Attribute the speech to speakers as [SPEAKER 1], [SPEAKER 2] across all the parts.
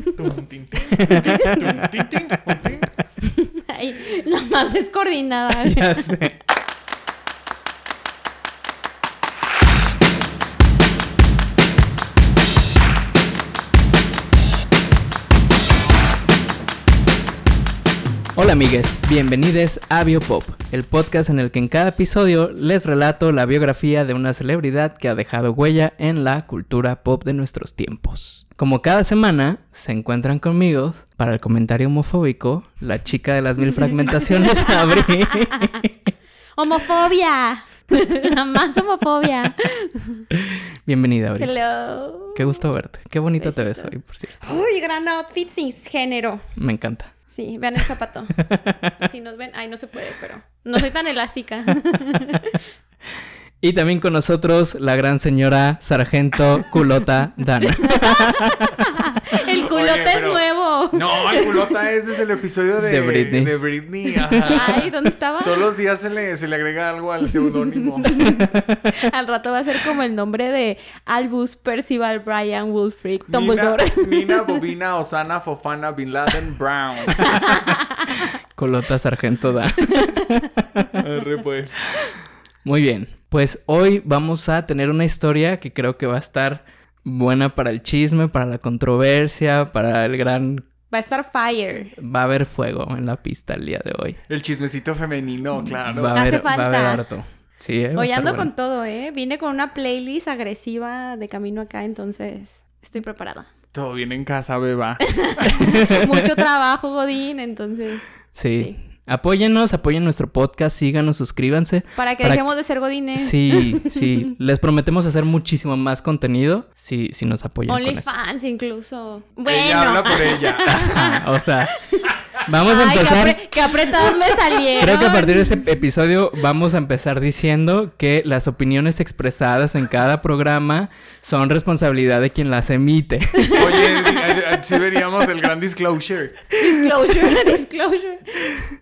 [SPEAKER 1] Tum, tin, tin, tin, tin, tin, tin, tin.
[SPEAKER 2] Ay, la más descoordinada.
[SPEAKER 3] ya sé. Hola amigues, bienvenidos a Biopop, el podcast en el que en cada episodio les relato la biografía de una celebridad que ha dejado huella en la cultura pop de nuestros tiempos. Como cada semana, se encuentran conmigo para el comentario homofóbico, la chica de las mil fragmentaciones, Abril.
[SPEAKER 2] Homofobia. La más homofobia.
[SPEAKER 3] Bienvenida, Abril.
[SPEAKER 2] Hello.
[SPEAKER 3] Qué gusto verte. Qué bonito te ves
[SPEAKER 2] Besito.
[SPEAKER 3] hoy, por cierto.
[SPEAKER 2] Uy, gran outfit género.
[SPEAKER 3] Me encanta.
[SPEAKER 2] Sí, vean el zapato. Si nos ven, ay, no se puede, pero no soy tan elástica.
[SPEAKER 3] Y también con nosotros la gran señora Sargento Culota Dana.
[SPEAKER 2] El culote
[SPEAKER 1] Oye, pero-
[SPEAKER 2] es nuevo.
[SPEAKER 1] No, el culota es desde el episodio de,
[SPEAKER 3] De Britney.
[SPEAKER 1] de Britney, ajá.
[SPEAKER 2] Ay, ¿dónde estaba?
[SPEAKER 1] Todos los días se le, se le agrega algo al seudónimo.
[SPEAKER 2] Al rato va a ser como el nombre de Albus Percival Brian Wolfric
[SPEAKER 1] Nina,
[SPEAKER 2] Dumbledore.
[SPEAKER 1] Nina, Bobina, Osana, Fofana, Bin Laden, Brown.
[SPEAKER 3] Culota Sargento Dana.
[SPEAKER 1] Arre, pues.
[SPEAKER 3] Muy bien, pues hoy vamos a tener una historia que creo que va a estar buena para el chisme, para la controversia, para el gran...
[SPEAKER 2] Va a estar fire.
[SPEAKER 3] Va a haber fuego en la pista el día de hoy.
[SPEAKER 1] El chismecito femenino, claro.
[SPEAKER 3] Va a
[SPEAKER 2] Hace
[SPEAKER 3] haber, va a haber
[SPEAKER 2] falta.
[SPEAKER 3] harto. Sí, eh, va a
[SPEAKER 2] Hoy
[SPEAKER 3] estar
[SPEAKER 2] ando
[SPEAKER 3] bueno.
[SPEAKER 2] con todo, ¿eh? Vine con una playlist agresiva de camino acá, entonces estoy preparada.
[SPEAKER 1] Todo bien en casa, beba.
[SPEAKER 2] Mucho trabajo, Godín, entonces.
[SPEAKER 3] Sí. Apóyennos, apoyen nuestro podcast, síganos, suscríbanse.
[SPEAKER 2] Para que
[SPEAKER 3] Para-
[SPEAKER 2] dejemos de ser Godines.
[SPEAKER 3] Sí, sí. Les prometemos hacer muchísimo más contenido si, si nos apoyan con eso.
[SPEAKER 2] OnlyFans incluso. Bueno.
[SPEAKER 1] Ella habla por ella.
[SPEAKER 3] Ajá, Ah, o sea, vamos a
[SPEAKER 2] Ay, qué
[SPEAKER 3] empezar...
[SPEAKER 2] apre- qué apretados me salieron.
[SPEAKER 3] Creo que a partir de este episodio vamos a empezar diciendo que las opiniones expresadas en cada programa son responsabilidad de quien las emite.
[SPEAKER 1] Oye, di- ay, ay, sí veríamos el gran disclosure.
[SPEAKER 2] Disclosure, disclosure.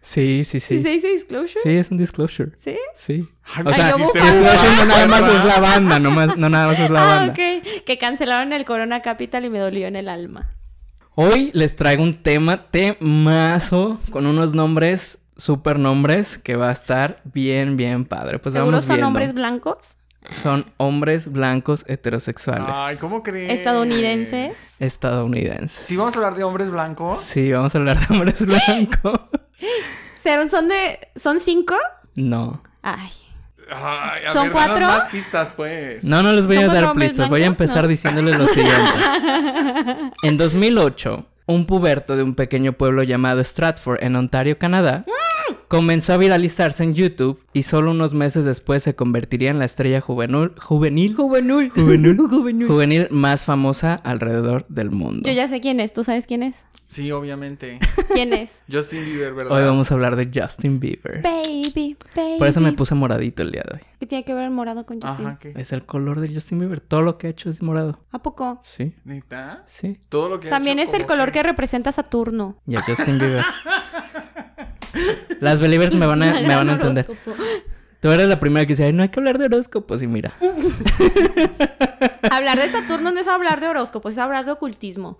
[SPEAKER 3] Sí, sí,
[SPEAKER 2] ¿Sí
[SPEAKER 3] sí.
[SPEAKER 2] se dice disclosure?
[SPEAKER 3] Sí, es un disclosure.
[SPEAKER 2] ¿Sí?
[SPEAKER 3] Sí.
[SPEAKER 1] Ay,
[SPEAKER 3] O
[SPEAKER 1] me
[SPEAKER 3] sea,
[SPEAKER 2] yo
[SPEAKER 1] hiciste
[SPEAKER 2] bufando.
[SPEAKER 1] dudar,
[SPEAKER 3] disclosure no nada más
[SPEAKER 1] ¿verdad?
[SPEAKER 3] es la banda, no, más- no nada más es la
[SPEAKER 2] Ah,
[SPEAKER 3] banda.
[SPEAKER 2] ok. Que cancelaron el Corona Capital y me dolió en el alma.
[SPEAKER 3] Hoy les traigo un tema temazo con unos nombres, super nombres, que va a estar bien, bien padre. Pues
[SPEAKER 2] ¿Seguro
[SPEAKER 3] vamos
[SPEAKER 2] son
[SPEAKER 3] viendo.
[SPEAKER 2] hombres blancos?
[SPEAKER 3] Son hombres blancos heterosexuales.
[SPEAKER 1] Ay, ¿cómo crees?
[SPEAKER 2] ¿Estadounidenses?
[SPEAKER 3] Estadounidenses.
[SPEAKER 1] Si vamos a hablar de hombres blancos.
[SPEAKER 3] Sí, vamos a hablar de hombres blancos.
[SPEAKER 2] ¿Serán- ¿Son de... ¿Son cinco?
[SPEAKER 3] No.
[SPEAKER 2] Ay.
[SPEAKER 1] Ay, a
[SPEAKER 2] ¿Son
[SPEAKER 1] ver, danos
[SPEAKER 2] cuatro?
[SPEAKER 1] más pistas, pues.
[SPEAKER 3] No, no les voy a
[SPEAKER 2] ¿Son
[SPEAKER 3] dar
[SPEAKER 2] cuatro hombres
[SPEAKER 3] pistas. Voy a
[SPEAKER 2] blancos?
[SPEAKER 3] empezar
[SPEAKER 2] No.
[SPEAKER 3] diciéndoles lo siguiente. En 2008, un puberto de un pequeño pueblo llamado Stratford, en Ontario, Canadá, comenzó a viralizarse en YouTube y solo unos meses después se convertiría en la estrella juvenil, juvenil,
[SPEAKER 2] Juvenil.
[SPEAKER 3] juvenil más famosa alrededor del mundo.
[SPEAKER 2] Yo ya sé quién es. ¿Tú sabes quién es?
[SPEAKER 1] Sí, obviamente.
[SPEAKER 2] ¿Quién es?
[SPEAKER 1] Justin Bieber, ¿verdad?
[SPEAKER 3] Hoy vamos a hablar de Justin Bieber.
[SPEAKER 2] Baby, baby.
[SPEAKER 3] Por eso me puse moradito el día de hoy.
[SPEAKER 2] ¿Qué tiene que ver el morado con Justin?
[SPEAKER 1] Ajá, ¿qué?
[SPEAKER 3] Es el color de Justin Bieber. Todo lo que ha hecho es morado.
[SPEAKER 2] ¿A poco?
[SPEAKER 3] Sí,
[SPEAKER 1] ¿Neta?
[SPEAKER 3] sí.
[SPEAKER 1] Todo lo que ha
[SPEAKER 2] También
[SPEAKER 1] hecho
[SPEAKER 2] es el
[SPEAKER 1] como
[SPEAKER 2] color que representa Saturno.
[SPEAKER 3] Y a Justin Bieber. Las believers me van a, me van a entender. Tú eres la primera que dice, "Ay, no hay que hablar de horóscopos. Y mira,
[SPEAKER 2] hablar de Saturno no es hablar de horóscopos, es hablar de ocultismo.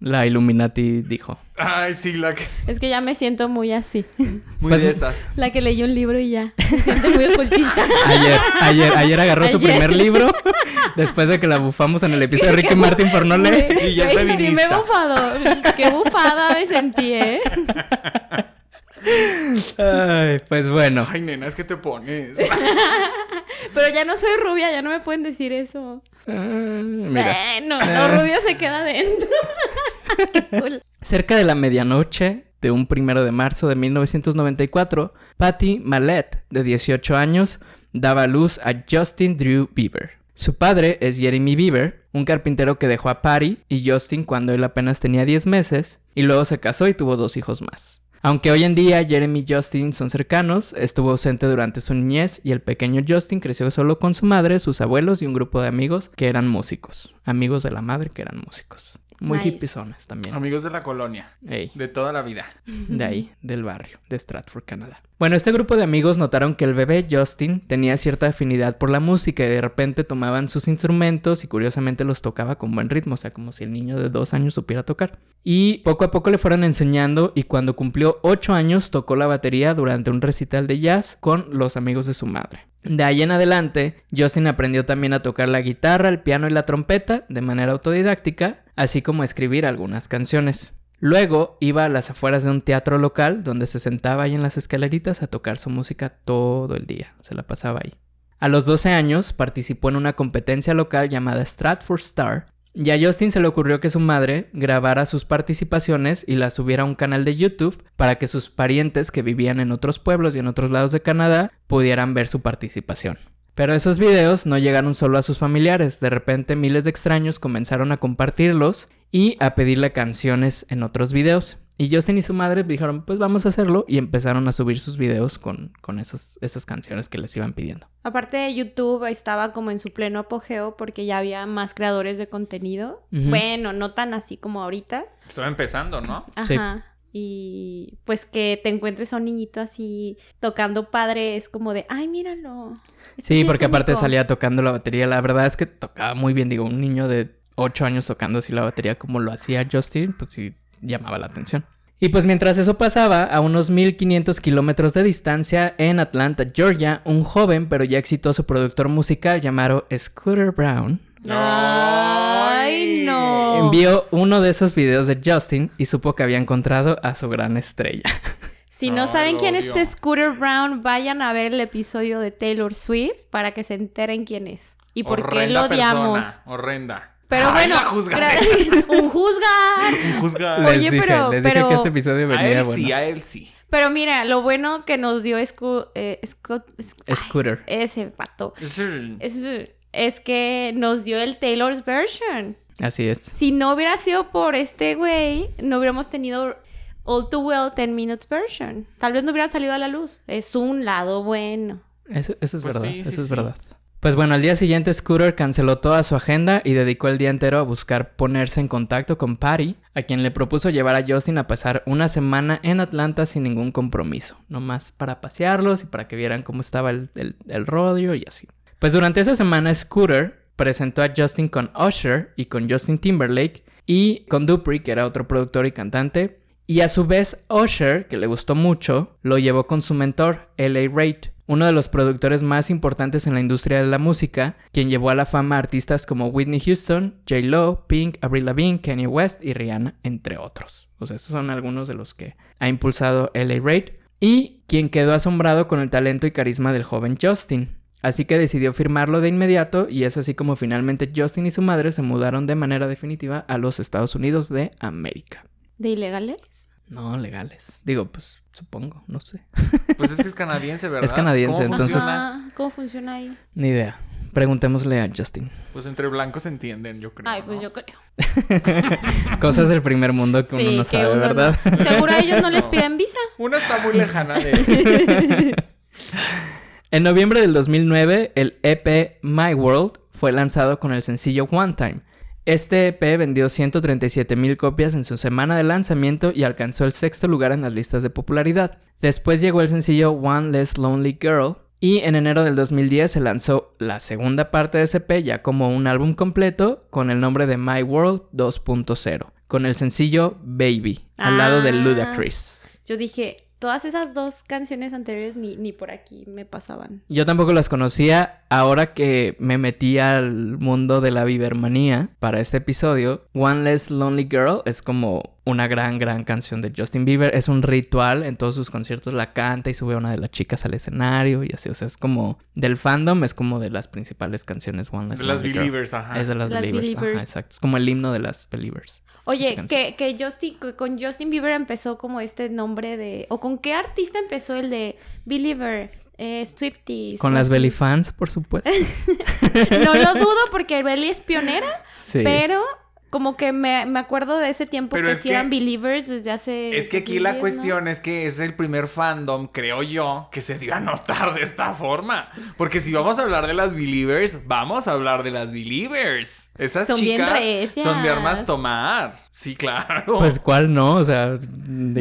[SPEAKER 3] la Illuminati dijo.
[SPEAKER 1] Ay, sí, la que...
[SPEAKER 2] Es que ya me siento muy así.
[SPEAKER 1] Muy
[SPEAKER 3] Pues-
[SPEAKER 1] de esas.
[SPEAKER 2] La que leyó un libro y ya. Me siento muy ocultista.
[SPEAKER 3] Ayer, ayer, ayer agarró su
[SPEAKER 2] Ayer.
[SPEAKER 3] primer libro después de que la bufamos en el episodio de Ricky Martin por no leer.
[SPEAKER 1] Y ya es
[SPEAKER 2] Güey, Sí, me he
[SPEAKER 1] feminista.
[SPEAKER 2] bufado. Qué bufada me sentí, ¿eh?
[SPEAKER 3] Ay, pues bueno.
[SPEAKER 1] Ay, nena, es que te pones.
[SPEAKER 2] Pero ya no soy rubia, ya no me pueden decir eso.
[SPEAKER 3] Ah, Mira. Eh.
[SPEAKER 2] Bueno, lo rubio se queda dentro. Qué cool.
[SPEAKER 3] Cerca de la medianoche de un primero de marzo de 1994, Patty Mallette, de 18 años, daba a luz a Justin Drew Bieber. Su padre es Jeremy Bieber, un carpintero que dejó a Patty y Justin cuando él apenas tenía 10 meses, y luego se casó y tuvo dos hijos más. Aunque hoy en día Jeremy y Justin son cercanos, estuvo ausente durante su niñez y el pequeño Justin creció solo con su madre, sus abuelos y un grupo de amigos que eran músicos. Amigos de la madre que eran músicos. Muy
[SPEAKER 2] Nice.
[SPEAKER 3] hippizonas también.
[SPEAKER 1] Amigos de la colonia,
[SPEAKER 3] Ey.
[SPEAKER 1] de toda la vida.
[SPEAKER 3] de ahí, del barrio, de Stratford, Canadá. Bueno, este grupo de amigos notaron que el bebé Justin tenía cierta afinidad por la música y de repente tomaban sus instrumentos y curiosamente los tocaba con buen ritmo, o sea, como si el niño de dos años supiera tocar. Y poco a poco le fueron enseñando y cuando cumplió ocho años tocó la batería durante un recital de jazz con los amigos de su madre. De ahí en adelante, Justin aprendió también a tocar la guitarra, el piano y la trompeta de manera autodidáctica, así como a escribir algunas canciones. Luego iba a las afueras de un teatro local donde se sentaba ahí en las escaleritas a tocar su música todo el día. Se la pasaba ahí. A los 12 años participó en una competencia local llamada Stratford Star y a Justin se le ocurrió que su madre grabara sus participaciones y las subiera a un canal de YouTube para que sus parientes que vivían en otros pueblos y en otros lados de Canadá pudieran ver su participación. Pero esos videos no llegaron solo a sus familiares, de repente miles de extraños comenzaron a compartirlos y a pedirle canciones en otros videos. Y Justin y su madre dijeron, pues vamos a hacerlo y empezaron a subir sus videos con, con esos, esas canciones que les iban pidiendo.
[SPEAKER 2] Aparte de YouTube, estaba como en su pleno apogeo porque ya había más creadores de contenido.
[SPEAKER 3] Ujú.
[SPEAKER 2] Bueno, no tan así como ahorita.
[SPEAKER 1] Estaba empezando, ¿no?
[SPEAKER 3] Sí.
[SPEAKER 2] Ajá. Y pues que te encuentres a un niñito así tocando padre es como de, ay, míralo. Este
[SPEAKER 3] Sí,
[SPEAKER 2] es
[SPEAKER 3] porque aparte
[SPEAKER 2] único".
[SPEAKER 3] salía tocando la batería. La verdad es que tocaba muy bien. Digo, un niño de 8 años tocando así la batería como lo hacía Justin, pues sí llamaba la atención. Y pues mientras eso pasaba, a unos 1500 kilómetros de distancia, en Atlanta, Georgia, un joven pero ya exitoso productor musical llamado Scooter Brown
[SPEAKER 2] Ay, no.
[SPEAKER 3] envió uno de esos videos de Justin y supo que había encontrado a su gran estrella.
[SPEAKER 2] Si no,
[SPEAKER 1] No,
[SPEAKER 2] saben
[SPEAKER 1] Ah, lo
[SPEAKER 2] quién
[SPEAKER 1] odio.
[SPEAKER 2] es este Scooter Brown, vayan a ver el episodio de Taylor Swift para que se enteren quién es y por qué lo
[SPEAKER 1] Horrenda
[SPEAKER 2] odiamos.
[SPEAKER 1] persona, Horrenda.
[SPEAKER 2] Pero
[SPEAKER 1] Ay,
[SPEAKER 2] bueno,
[SPEAKER 1] la juzgaré.
[SPEAKER 2] gra- un juzgar.
[SPEAKER 1] Juzga.
[SPEAKER 2] Oye, pero-
[SPEAKER 3] les
[SPEAKER 2] pero-
[SPEAKER 3] dije que este episodio
[SPEAKER 1] A
[SPEAKER 3] venía
[SPEAKER 1] él
[SPEAKER 3] bueno.
[SPEAKER 1] sí, a él sí.
[SPEAKER 2] Pero mira, lo bueno que nos dio Scu- eh, Scott, Sc- ay,
[SPEAKER 3] Scooter.
[SPEAKER 2] ese pato,
[SPEAKER 1] Es el-
[SPEAKER 2] es, es que nos dio el Taylor's version.
[SPEAKER 3] Así es.
[SPEAKER 2] Si no hubiera sido por este güey, no hubiéramos tenido All Too Well 10 Minutes version. Tal vez no hubiera salido a la luz. Es un lado bueno.
[SPEAKER 3] Eso, eso es
[SPEAKER 1] Pues
[SPEAKER 3] verdad,
[SPEAKER 1] sí, sí,
[SPEAKER 3] eso es
[SPEAKER 1] sí.
[SPEAKER 3] verdad. Pues bueno, al día siguiente Scooter canceló toda su agenda y dedicó el día entero a buscar ponerse en contacto con Patty, a quien le propuso llevar a Justin a pasar una semana en Atlanta sin ningún compromiso, nomás para pasearlos y para que vieran cómo estaba el, el, el rodeo y así. Pues durante esa semana Scooter presentó a Justin con Usher y con Justin Timberlake y con Dupri, que era otro productor y cantante, y a su vez, Usher, que le gustó mucho, lo llevó con su mentor, L.A. Reid, uno de los productores más importantes en la industria de la música, quien llevó a la fama a artistas como Whitney Houston, J. Lo, Pink, Avril Lavigne, Kanye West y Rihanna, entre otros. O sea, estos son algunos de los que ha impulsado L.A. Reid y quien quedó asombrado con el talento y carisma del joven Justin. Así que decidió firmarlo de inmediato y es así como finalmente Justin y su madre se mudaron de manera definitiva a los Estados Unidos de América.
[SPEAKER 2] ¿De ilegales?
[SPEAKER 3] No, legales. Digo, pues supongo, no sé.
[SPEAKER 1] Pues es que es canadiense, ¿verdad?
[SPEAKER 3] Es canadiense,
[SPEAKER 1] ¿Cómo
[SPEAKER 3] entonces-
[SPEAKER 1] funciona?
[SPEAKER 2] Ajá, ¿Cómo funciona ahí?
[SPEAKER 3] Ni idea. Preguntémosle a Justin.
[SPEAKER 1] Pues entre blancos entienden, yo creo.
[SPEAKER 2] Ay, pues
[SPEAKER 1] ¿no?
[SPEAKER 2] yo creo.
[SPEAKER 3] Cosas del primer mundo que uno no
[SPEAKER 2] que
[SPEAKER 3] sabe,
[SPEAKER 2] uno no-
[SPEAKER 3] ¿verdad?
[SPEAKER 2] Seguro a ellos no les piden visa.
[SPEAKER 1] Una está muy lejana de.
[SPEAKER 3] En noviembre del 2009, el EP My World fue lanzado con el sencillo One Time. Este EP vendió 137 mil copias en su semana de lanzamiento y alcanzó el sexto lugar en las listas de popularidad. Después llegó el sencillo One Less Lonely Girl y en enero del 2010 se lanzó la segunda parte de ese EP ya como un álbum completo con el nombre de My World 2.0, con el sencillo Baby, al lado de
[SPEAKER 2] Ah.
[SPEAKER 3] Ludacris.
[SPEAKER 2] Yo dije, todas esas dos canciones anteriores ni, ni por aquí me pasaban.
[SPEAKER 3] Yo tampoco las conocía. Ahora que me metí al mundo de la bibermanía para este episodio, One Less Lonely Girl es como una gran, gran canción de Justin Bieber. Es un ritual. En todos sus conciertos la canta y sube a una de las chicas al escenario y así. O sea, es como del fandom, es como de las principales canciones One Less
[SPEAKER 1] de las
[SPEAKER 3] Lonely Girl.
[SPEAKER 1] believers, ajá.
[SPEAKER 3] Es de las,
[SPEAKER 2] Las
[SPEAKER 3] believers. ajá,
[SPEAKER 2] Believers.
[SPEAKER 3] exacto. Es como el himno de las believers. Esa
[SPEAKER 2] Oye,
[SPEAKER 3] canción.
[SPEAKER 2] que, que Justin, que con Justin Bieber empezó como este nombre de... ¿O con qué artista empezó el de Believer? Eh, Striptease.
[SPEAKER 3] Con
[SPEAKER 2] ¿no?
[SPEAKER 3] las belly fans, por supuesto.
[SPEAKER 2] No lo dudo porque Belly es pionera,
[SPEAKER 3] Sí.
[SPEAKER 2] pero Como que me, me acuerdo de ese tiempo
[SPEAKER 1] Pero
[SPEAKER 2] que
[SPEAKER 1] es
[SPEAKER 2] sí eran
[SPEAKER 1] que-
[SPEAKER 2] believers desde hace.
[SPEAKER 1] Es que aquí la
[SPEAKER 2] 2010, ¿no?
[SPEAKER 1] cuestión es que es el primer fandom, creo yo, que se dio a notar de esta forma. Porque si vamos a hablar de las Believers, vamos a hablar de las Believers. Esas
[SPEAKER 2] Son bien
[SPEAKER 1] chicas
[SPEAKER 2] recias.
[SPEAKER 1] son de armas tomar. Sí, claro.
[SPEAKER 3] Pues, ¿cuál no? O sea, digo,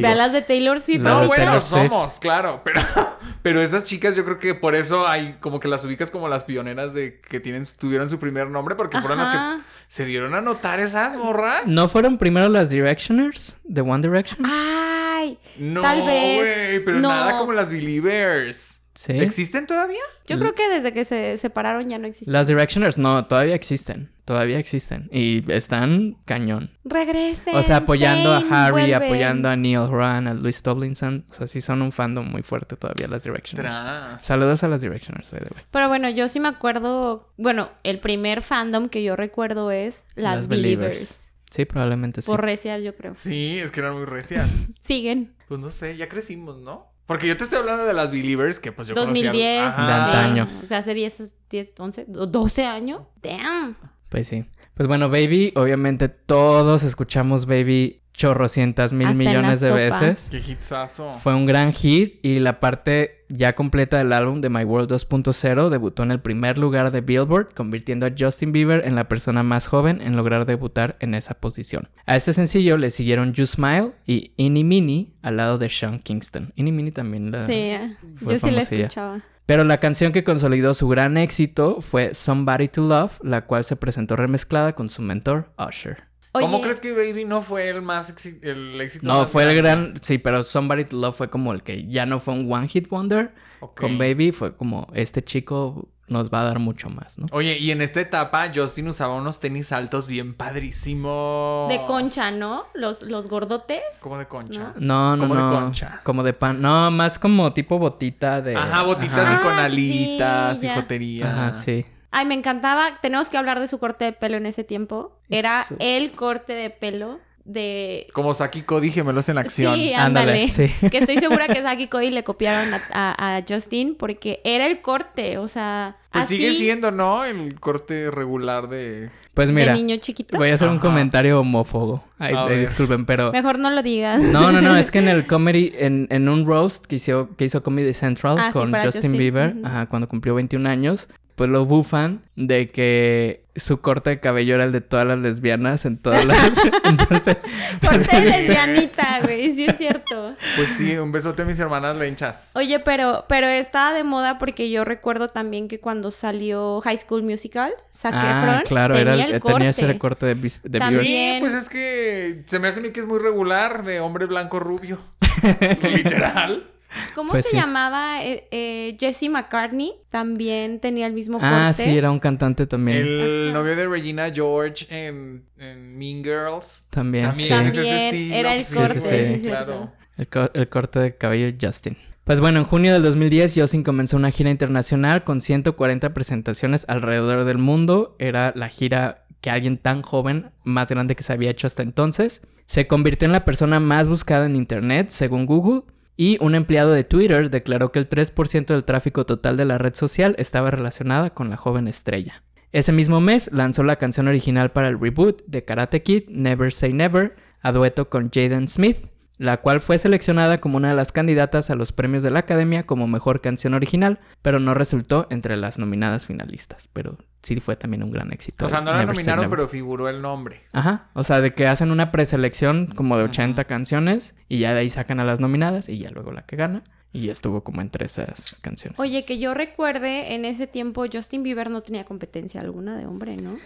[SPEAKER 2] Vean las de Taylor Swift.
[SPEAKER 1] no,
[SPEAKER 3] la de
[SPEAKER 2] ahorita.
[SPEAKER 1] bueno,
[SPEAKER 3] Taylor Swift.
[SPEAKER 1] somos, claro. Pero, pero esas chicas yo creo que por eso hay como que las ubicas como las pioneras de que tienen, tuvieron su primer nombre porque fueron las
[SPEAKER 2] Ajá.
[SPEAKER 1] que se dieron a notar esas morras.
[SPEAKER 3] ¿no fueron primero las Directioners de One
[SPEAKER 2] Ah,
[SPEAKER 3] Direction?
[SPEAKER 2] Ay,
[SPEAKER 1] No,
[SPEAKER 2] Tal vez.
[SPEAKER 1] güey, pero
[SPEAKER 2] No.
[SPEAKER 1] nada como las Believers.
[SPEAKER 3] Sí.
[SPEAKER 1] ¿Existen todavía?
[SPEAKER 2] yo creo que desde que se separaron ya no existe.
[SPEAKER 3] Las Directioners no, todavía existen. Todavía existen. Y están cañón.
[SPEAKER 2] Regresen.
[SPEAKER 3] O sea, apoyando
[SPEAKER 2] Zayn,
[SPEAKER 3] a Harry,
[SPEAKER 2] vuelven.
[SPEAKER 3] apoyando a Neil Horan, a Luis Tomlinson. O sea, sí son un fandom muy fuerte todavía las Directioners.
[SPEAKER 1] Tras.
[SPEAKER 3] Saludos a las Directioners, by the way.
[SPEAKER 2] Pero bueno, yo sí me acuerdo. Bueno, el primer fandom que yo recuerdo es Las, Believers.
[SPEAKER 3] Sí, probablemente sí.
[SPEAKER 2] Por recias, yo creo.
[SPEAKER 1] Sí, es que eran muy recias.
[SPEAKER 2] Siguen.
[SPEAKER 1] Pues no sé, ya crecimos, ¿no? Porque yo te estoy hablando de las Believers, que pues yo conocía-
[SPEAKER 2] 2010.
[SPEAKER 1] Ajá.
[SPEAKER 3] De antaño.
[SPEAKER 2] sí. O sea, hace 10, 10, 11, 12 años. Damn.
[SPEAKER 3] Pues sí. Pues bueno, Baby, obviamente todos escuchamos Baby chorrocientas mil
[SPEAKER 2] Hasta en la
[SPEAKER 3] millones de
[SPEAKER 2] sopa.
[SPEAKER 3] veces.
[SPEAKER 1] Qué hitsazo.
[SPEAKER 3] Fue un gran hit y la parte ya completa del álbum de My World 2.0 debutó en el primer lugar de Billboard, convirtiendo a Justin Bieber en la persona más joven en lograr debutar en esa posición. A este sencillo le siguieron You Smile y Innie Mini al lado de Sean Kingston. Innie Mini también la...
[SPEAKER 2] Sí,
[SPEAKER 3] Ah, fue
[SPEAKER 2] yo sí la
[SPEAKER 3] famosilla.
[SPEAKER 2] escuchaba.
[SPEAKER 3] Pero la canción que consolidó su gran éxito fue Somebody to Love, la cual se presentó remezclada con su mentor Usher.
[SPEAKER 1] ¿Cómo
[SPEAKER 2] Oye,
[SPEAKER 1] crees que Baby no fue el más exi- el éxito?
[SPEAKER 3] No,
[SPEAKER 1] más
[SPEAKER 3] fue el
[SPEAKER 1] grande?
[SPEAKER 3] gran, sí, pero Somebody to Love fue como el que ya no fue un one hit wonder.
[SPEAKER 1] Ok.
[SPEAKER 3] Con Baby fue como este chico nos va a dar mucho más, ¿no?
[SPEAKER 1] Oye, y en esta etapa Justin usaba unos tenis altos bien padrísimos.
[SPEAKER 2] De concha, ¿no? Los, los gordotes.
[SPEAKER 1] Como de concha.
[SPEAKER 3] No, no,
[SPEAKER 1] Como de
[SPEAKER 3] no.
[SPEAKER 1] concha.
[SPEAKER 3] Como de pan. No, más como tipo botita de.
[SPEAKER 1] Ajá, botitas
[SPEAKER 3] Ajá.
[SPEAKER 1] y con
[SPEAKER 2] Ah, sí,
[SPEAKER 1] alitas,
[SPEAKER 2] ya.
[SPEAKER 1] hijotería.
[SPEAKER 3] Ajá, sí.
[SPEAKER 2] Ay, me encantaba. Tenemos que hablar de su corte de pelo en ese tiempo. Era
[SPEAKER 3] Eso.
[SPEAKER 2] el corte de pelo de.
[SPEAKER 1] Como Saki Cody, gemelos en la acción.
[SPEAKER 2] Sí,
[SPEAKER 3] Ándale,
[SPEAKER 2] ándale.
[SPEAKER 3] sí.
[SPEAKER 2] Que estoy segura que Zack y Cody le copiaron a, a- a Justin porque era el corte, o sea.
[SPEAKER 1] Pues
[SPEAKER 2] así
[SPEAKER 1] sigue siendo, ¿no? El corte regular de.
[SPEAKER 3] Pues
[SPEAKER 2] De
[SPEAKER 3] mira,
[SPEAKER 2] niño chiquito.
[SPEAKER 3] voy a hacer un
[SPEAKER 1] Ajá.
[SPEAKER 3] comentario homófobo. Ay,
[SPEAKER 1] A
[SPEAKER 3] eh,
[SPEAKER 1] ver.
[SPEAKER 3] disculpen, pero.
[SPEAKER 2] Mejor no lo digas.
[SPEAKER 3] No, no, no, es que en el comedy, en, en un roast que hizo, que hizo Comedy Central
[SPEAKER 2] Ah, sí,
[SPEAKER 3] con
[SPEAKER 2] para
[SPEAKER 3] Justin,
[SPEAKER 2] Justin,
[SPEAKER 3] Bieber,
[SPEAKER 2] ujú.
[SPEAKER 3] ajá, cuando cumplió 21 años, pues lo bufan de que su corte de cabello era el de todas las lesbianas en todas las... Entonces, pues,
[SPEAKER 2] Corte de
[SPEAKER 3] yo sé.
[SPEAKER 2] lesbianita, güey, sí es cierto.
[SPEAKER 1] Pues sí, un besote a mis hermanas lenchas.
[SPEAKER 2] Oye, pero, pero estaba de moda porque yo recuerdo también que cuando salió High School Musical, Zac
[SPEAKER 3] Ah,
[SPEAKER 2] Efron
[SPEAKER 3] claro,
[SPEAKER 2] tenía
[SPEAKER 3] era el-
[SPEAKER 2] el corte.
[SPEAKER 3] tenía ese corte de, bis- de
[SPEAKER 2] También.
[SPEAKER 3] Bieber.
[SPEAKER 1] Sí,
[SPEAKER 2] Bien.
[SPEAKER 1] pues es que se me hace a mí que es muy regular de hombre blanco rubio. Literal.
[SPEAKER 2] ¿Cómo
[SPEAKER 3] Pues
[SPEAKER 2] se
[SPEAKER 3] sí.
[SPEAKER 2] llamaba? Eh, eh, Jesse McCartney también tenía el mismo corte.
[SPEAKER 3] Ah, sí, era un cantante también.
[SPEAKER 1] El novio de Regina George en, en Mean Girls.
[SPEAKER 3] También,
[SPEAKER 1] También,
[SPEAKER 3] sí.
[SPEAKER 1] es ese
[SPEAKER 2] También,
[SPEAKER 1] estilo.
[SPEAKER 2] era el
[SPEAKER 1] Sí,
[SPEAKER 3] corte,
[SPEAKER 1] güey,
[SPEAKER 3] sí,
[SPEAKER 2] es
[SPEAKER 1] claro.
[SPEAKER 2] cierto.
[SPEAKER 3] El, co- el corte de cabello de Justin. Pues bueno, en junio del 2010, Justin comenzó una gira internacional con 140 presentaciones alrededor del mundo. Era la gira que alguien tan joven, más grande que se había hecho hasta entonces. Se convirtió en la persona más buscada en Internet, según Google. Y un empleado de Twitter declaró que el 3% del tráfico total de la red social estaba relacionada con la joven estrella. Ese mismo mes lanzó la canción original para el reboot de Karate Kid, Never Say Never, a dueto con Jaden Smith, la cual fue seleccionada como una de las candidatas a los premios de la Academia como mejor canción original, pero no resultó entre las nominadas finalistas, pero sí fue también un gran éxito.
[SPEAKER 1] O sea, no la
[SPEAKER 3] Never Say
[SPEAKER 1] nominaron,
[SPEAKER 3] Never.
[SPEAKER 1] pero figuró el nombre.
[SPEAKER 3] Ajá, o sea, de que hacen una preselección como de 80 canciones y ya de ahí sacan a las nominadas y ya luego la que gana y ya estuvo como entre esas canciones.
[SPEAKER 2] Oye, que yo recuerde, en ese tiempo Justin Bieber no tenía competencia alguna de hombre, ¿no?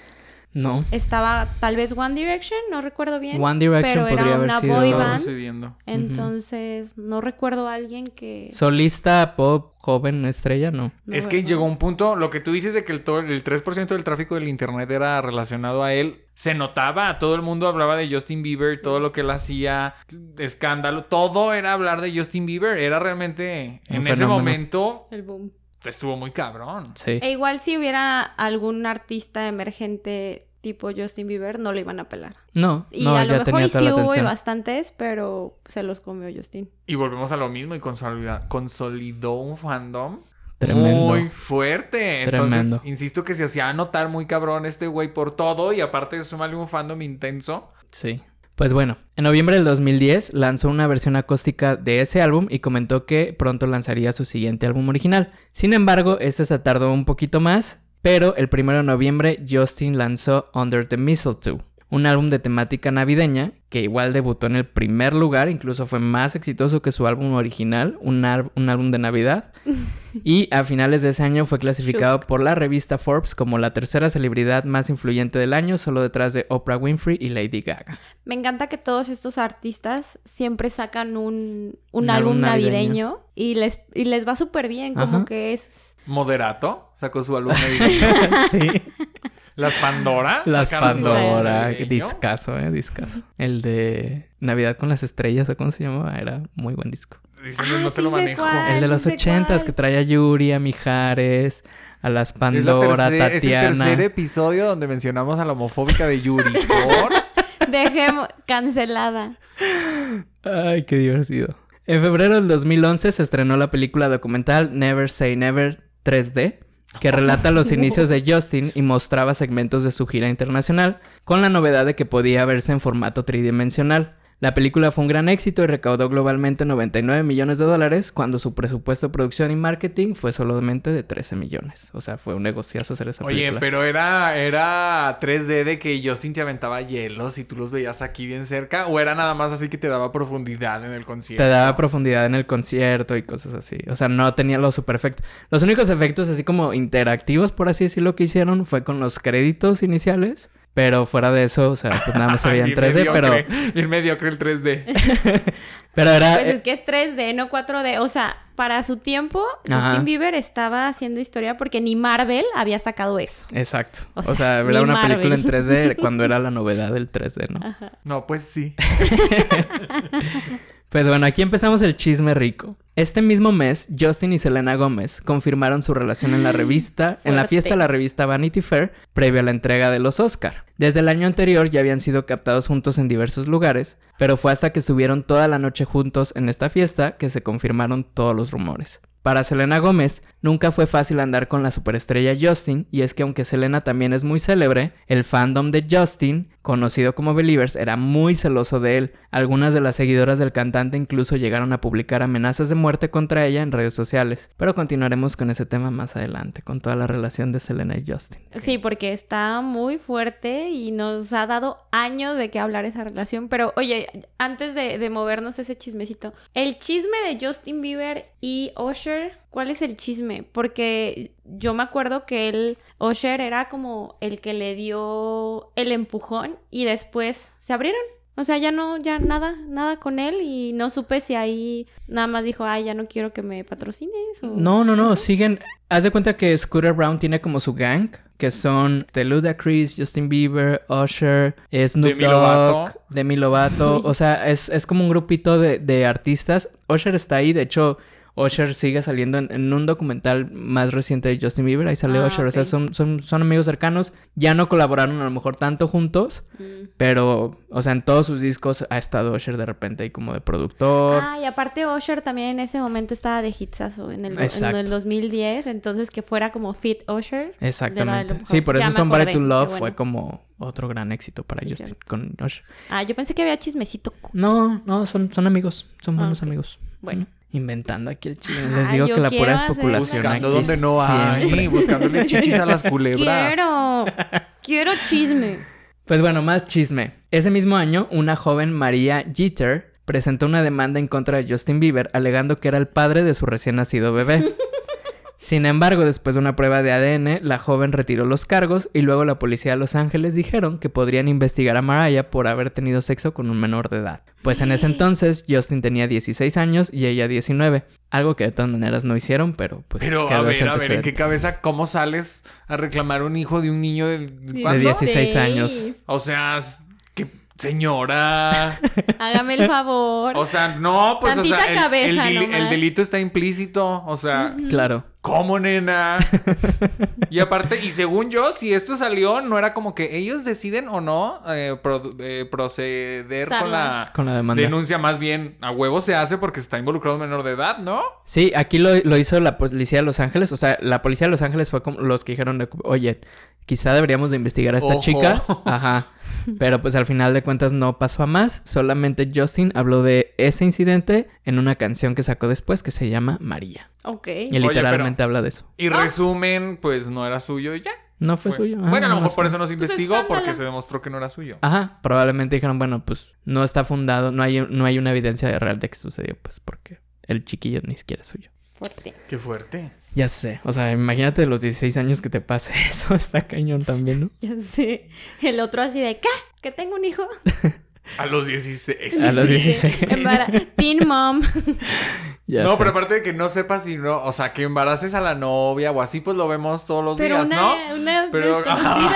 [SPEAKER 3] No.
[SPEAKER 2] Estaba tal vez One Direction, no recuerdo bien.
[SPEAKER 3] One Direction
[SPEAKER 2] pero
[SPEAKER 3] podría
[SPEAKER 2] era
[SPEAKER 3] haber
[SPEAKER 2] una
[SPEAKER 3] sido-
[SPEAKER 2] boy
[SPEAKER 1] Estaba
[SPEAKER 2] band.
[SPEAKER 1] sucediendo.
[SPEAKER 2] Entonces, no recuerdo a alguien que...
[SPEAKER 3] Solista, pop, joven, estrella, no.
[SPEAKER 2] no,
[SPEAKER 1] es que
[SPEAKER 2] ¿verdad?
[SPEAKER 1] llegó un punto, lo que tú dices de que el, to- el 3% del tráfico del internet era relacionado a él, se notaba, todo el mundo hablaba de Justin Bieber, todo lo que él hacía, escándalo, todo era hablar de Justin Bieber, era realmente,
[SPEAKER 3] Un
[SPEAKER 1] en ese
[SPEAKER 3] fenómeno.
[SPEAKER 1] momento,
[SPEAKER 2] El boom.
[SPEAKER 1] estuvo muy cabrón.
[SPEAKER 3] Sí.
[SPEAKER 2] E igual si hubiera algún artista emergente tipo Justin Bieber, no lo iban a pelar.
[SPEAKER 3] No,
[SPEAKER 2] Y
[SPEAKER 3] no,
[SPEAKER 2] a
[SPEAKER 3] ya
[SPEAKER 2] lo mejor
[SPEAKER 3] tenía
[SPEAKER 2] y
[SPEAKER 3] toda
[SPEAKER 2] sí
[SPEAKER 3] la
[SPEAKER 2] hubo y
[SPEAKER 3] atención.
[SPEAKER 2] bastantes, pero se los comió Justin.
[SPEAKER 1] Y volvemos a lo mismo y consolida- consolidó un fandom
[SPEAKER 3] Tremendo.
[SPEAKER 1] Muy fuerte. Entonces,
[SPEAKER 3] Tremendo.
[SPEAKER 1] insisto que se hacía notar muy cabrón este güey por todo y aparte súmale un fandom intenso.
[SPEAKER 3] Sí. Pues bueno, en noviembre del 2010 lanzó una versión acústica de ese álbum y comentó que pronto lanzaría su siguiente álbum original. Sin embargo, este se tardó un poquito más, pero el 1 de noviembre Justin lanzó Under the Mistletoe, un álbum de temática navideña que igual debutó en el primer lugar, incluso fue más exitoso que su álbum original, un, ar- un álbum de Navidad. Y a finales de ese año fue clasificado por la revista Forbes como la tercera celebridad más influyente del año, solo detrás de Oprah Winfrey y Lady Gaga.
[SPEAKER 2] Me encanta que todos estos artistas siempre sacan un, un
[SPEAKER 3] Un
[SPEAKER 2] álbum
[SPEAKER 3] álbum
[SPEAKER 2] navideño,
[SPEAKER 3] navideño.
[SPEAKER 2] y les, y les va súper bien, como
[SPEAKER 3] Ajá.
[SPEAKER 2] que es...
[SPEAKER 1] Moderato sacó su álbum navideño.
[SPEAKER 3] sí.
[SPEAKER 1] Las Pandora.
[SPEAKER 3] Las
[SPEAKER 1] sacaron su álbum
[SPEAKER 3] Pandora.
[SPEAKER 1] navideño.
[SPEAKER 3] Discaso, eh, discaso. El de Navidad con las estrellas, ¿o cómo se llamaba? Era muy buen disco.
[SPEAKER 1] Diciendo,
[SPEAKER 2] Ah,
[SPEAKER 1] no
[SPEAKER 2] sí
[SPEAKER 1] te lo
[SPEAKER 2] sé
[SPEAKER 1] manejo.
[SPEAKER 2] cuál. Ay,
[SPEAKER 3] El de
[SPEAKER 2] sí
[SPEAKER 3] los
[SPEAKER 2] sé
[SPEAKER 3] ochentas
[SPEAKER 2] cuál.
[SPEAKER 3] que trae a Yuri, a Mijares, a las
[SPEAKER 1] Es, la
[SPEAKER 3] Pandora,
[SPEAKER 1] tercer- es el
[SPEAKER 3] Tatiana.
[SPEAKER 1] tercer episodio donde mencionamos a la homofóbica de Yuri. Por-
[SPEAKER 2] Dejemos cancelada.
[SPEAKER 3] Ay, qué divertido. En febrero del 2011 se estrenó la película documental Never Say Never 3D, que relata los inicios de Justin y mostraba segmentos de su gira internacional, con la novedad de que podía verse en formato tridimensional. La película fue un gran éxito y recaudó globalmente 99 millones de dólares cuando su presupuesto de producción y marketing fue solamente de 13 millones. O sea, fue un negociazo hacer esa película.
[SPEAKER 1] Oye, pero era, era 3D de que Justin te aventaba hielos y tú los veías aquí bien cerca. ¿O era nada más así que te daba profundidad en el concierto?
[SPEAKER 3] Te daba profundidad en el concierto y cosas así. O sea, no tenía los super efectos. Los únicos efectos así como interactivos, por así decirlo, que hicieron fue con los créditos iniciales. Pero fuera de eso, o sea, pues nada más se veía en 3D, pero,
[SPEAKER 1] Ir mediocre el 3D.
[SPEAKER 3] pero era...
[SPEAKER 2] Pues es que es 3D, no 4D. O sea, para su tiempo,
[SPEAKER 3] Ajá.
[SPEAKER 2] Justin Bieber estaba haciendo historia porque ni Marvel había sacado eso.
[SPEAKER 3] e- Exacto.
[SPEAKER 2] o
[SPEAKER 3] O sea,
[SPEAKER 2] sea,
[SPEAKER 3] era
[SPEAKER 2] ni
[SPEAKER 3] una película en
[SPEAKER 2] Marvel.
[SPEAKER 3] 3D cuando era la novedad del 3D, ¿no?
[SPEAKER 1] No, pues sí.
[SPEAKER 3] Pues bueno, aquí empezamos el chisme rico. Este mismo mes, Justin y Selena Gómez confirmaron su relación en la revista, en la
[SPEAKER 2] Fuerte.
[SPEAKER 3] fiesta de la revista Vanity Fair, previo a la entrega de los Oscar. Desde el año anterior ya habían sido captados juntos en diversos lugares, pero fue hasta que estuvieron toda la noche juntos en esta fiesta que se confirmaron todos los rumores. Para Selena Gómez, nunca fue fácil andar con la superestrella Justin, y es que aunque Selena también es muy célebre, el fandom de Justin, conocido como Believers, era muy celoso de él. Algunas de las seguidoras del cantante incluso llegaron a publicar amenazas de muerte contra ella en redes sociales. Pero continuaremos con ese tema más adelante, con toda la relación de Selena y Justin.
[SPEAKER 2] Sí, porque está muy fuerte y nos ha dado años de que hablar esa relación. Pero oye, antes de, de movernos ese chismecito, el chisme de Justin Bieber y Usher, ¿cuál es el chisme? Porque yo me acuerdo que él, Usher era como el que le dio el empujón y después se abrieron. O sea, ya no, ya nada, nada con él y no supe si ahí nada más dijo, ay, ya no quiero que me patrocines. o-
[SPEAKER 3] No, no, no, siguen. Haz de cuenta que Scooter Brown tiene como su gang, que son The Ludacris, Justin Bieber, Usher, eh, Snoop
[SPEAKER 1] Demi Lovato.
[SPEAKER 3] Dogg, Demi Lovato. O sea, es, es como un grupito de, de artistas. Usher está ahí, de hecho. Usher sigue saliendo en, en un documental más reciente de Justin Bieber, ahí sale
[SPEAKER 2] Ah,
[SPEAKER 3] Usher, o sea,
[SPEAKER 2] ok.
[SPEAKER 3] son, son, son amigos cercanos, ya no colaboraron a lo mejor tanto juntos,
[SPEAKER 2] Mm.
[SPEAKER 3] pero, o sea, en todos sus discos ha estado Usher de repente ahí como de productor.
[SPEAKER 2] Ah, y aparte Usher también en ese momento estaba de hitsazo en el, en
[SPEAKER 3] Exacto.
[SPEAKER 2] el 2010, entonces que fuera como fit Usher.
[SPEAKER 3] Exactamente.
[SPEAKER 2] Le da el
[SPEAKER 3] Sí, por
[SPEAKER 2] ya
[SPEAKER 3] eso
[SPEAKER 2] me
[SPEAKER 3] Somebody
[SPEAKER 2] acordé,
[SPEAKER 3] to Love
[SPEAKER 2] qué
[SPEAKER 3] fue
[SPEAKER 2] bueno.
[SPEAKER 3] como otro gran éxito para
[SPEAKER 2] Sí,
[SPEAKER 3] Justin
[SPEAKER 2] cierto.
[SPEAKER 3] con Usher.
[SPEAKER 2] Ah, yo pensé que había chismecito.
[SPEAKER 3] No, no, son, son amigos, son
[SPEAKER 2] Ah,
[SPEAKER 3] buenos
[SPEAKER 2] ok.
[SPEAKER 3] amigos.
[SPEAKER 2] Bueno.
[SPEAKER 3] Inventando aquí el chile.
[SPEAKER 2] Ah,
[SPEAKER 3] Les digo
[SPEAKER 2] yo
[SPEAKER 3] que la
[SPEAKER 2] quiero
[SPEAKER 3] pura
[SPEAKER 2] hacer
[SPEAKER 3] especulación
[SPEAKER 2] una-
[SPEAKER 3] aquí
[SPEAKER 1] Buscando donde no
[SPEAKER 3] siempre.
[SPEAKER 1] hay. Buscándole chichis a las culebras.
[SPEAKER 2] Quiero, quiero chisme.
[SPEAKER 3] Pues bueno, más chisme. Ese mismo año, una joven María Jeter presentó una demanda en contra de Justin Bieber alegando que era el padre de su recién nacido bebé. Sin embargo, después de una prueba de ADN, la joven retiró los cargos y luego la policía de Los Ángeles dijeron que podrían investigar a Mariah por haber tenido sexo con un menor de edad. Pues en ese entonces, Justin tenía 16 años y ella 19, algo que de todas maneras no hicieron, pero pues
[SPEAKER 1] Pero a
[SPEAKER 3] quedó
[SPEAKER 1] ver, a
[SPEAKER 3] ese
[SPEAKER 1] ver, ¿en
[SPEAKER 3] antecedente.
[SPEAKER 1] qué cabeza cómo sales a reclamar un hijo de un niño de,
[SPEAKER 2] De
[SPEAKER 1] ¿cuándo?
[SPEAKER 3] dieciséis años.
[SPEAKER 1] O sea, s- que Señora.
[SPEAKER 2] Hágame el favor.
[SPEAKER 1] O sea, no, pues o sea,
[SPEAKER 2] Tantita
[SPEAKER 1] el-
[SPEAKER 2] cabeza
[SPEAKER 1] el, deli-
[SPEAKER 2] nomás.
[SPEAKER 1] el delito está implícito. O sea,
[SPEAKER 3] Claro.
[SPEAKER 1] ¿cómo, nena? y aparte, y según yo, si esto salió, no era como que ellos deciden o no eh, produ- eh, proceder con la,
[SPEAKER 3] Con la demanda.
[SPEAKER 1] denuncia. Más bien, a huevo se hace porque está involucrado un menor de edad, ¿no?
[SPEAKER 3] Sí, aquí lo, lo hizo la policía de Los Ángeles. O sea, la policía de Los Ángeles fue como los que dijeron, de que, oye, quizá deberíamos de investigar a esta
[SPEAKER 1] Ojo.
[SPEAKER 3] chica. Ajá. Pero pues al final de cuentas no pasó a más. Solamente Justin habló de ese incidente en una canción que sacó después que se llama María.
[SPEAKER 2] Ok.
[SPEAKER 3] Y
[SPEAKER 1] Oye,
[SPEAKER 3] literalmente habla de eso.
[SPEAKER 1] Y
[SPEAKER 2] Ah.
[SPEAKER 1] resumen, pues no era suyo y ya.
[SPEAKER 3] No fue,
[SPEAKER 1] Fue-
[SPEAKER 3] suyo. Ajá,
[SPEAKER 1] Bueno, a lo
[SPEAKER 3] no
[SPEAKER 1] mejor por
[SPEAKER 3] fue-
[SPEAKER 1] eso no se
[SPEAKER 2] Pues
[SPEAKER 1] investigó, porque
[SPEAKER 2] escándalo.
[SPEAKER 1] se demostró que no era suyo.
[SPEAKER 3] Ajá, probablemente dijeron, bueno, pues no está fundado, no hay, no hay una evidencia de real de que sucedió, pues porque el chiquillo ni siquiera es suyo.
[SPEAKER 2] Fuerte.
[SPEAKER 1] Ah, Qué fuerte.
[SPEAKER 3] Ya sé, o sea, imagínate los 16 años que te pase eso, está cañón también, ¿no?
[SPEAKER 2] Ya sé. El otro así de, ¿qué? ¿Que tengo un hijo?
[SPEAKER 1] A los 16.
[SPEAKER 3] A los 16.
[SPEAKER 2] Embara- Teen mom.
[SPEAKER 3] Ya
[SPEAKER 1] no,
[SPEAKER 3] sé.
[SPEAKER 1] pero aparte de que no sepas si no, o sea, que embaraces a la novia o así, pues lo vemos todos los
[SPEAKER 2] Pero
[SPEAKER 1] días,
[SPEAKER 2] una,
[SPEAKER 1] ¿no?
[SPEAKER 2] una
[SPEAKER 1] Pero-
[SPEAKER 2] desconocida.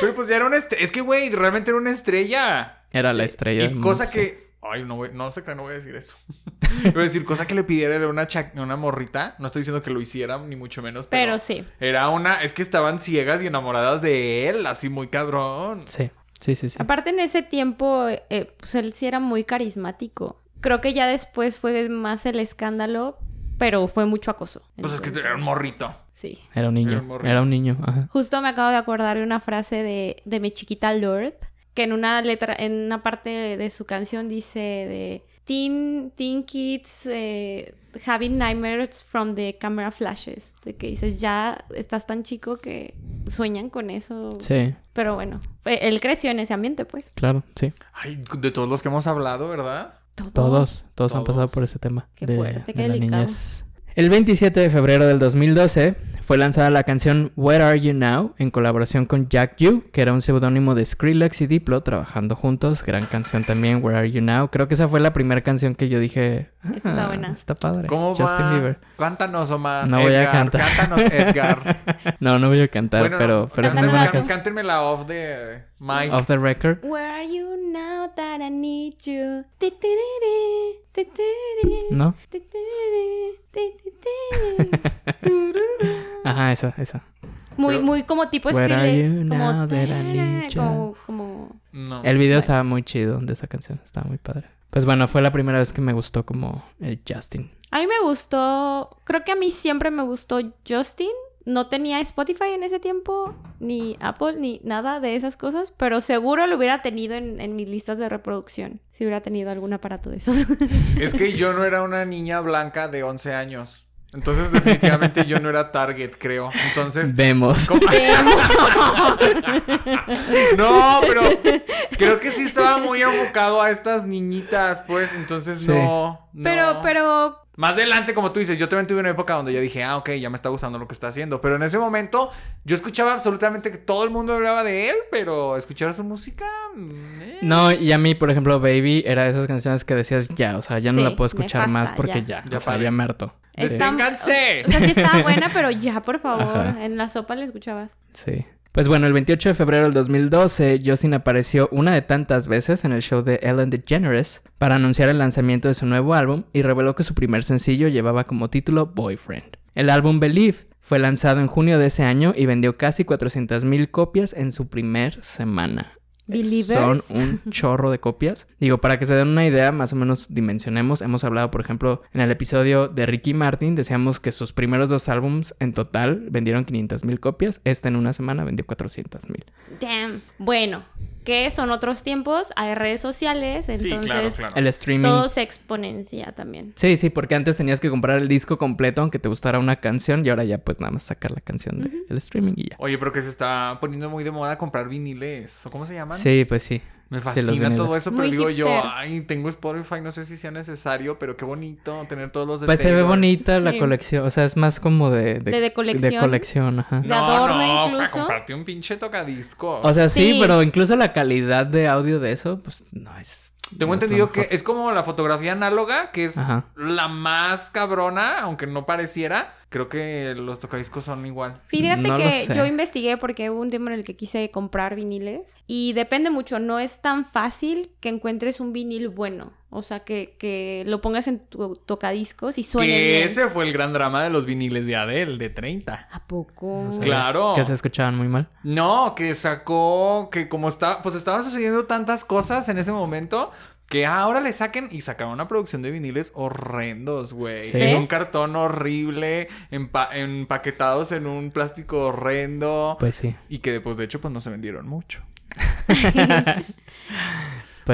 [SPEAKER 1] Pero pues ya era una estrella. Es que, güey, realmente era una estrella.
[SPEAKER 3] Era la estrella.
[SPEAKER 1] Y
[SPEAKER 3] del mundo,
[SPEAKER 1] cosa
[SPEAKER 3] sí.
[SPEAKER 1] que. Ay, no, voy- no sé qué, no voy a decir eso. voy a decir, cosa que le pidiera era una, cha- una morrita. No estoy diciendo que lo hiciera, ni mucho menos, pero.
[SPEAKER 2] Pero sí.
[SPEAKER 1] Era una. Es que estaban ciegas y enamoradas de él, así muy cabrón.
[SPEAKER 3] Sí, sí, sí, sí.
[SPEAKER 2] Aparte en ese tiempo, eh, pues él sí era muy carismático. Creo que ya después fue más el escándalo, pero fue mucho acoso.
[SPEAKER 1] Pues es que
[SPEAKER 2] Entonces,
[SPEAKER 1] era un morrito.
[SPEAKER 2] Sí.
[SPEAKER 1] Era
[SPEAKER 3] Era un
[SPEAKER 1] un
[SPEAKER 3] niño,
[SPEAKER 1] morrito.
[SPEAKER 3] era un niño, ajá.
[SPEAKER 2] Justo me acabo de acordar de una frase de, de mi chiquita Lord, que en una letra, en una parte de su canción dice de Teen, teen kids eh, having nightmares from the camera flashes. De que dices, ya estás tan chico que sueñan con eso.
[SPEAKER 3] Sí,
[SPEAKER 2] Pero bueno, eh, él creció en ese ambiente, pues.
[SPEAKER 3] claro, sí.
[SPEAKER 1] Ay, de todos los que hemos hablado, ¿verdad?
[SPEAKER 2] Todo.
[SPEAKER 3] Todos, todos, han
[SPEAKER 1] Oh, Todos.
[SPEAKER 3] pasado por ese tema.
[SPEAKER 2] Qué fuerte, qué delicado.
[SPEAKER 3] niñez. El 27 de febrero del 2012 fue lanzada la canción Where Are You Now en colaboración con Jack Yu, que era un seudónimo de Skrillex y Diplo trabajando juntos. Gran canción también, Where Are You Now. Creo que esa fue la primera canción que yo dije. "Ah,
[SPEAKER 2] Esta está buena".
[SPEAKER 3] Está padre.
[SPEAKER 1] ¿Cómo
[SPEAKER 3] Justin
[SPEAKER 1] va?
[SPEAKER 3] Bieber.
[SPEAKER 1] Cántanos, Omar.
[SPEAKER 3] No voy a cantar.
[SPEAKER 1] Cántanos, Edgar.
[SPEAKER 3] No, no voy a cantar,
[SPEAKER 1] Bueno,
[SPEAKER 3] pero, pero es muy
[SPEAKER 2] Cántamela tú.
[SPEAKER 3] buena
[SPEAKER 1] can-
[SPEAKER 3] canción.
[SPEAKER 1] Cántenme la off de Mike.
[SPEAKER 3] Off the record.
[SPEAKER 2] Where are you now that I need you? Ti, ti, ri, ri, ti, ti, ri, ri,
[SPEAKER 3] ¿No?
[SPEAKER 2] ti, ti, ri, ti, ti, ti, ri.
[SPEAKER 3] Ajá, esa, esa.
[SPEAKER 2] Muy,
[SPEAKER 1] Pero-
[SPEAKER 2] muy como tipo
[SPEAKER 3] Where are you
[SPEAKER 2] Skrillex.
[SPEAKER 3] now
[SPEAKER 2] Como,
[SPEAKER 3] that I need you?
[SPEAKER 2] como, como...
[SPEAKER 1] No.
[SPEAKER 3] El video estaba muy chido de esa canción, estaba muy padre. Pues bueno, fue la primera vez que me gustó como el Justin.
[SPEAKER 2] A mí me gustó, creo que a mí siempre me gustó Justin. No tenía Spotify en ese tiempo, ni Apple, ni nada de esas cosas, pero seguro lo hubiera tenido en, en mis listas de reproducción, si hubiera tenido algún aparato de esos.
[SPEAKER 1] Es que yo no era una niña blanca de 11 años. Entonces, definitivamente yo no era target, creo. Entonces,
[SPEAKER 3] Vemos.
[SPEAKER 1] ¿cómo-
[SPEAKER 2] Em,
[SPEAKER 1] no, pero creo que sí estaba muy enfocado a estas niñitas, pues. Entonces,
[SPEAKER 3] Sí.
[SPEAKER 1] no, no.
[SPEAKER 2] Pero, pero,
[SPEAKER 1] Más adelante, como tú dices, yo también tuve una época donde yo dije, ah, ok, ya me está gustando lo que está haciendo. Pero en ese momento, yo escuchaba absolutamente que todo el mundo hablaba de él, pero escuchar su música. mm, eh.
[SPEAKER 3] No, y a mí, por ejemplo, Baby era de esas canciones que decías ya, o sea, ya no
[SPEAKER 2] Sí,
[SPEAKER 3] la puedo
[SPEAKER 2] me
[SPEAKER 3] escuchar
[SPEAKER 2] basta,
[SPEAKER 3] más porque
[SPEAKER 2] ya.
[SPEAKER 3] ya,
[SPEAKER 1] Ya
[SPEAKER 3] o sea,
[SPEAKER 1] paré.
[SPEAKER 3] ya me harto. Sí,
[SPEAKER 2] está-
[SPEAKER 1] ¡Vénganse!
[SPEAKER 2] O sea, sí estaba buena, pero ya, por favor,
[SPEAKER 3] Este, Ajá.
[SPEAKER 2] en la sopa la escuchabas.
[SPEAKER 3] sí. Pues bueno, el 28 de febrero del 2012, Justin apareció una de tantas veces en el show de Ellen DeGeneres para anunciar el lanzamiento de su nuevo álbum y reveló que su primer sencillo llevaba como título Boyfriend. El álbum Believe fue lanzado en junio de ese año y vendió casi 400.000 copias en su primer semana. Son
[SPEAKER 2] Believers.
[SPEAKER 3] un chorro de copias. Digo, para que se den una idea, más o menos dimensionemos. Hemos hablado, por ejemplo, en el episodio de Ricky Martin, decíamos que sus primeros dos álbums en total vendieron 500 mil copias. Esta en una semana vendió 400 mil.
[SPEAKER 2] Damn. Bueno, que son otros tiempos, hay redes sociales,
[SPEAKER 1] Sí,
[SPEAKER 2] entonces
[SPEAKER 1] claro, claro.
[SPEAKER 3] El streaming.
[SPEAKER 2] todo se exponencia también.
[SPEAKER 3] Sí, sí, porque antes tenías que comprar el disco completo aunque te gustara una canción y ahora ya pues nada más sacar la canción del streaming y ya.
[SPEAKER 1] eh. Oye, pero que se está poniendo muy de moda comprar viniles. ¿O cómo se llaman?
[SPEAKER 3] Sí, pues sí.
[SPEAKER 1] Me
[SPEAKER 3] Sí, los
[SPEAKER 1] fascina
[SPEAKER 3] vinilos.
[SPEAKER 1] todo eso, pero
[SPEAKER 2] Muy
[SPEAKER 1] digo yo,
[SPEAKER 2] hipster.
[SPEAKER 1] ay, tengo Spotify, no sé si sea necesario, pero qué bonito tener todos los de
[SPEAKER 3] Pues se ve
[SPEAKER 1] Taylor.
[SPEAKER 3] bonita la
[SPEAKER 2] Sí.
[SPEAKER 3] colección, o sea, es más como de...
[SPEAKER 2] De- de colección.
[SPEAKER 3] colección, ajá.
[SPEAKER 2] De
[SPEAKER 1] No,
[SPEAKER 2] adorno
[SPEAKER 1] no, para
[SPEAKER 2] incluso.
[SPEAKER 1] comprarte un pinche tocadiscos.
[SPEAKER 3] O sea, sí,
[SPEAKER 2] Sí.
[SPEAKER 3] pero incluso la calidad de audio de eso, pues no es.
[SPEAKER 1] Tengo
[SPEAKER 3] no es lo
[SPEAKER 1] entendido
[SPEAKER 3] mejor.
[SPEAKER 1] que es como la fotografía análoga, que es
[SPEAKER 3] Ajá.
[SPEAKER 1] la más cabrona, aunque no pareciera, Creo que los tocadiscos son igual.
[SPEAKER 2] Fíjate
[SPEAKER 3] No lo
[SPEAKER 2] que
[SPEAKER 3] sé.
[SPEAKER 2] yo investigué porque hubo un tiempo en el que quise comprar viniles y depende mucho, no es tan fácil que encuentres un vinil bueno, o sea, que, que lo pongas en tu tocadiscos y suene
[SPEAKER 1] que
[SPEAKER 2] bien.
[SPEAKER 1] ese fue el gran drama de los viniles de Adele, de 30.
[SPEAKER 2] ¿A poco?
[SPEAKER 3] No sabía
[SPEAKER 1] Claro.
[SPEAKER 3] Que se escuchaban muy mal.
[SPEAKER 1] No, que sacó, que como está, pues estaban sucediendo tantas cosas en ese momento que ahora le saquen y sacaron una producción de viniles horrendos, güey.
[SPEAKER 3] Sí.
[SPEAKER 1] En
[SPEAKER 2] ¿Ves?
[SPEAKER 1] un cartón horrible, empa- empaquetados en un plástico horrendo
[SPEAKER 3] Pues sí.
[SPEAKER 1] y que pues de hecho pues no se vendieron mucho.
[SPEAKER 3] Pues,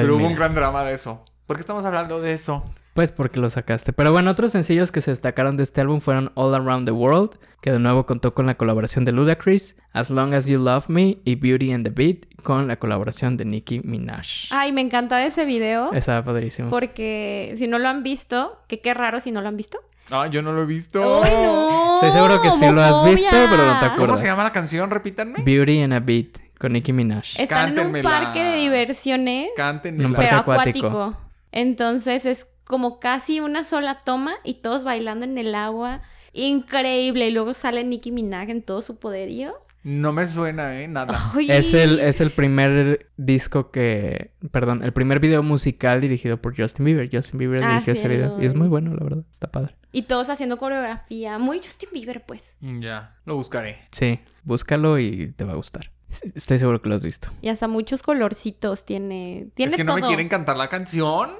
[SPEAKER 1] Pero hubo un
[SPEAKER 3] mira,
[SPEAKER 1] gran drama de eso. ¿Por qué estamos hablando de eso?
[SPEAKER 3] pues porque lo sacaste. Pero bueno, otros sencillos que se destacaron de este álbum fueron All Around the World, que de nuevo contó con la colaboración de Ludacris, As Long As You Love Me y Beauty and the Beat con la colaboración de Nicki Minaj.
[SPEAKER 2] Ay, me encantaba ese video
[SPEAKER 3] Estaba padrísimo.
[SPEAKER 2] porque si no lo han visto, que qué raro si no lo han visto.
[SPEAKER 1] Ah, yo no lo he visto.
[SPEAKER 2] ¡Ay, no!
[SPEAKER 3] Estoy seguro que sí lo has
[SPEAKER 2] homofobia!
[SPEAKER 3] visto, pero no te acuerdas.
[SPEAKER 1] ¿Cómo se llama la canción? Repítanme.
[SPEAKER 3] Beauty and a Beat con Nicki
[SPEAKER 2] Están
[SPEAKER 3] Minaj.
[SPEAKER 2] en un
[SPEAKER 1] Cántenmela.
[SPEAKER 2] parque de diversiones
[SPEAKER 1] Cántenla.
[SPEAKER 3] No,
[SPEAKER 2] pero
[SPEAKER 3] Parque acuático.
[SPEAKER 2] acuático. Entonces es como casi una sola toma y todos bailando en el agua. Increíble. Y luego sale Nicki Minaj en todo su poderío.
[SPEAKER 1] No me suena, eh, nada.
[SPEAKER 2] Ay.
[SPEAKER 3] Es el, eh, es el primer disco que. Perdón, el primer video musical dirigido por Justin Bieber. Justin Bieber
[SPEAKER 2] Ah,
[SPEAKER 3] dirigió
[SPEAKER 2] sí,
[SPEAKER 3] ese
[SPEAKER 2] lo
[SPEAKER 3] video. Y es
[SPEAKER 2] vi.
[SPEAKER 3] muy bueno, la verdad. Está padre.
[SPEAKER 2] Y todos haciendo coreografía. Muy Justin Bieber, pues.
[SPEAKER 1] Mm, Ya, lo buscaré.
[SPEAKER 3] Sí, búscalo y te va a gustar. S- Estoy seguro que lo has visto.
[SPEAKER 2] Y hasta muchos colorcitos tiene. Tiene
[SPEAKER 1] es que no me
[SPEAKER 2] todo.
[SPEAKER 1] quieren cantar la canción.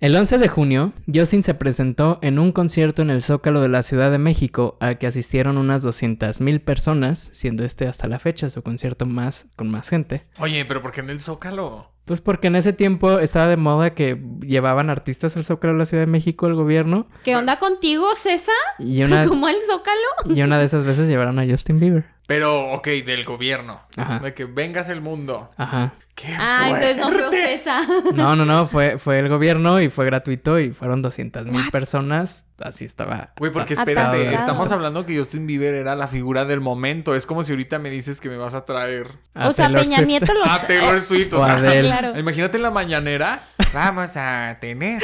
[SPEAKER 3] El 11 de junio, Justin se presentó en un concierto en el Zócalo de la Ciudad de México al que asistieron unas 200.000 personas, siendo este hasta la fecha su concierto más con más gente.
[SPEAKER 1] Oye, pero ¿por qué en el Zócalo?
[SPEAKER 3] Pues porque en ese tiempo estaba de moda que llevaban artistas al Zócalo de la Ciudad de México, el gobierno,
[SPEAKER 2] ¿Qué onda contigo, César?
[SPEAKER 3] y una,
[SPEAKER 2] ¿Como el Zócalo?
[SPEAKER 3] y una de esas veces llevaron a Justin Bieber.
[SPEAKER 1] Pero, ok, del gobierno.
[SPEAKER 3] Ajá.
[SPEAKER 1] De que vengas el mundo.
[SPEAKER 3] Ajá.
[SPEAKER 1] ¿Qué
[SPEAKER 2] Ah,
[SPEAKER 1] fue?
[SPEAKER 2] entonces no fue César.
[SPEAKER 3] No, no, no, fue, fue el gobierno y fue gratuito y fueron 200 mil personas, así estaba.
[SPEAKER 1] Güey, porque
[SPEAKER 3] Ah,
[SPEAKER 1] espérate,
[SPEAKER 3] Atascados.
[SPEAKER 1] estamos hablando que Justin Bieber era la figura del momento. Es como si ahorita me dices que me vas a traer
[SPEAKER 3] a
[SPEAKER 2] o sea,
[SPEAKER 3] Taylor
[SPEAKER 2] Peña
[SPEAKER 3] Swift.
[SPEAKER 2] Nieto lo.
[SPEAKER 1] a Ah, Taylor Swift. O
[SPEAKER 3] O
[SPEAKER 1] sea,
[SPEAKER 3] Adele.
[SPEAKER 2] Claro.
[SPEAKER 1] imagínate en la mañanera. Vamos a tener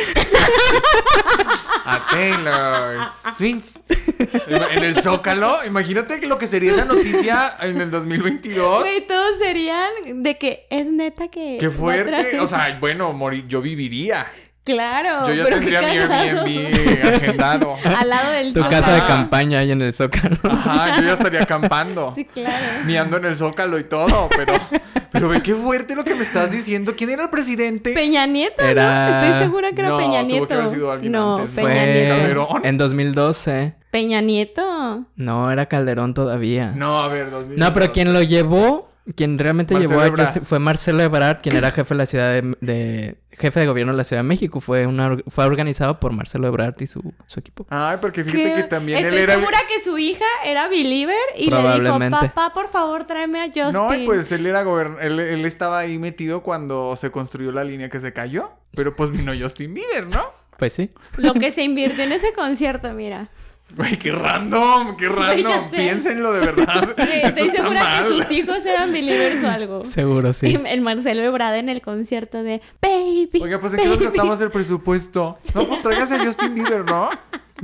[SPEAKER 1] a Taylor Swift. En el Zócalo, imagínate lo que sería esa noticia en el 2022.
[SPEAKER 2] Güey, todos serían de que es neta que.
[SPEAKER 1] Qué
[SPEAKER 2] otra vez-
[SPEAKER 1] fuerte. O sea, bueno, morir, yo viviría.
[SPEAKER 2] Claro.
[SPEAKER 1] Yo ya
[SPEAKER 2] pero qué
[SPEAKER 1] tendría mi
[SPEAKER 2] cagado.
[SPEAKER 1] Airbnb agendado.
[SPEAKER 2] Al lado del
[SPEAKER 3] Tu
[SPEAKER 1] Ajá.
[SPEAKER 3] casa de campaña ahí en el Zócalo.
[SPEAKER 1] Ajá, yo ya estaría acampando.
[SPEAKER 2] Sí, claro.
[SPEAKER 1] Miando en el zócalo y todo, pero. Pero ve qué fuerte lo que me estás diciendo. ¿Quién era el presidente?
[SPEAKER 2] Peña Nieto,
[SPEAKER 3] Era-
[SPEAKER 2] ¿no? Estoy segura que era
[SPEAKER 1] No,
[SPEAKER 2] Peña
[SPEAKER 1] tuvo
[SPEAKER 2] Nieto.
[SPEAKER 1] que haber sido alguien
[SPEAKER 2] no,
[SPEAKER 1] antes, ¿no?
[SPEAKER 2] Peña
[SPEAKER 3] Fue
[SPEAKER 2] Nieto.
[SPEAKER 1] Calderón.
[SPEAKER 3] en 2012.
[SPEAKER 2] Peña Nieto.
[SPEAKER 3] No, era Calderón todavía. No,
[SPEAKER 1] No, a ver, 2000.
[SPEAKER 3] pero quien lo llevó, quien realmente
[SPEAKER 1] Marcelo
[SPEAKER 3] llevó a
[SPEAKER 1] Ebrard.
[SPEAKER 3] Justin- fue Marcelo Ebrard, quien era jefe de la ciudad de, de- jefe de gobierno de la Ciudad de México. Fue una or- fue organizado por Marcelo Ebrard y su, su equipo.
[SPEAKER 1] Ay, porque fíjate
[SPEAKER 2] ¿Qué?
[SPEAKER 1] que también
[SPEAKER 2] Estoy
[SPEAKER 1] él era.
[SPEAKER 2] segura que su hija era believer y le dijo,
[SPEAKER 3] Probablemente.
[SPEAKER 2] papá, por favor, tráeme a Justin.
[SPEAKER 1] No, y pues él era gobern... él, él estaba ahí metido cuando se construyó la línea que se cayó. Pero pues vino Justin Bieber, ¿no?
[SPEAKER 3] Pues sí.
[SPEAKER 2] Lo que se invirtió en ese concierto, mira.
[SPEAKER 1] Güey, qué random, qué random.
[SPEAKER 2] sé.
[SPEAKER 1] Piénsenlo de verdad.
[SPEAKER 2] Sí,
[SPEAKER 1] Esto
[SPEAKER 2] Estoy
[SPEAKER 1] está
[SPEAKER 2] segura
[SPEAKER 1] mal.
[SPEAKER 2] que sus hijos eran believers o algo.
[SPEAKER 3] Seguro, sí.
[SPEAKER 2] Y el Marcelo Ebrard en el concierto de Baby.
[SPEAKER 1] Oiga, pues ¿en qué nos
[SPEAKER 2] baby".
[SPEAKER 1] gastamos el presupuesto? No, pues tráigase a Justin Bieber, ¿no?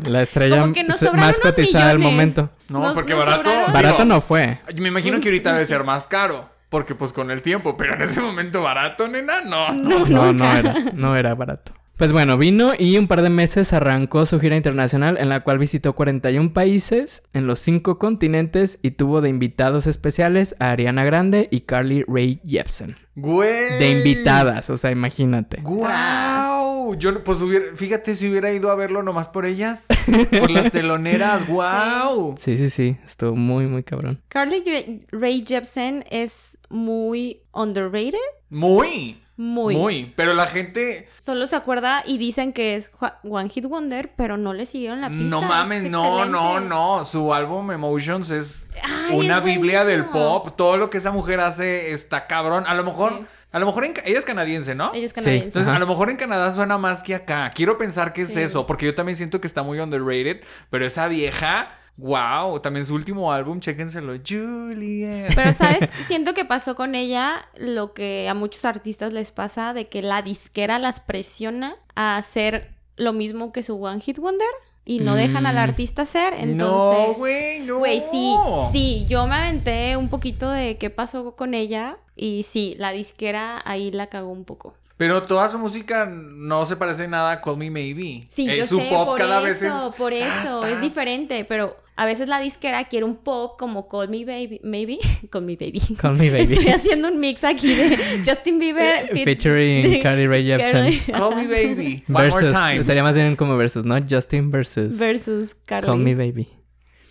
[SPEAKER 3] La estrella
[SPEAKER 2] Como que nos
[SPEAKER 3] se-
[SPEAKER 2] sobraron
[SPEAKER 3] más
[SPEAKER 2] unos
[SPEAKER 3] cotizada del
[SPEAKER 2] millones.
[SPEAKER 3] momento.
[SPEAKER 1] No,
[SPEAKER 2] Nos-
[SPEAKER 1] porque
[SPEAKER 2] nos
[SPEAKER 1] barato.
[SPEAKER 2] sobraron.
[SPEAKER 3] Barato
[SPEAKER 1] digo,
[SPEAKER 3] no fue.
[SPEAKER 1] Yo me imagino que ahorita debe ser más caro. Porque pues con el tiempo, pero en ese momento barato, nena, no.
[SPEAKER 2] No,
[SPEAKER 3] No, no
[SPEAKER 2] nunca.
[SPEAKER 3] era, no era barato. Pues bueno, vino y un par de meses arrancó su gira internacional en la cual visitó 41 países en los cinco continentes y tuvo de invitados especiales a Ariana Grande y Carly Rae Jepsen.
[SPEAKER 1] Güey.
[SPEAKER 3] De invitadas, o sea, imagínate.
[SPEAKER 1] ¡Guau! Yo no- pues hubiera, fíjate si hubiera ido a verlo nomás por ellas, por las teloneras, ¡guau!
[SPEAKER 3] Sí, sí, sí, estuvo muy, muy cabrón.
[SPEAKER 2] Carly Ray- Ray Jepsen es muy underrated.
[SPEAKER 1] Muy,
[SPEAKER 2] Muy.
[SPEAKER 1] muy. Pero la gente,
[SPEAKER 2] Solo se acuerda y dicen que es Ju- One Hit Wonder, pero no le siguieron la pista.
[SPEAKER 1] no
[SPEAKER 2] Es
[SPEAKER 1] mames, no, no,
[SPEAKER 2] excelente.
[SPEAKER 1] no. Su álbum Emotions es
[SPEAKER 2] Ay,
[SPEAKER 1] una
[SPEAKER 2] es
[SPEAKER 1] biblia del
[SPEAKER 2] buenísimo.
[SPEAKER 1] pop. Todo lo que esa mujer hace está cabrón. A lo mejor,
[SPEAKER 2] Sí.
[SPEAKER 1] a lo mejor en ca- ella es canadiense, ¿no?
[SPEAKER 2] Ella es
[SPEAKER 3] Sí.
[SPEAKER 2] canadiense.
[SPEAKER 1] Entonces,
[SPEAKER 3] Ajá.
[SPEAKER 1] a lo mejor en Canadá suena más que acá. Quiero pensar que es
[SPEAKER 2] Sí.
[SPEAKER 1] eso, porque yo también siento que está muy underrated, pero esa vieja, wow, también su último álbum, chéquenselo, Juliet.
[SPEAKER 2] Pero, ¿sabes? Siento que pasó con ella lo que a muchos artistas les pasa, de que la disquera las presiona a hacer lo mismo que su One Hit Wonder. y no dejan al
[SPEAKER 1] Mm.
[SPEAKER 2] artista ser,
[SPEAKER 1] No,
[SPEAKER 2] entonces...
[SPEAKER 1] güey, no.
[SPEAKER 2] Güey, sí, sí, yo me aventé un poquito de qué pasó con ella y sí, la disquera ahí la cagó un poco.
[SPEAKER 1] Pero toda su música no se parece nada a Call Me Maybe.
[SPEAKER 2] Sí,
[SPEAKER 1] Eh,
[SPEAKER 2] yo
[SPEAKER 1] su
[SPEAKER 2] sé,
[SPEAKER 1] pop
[SPEAKER 2] por
[SPEAKER 1] cada
[SPEAKER 2] eso,
[SPEAKER 1] vez es-
[SPEAKER 2] por eso,
[SPEAKER 1] tas, tas.
[SPEAKER 2] es diferente, pero a veces la disquera quiere un pop como Call Me Baby, maybe, Call Me Baby.
[SPEAKER 3] Call me baby. Eh,
[SPEAKER 2] Estoy haciendo un mix aquí de Justin Bieber, Pete-
[SPEAKER 3] Featuring
[SPEAKER 2] de-
[SPEAKER 3] Carly Rae Jepsen.
[SPEAKER 2] Eh, Carly-
[SPEAKER 1] Call Me Baby. One more
[SPEAKER 3] Versus.
[SPEAKER 1] time.
[SPEAKER 3] Sería más bien como versus, ¿no? Justin versus.
[SPEAKER 2] versus Carly.
[SPEAKER 3] Call me baby.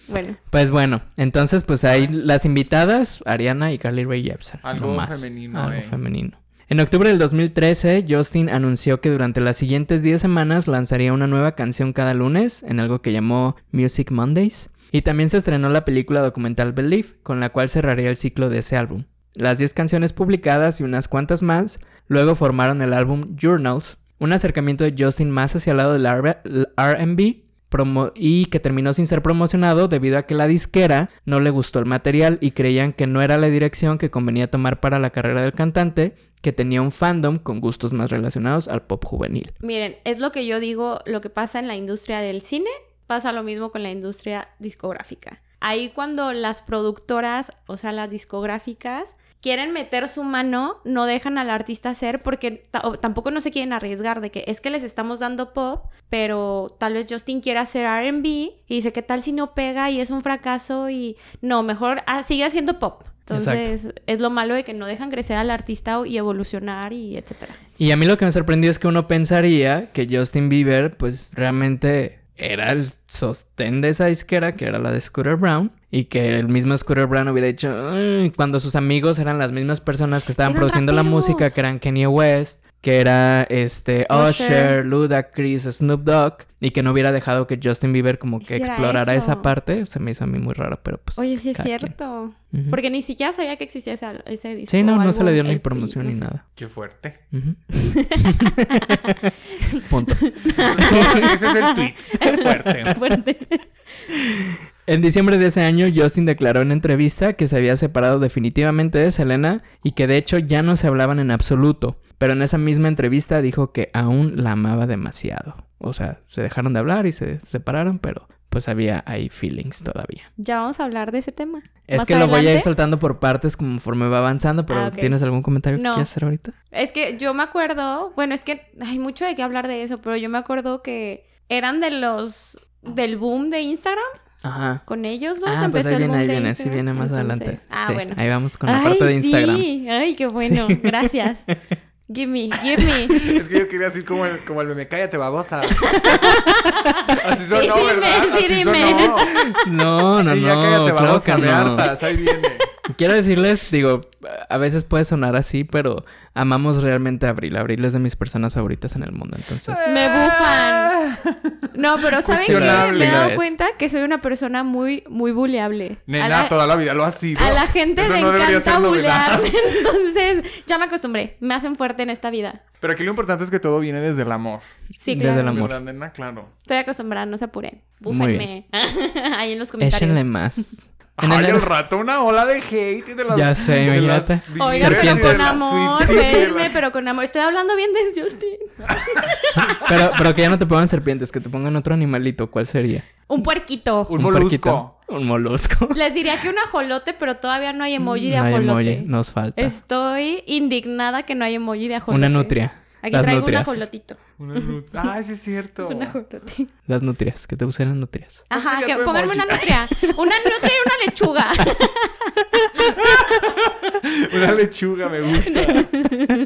[SPEAKER 2] Bueno,
[SPEAKER 3] Pues bueno, entonces pues hay las invitadas, Ariana y Carly Rae Jepsen.
[SPEAKER 1] Algo
[SPEAKER 3] no más,
[SPEAKER 1] femenino,
[SPEAKER 3] Algo
[SPEAKER 1] eh.
[SPEAKER 3] femenino. En octubre del 2013, Justin anunció que durante las siguientes 10 semanas lanzaría una nueva canción cada lunes, en algo que llamó Music Mondays. Y también se estrenó la película documental Believe, con la cual cerraría el ciclo de ese álbum. Las 10 canciones publicadas y unas cuantas más luego formaron el álbum Journals, un acercamiento de Justin más hacia el lado del R- RB promo- y que terminó sin ser promocionado debido a que la disquera no le gustó el material y creían que no era la dirección que convenía tomar para la carrera del cantante, que tenía un fandom con gustos más relacionados al pop juvenil.
[SPEAKER 2] miren, es lo que yo digo, lo que pasa en la industria del cine, pasa lo mismo con la industria discográfica. Ahí cuando las productoras, o sea, las discográficas, quieren meter su mano, no dejan al artista hacer porque ta- o tampoco no se quieren arriesgar de que es que les estamos dando pop, pero tal vez Justin quiera hacer RB y dice, ¿qué tal si no pega y es un fracaso? Y no, mejor ah, sigue haciendo pop. Entonces, es lo malo de que no dejan crecer al artista y evolucionar y etcétera.
[SPEAKER 3] Y a mí lo que me sorprendió es que uno pensaría que Justin Bieber, pues realmente era el sostén de esa disquera, que era la de Scooter Brown, y que el mismo Scooter Brown hubiera dicho, "Ay", cuando sus amigos eran las mismas personas que estaban
[SPEAKER 2] Eran
[SPEAKER 3] produciendo la
[SPEAKER 2] raperos.
[SPEAKER 3] música, que eran Kanye West, que era este
[SPEAKER 2] Usher.
[SPEAKER 3] Usher, Ludacris, Snoop Dogg, y que no hubiera dejado que Justin Bieber como que
[SPEAKER 2] Hiciera
[SPEAKER 3] explorara
[SPEAKER 2] eso.
[SPEAKER 3] esa parte, se me hizo a mí muy raro, pero pues...
[SPEAKER 2] Oye, sí es
[SPEAKER 3] cada quien.
[SPEAKER 2] cierto.
[SPEAKER 3] Ujú.
[SPEAKER 2] Porque ni siquiera sabía que existía ese, al- ese disco.
[SPEAKER 3] Sí, no, no se le dio
[SPEAKER 2] álbum,
[SPEAKER 3] ni
[SPEAKER 2] LP,
[SPEAKER 3] promoción
[SPEAKER 2] no
[SPEAKER 3] ni
[SPEAKER 2] sé.
[SPEAKER 3] nada.
[SPEAKER 1] Qué fuerte.
[SPEAKER 3] Ujú. Punto.
[SPEAKER 1] Ese es el tweet. Qué fuerte.
[SPEAKER 2] Fuerte.
[SPEAKER 3] En diciembre de ese año, Justin declaró en entrevista que se había separado definitivamente de Selena y que de hecho ya no se hablaban en absoluto. Pero en esa misma entrevista dijo que aún la amaba demasiado. O sea, se dejaron de hablar y se separaron, pero pues había ahí feelings todavía.
[SPEAKER 2] Ya vamos a hablar de ese tema.
[SPEAKER 3] Es
[SPEAKER 2] ¿Más
[SPEAKER 3] que lo voy a ir
[SPEAKER 2] adelante?
[SPEAKER 3] soltando por partes conforme va avanzando, pero
[SPEAKER 2] Ah, ok.
[SPEAKER 3] ¿tienes algún comentario que
[SPEAKER 2] No.
[SPEAKER 3] quieras hacer ahorita?
[SPEAKER 2] Es que yo me acuerdo, bueno, es que hay mucho de qué hablar de eso, pero yo me acuerdo que eran de los del boom de Instagram
[SPEAKER 3] Ajá.
[SPEAKER 2] con ellos dos.
[SPEAKER 3] Ah, pues
[SPEAKER 2] empezó
[SPEAKER 3] ahí
[SPEAKER 2] el
[SPEAKER 3] viene,
[SPEAKER 2] boom
[SPEAKER 3] ahí
[SPEAKER 2] de
[SPEAKER 3] viene, sí
[SPEAKER 2] Instagram,
[SPEAKER 3] viene más
[SPEAKER 2] entonces-
[SPEAKER 3] adelante.
[SPEAKER 2] Ah,
[SPEAKER 3] Sí,
[SPEAKER 2] bueno.
[SPEAKER 3] Ahí vamos con la
[SPEAKER 2] Ay,
[SPEAKER 3] parte de Instagram.
[SPEAKER 2] Sí, ay, qué bueno, gracias. Give me, give me.
[SPEAKER 1] Es que yo quería decir como el, como el meme, cállate babosa. Así
[SPEAKER 2] Sí,
[SPEAKER 1] sonó,
[SPEAKER 2] dime,
[SPEAKER 1] ¿verdad?
[SPEAKER 2] sí,
[SPEAKER 1] Así
[SPEAKER 2] dime.
[SPEAKER 1] sonó.
[SPEAKER 3] No, no,
[SPEAKER 1] Sí, ya
[SPEAKER 3] no,
[SPEAKER 1] cállate
[SPEAKER 3] claro
[SPEAKER 1] babosa,
[SPEAKER 3] que
[SPEAKER 1] me
[SPEAKER 3] no.
[SPEAKER 1] hartas, ahí viene.
[SPEAKER 3] Quiero decirles, digo, a veces puede sonar así, pero amamos realmente a Abril. Abril es de mis personas favoritas en el mundo, entonces.
[SPEAKER 2] Me bufan. No, pero ¿saben qué? Me
[SPEAKER 1] Cuestionable.
[SPEAKER 2] he
[SPEAKER 3] Lo
[SPEAKER 2] dado
[SPEAKER 3] es.
[SPEAKER 2] cuenta que soy una persona muy, muy buleable.
[SPEAKER 1] Nena,
[SPEAKER 2] a, la,
[SPEAKER 1] toda la vida lo ha sido.
[SPEAKER 2] a la gente
[SPEAKER 1] Eso
[SPEAKER 2] le
[SPEAKER 1] no debería
[SPEAKER 2] encanta
[SPEAKER 1] ser novedad.
[SPEAKER 2] bulearme. Entonces, ya me acostumbré. Me hacen fuerte en esta vida.
[SPEAKER 1] Pero aquí lo importante es que todo viene desde el amor.
[SPEAKER 2] Sí,
[SPEAKER 3] Desde
[SPEAKER 2] claro.
[SPEAKER 3] la- El amor.
[SPEAKER 1] ¿Verdad, nena? Claro.
[SPEAKER 2] Estoy acostumbrada, no se apuren.
[SPEAKER 3] Muy
[SPEAKER 2] Búfenme. Ahí en los
[SPEAKER 3] Échenle
[SPEAKER 2] comentarios.
[SPEAKER 3] más. En
[SPEAKER 1] Ay,
[SPEAKER 3] enero-
[SPEAKER 1] al rato una ola de hate de las...
[SPEAKER 3] Ya sé,
[SPEAKER 1] de las
[SPEAKER 3] imagínate.
[SPEAKER 1] Swifties,
[SPEAKER 2] Oigan, pero
[SPEAKER 3] Serpientes.
[SPEAKER 1] de
[SPEAKER 2] con
[SPEAKER 1] las
[SPEAKER 2] amor,
[SPEAKER 1] Swifties, de
[SPEAKER 2] verme,
[SPEAKER 1] las-
[SPEAKER 2] pero con amor. Estoy hablando bien de Justin.
[SPEAKER 3] pero, pero que ya no te pongan serpientes, que te pongan otro animalito. ¿Cuál sería?
[SPEAKER 2] Un puerquito.
[SPEAKER 1] Un
[SPEAKER 3] puerquito?
[SPEAKER 1] molusco.
[SPEAKER 3] Un molusco.
[SPEAKER 2] Les diría que un ajolote, pero todavía no hay emoji de
[SPEAKER 3] No hay
[SPEAKER 2] ajolote.
[SPEAKER 3] emoji, nos falta.
[SPEAKER 2] Estoy indignada que no hay emoji de ajolote.
[SPEAKER 3] Una nutria.
[SPEAKER 2] Aquí
[SPEAKER 3] Las
[SPEAKER 2] traigo
[SPEAKER 3] nutrias.
[SPEAKER 2] un ajolotito.
[SPEAKER 1] Una nut- Ay, sí es cierto.
[SPEAKER 2] Es un ajolote.
[SPEAKER 3] Las nutrias, que te pusieran nutrias.
[SPEAKER 2] Ajá,
[SPEAKER 1] sería
[SPEAKER 2] que
[SPEAKER 1] tu
[SPEAKER 2] pónganme
[SPEAKER 1] emoji?
[SPEAKER 2] una nutria. Una nutria y una lechuga.
[SPEAKER 1] Una lechuga me gusta.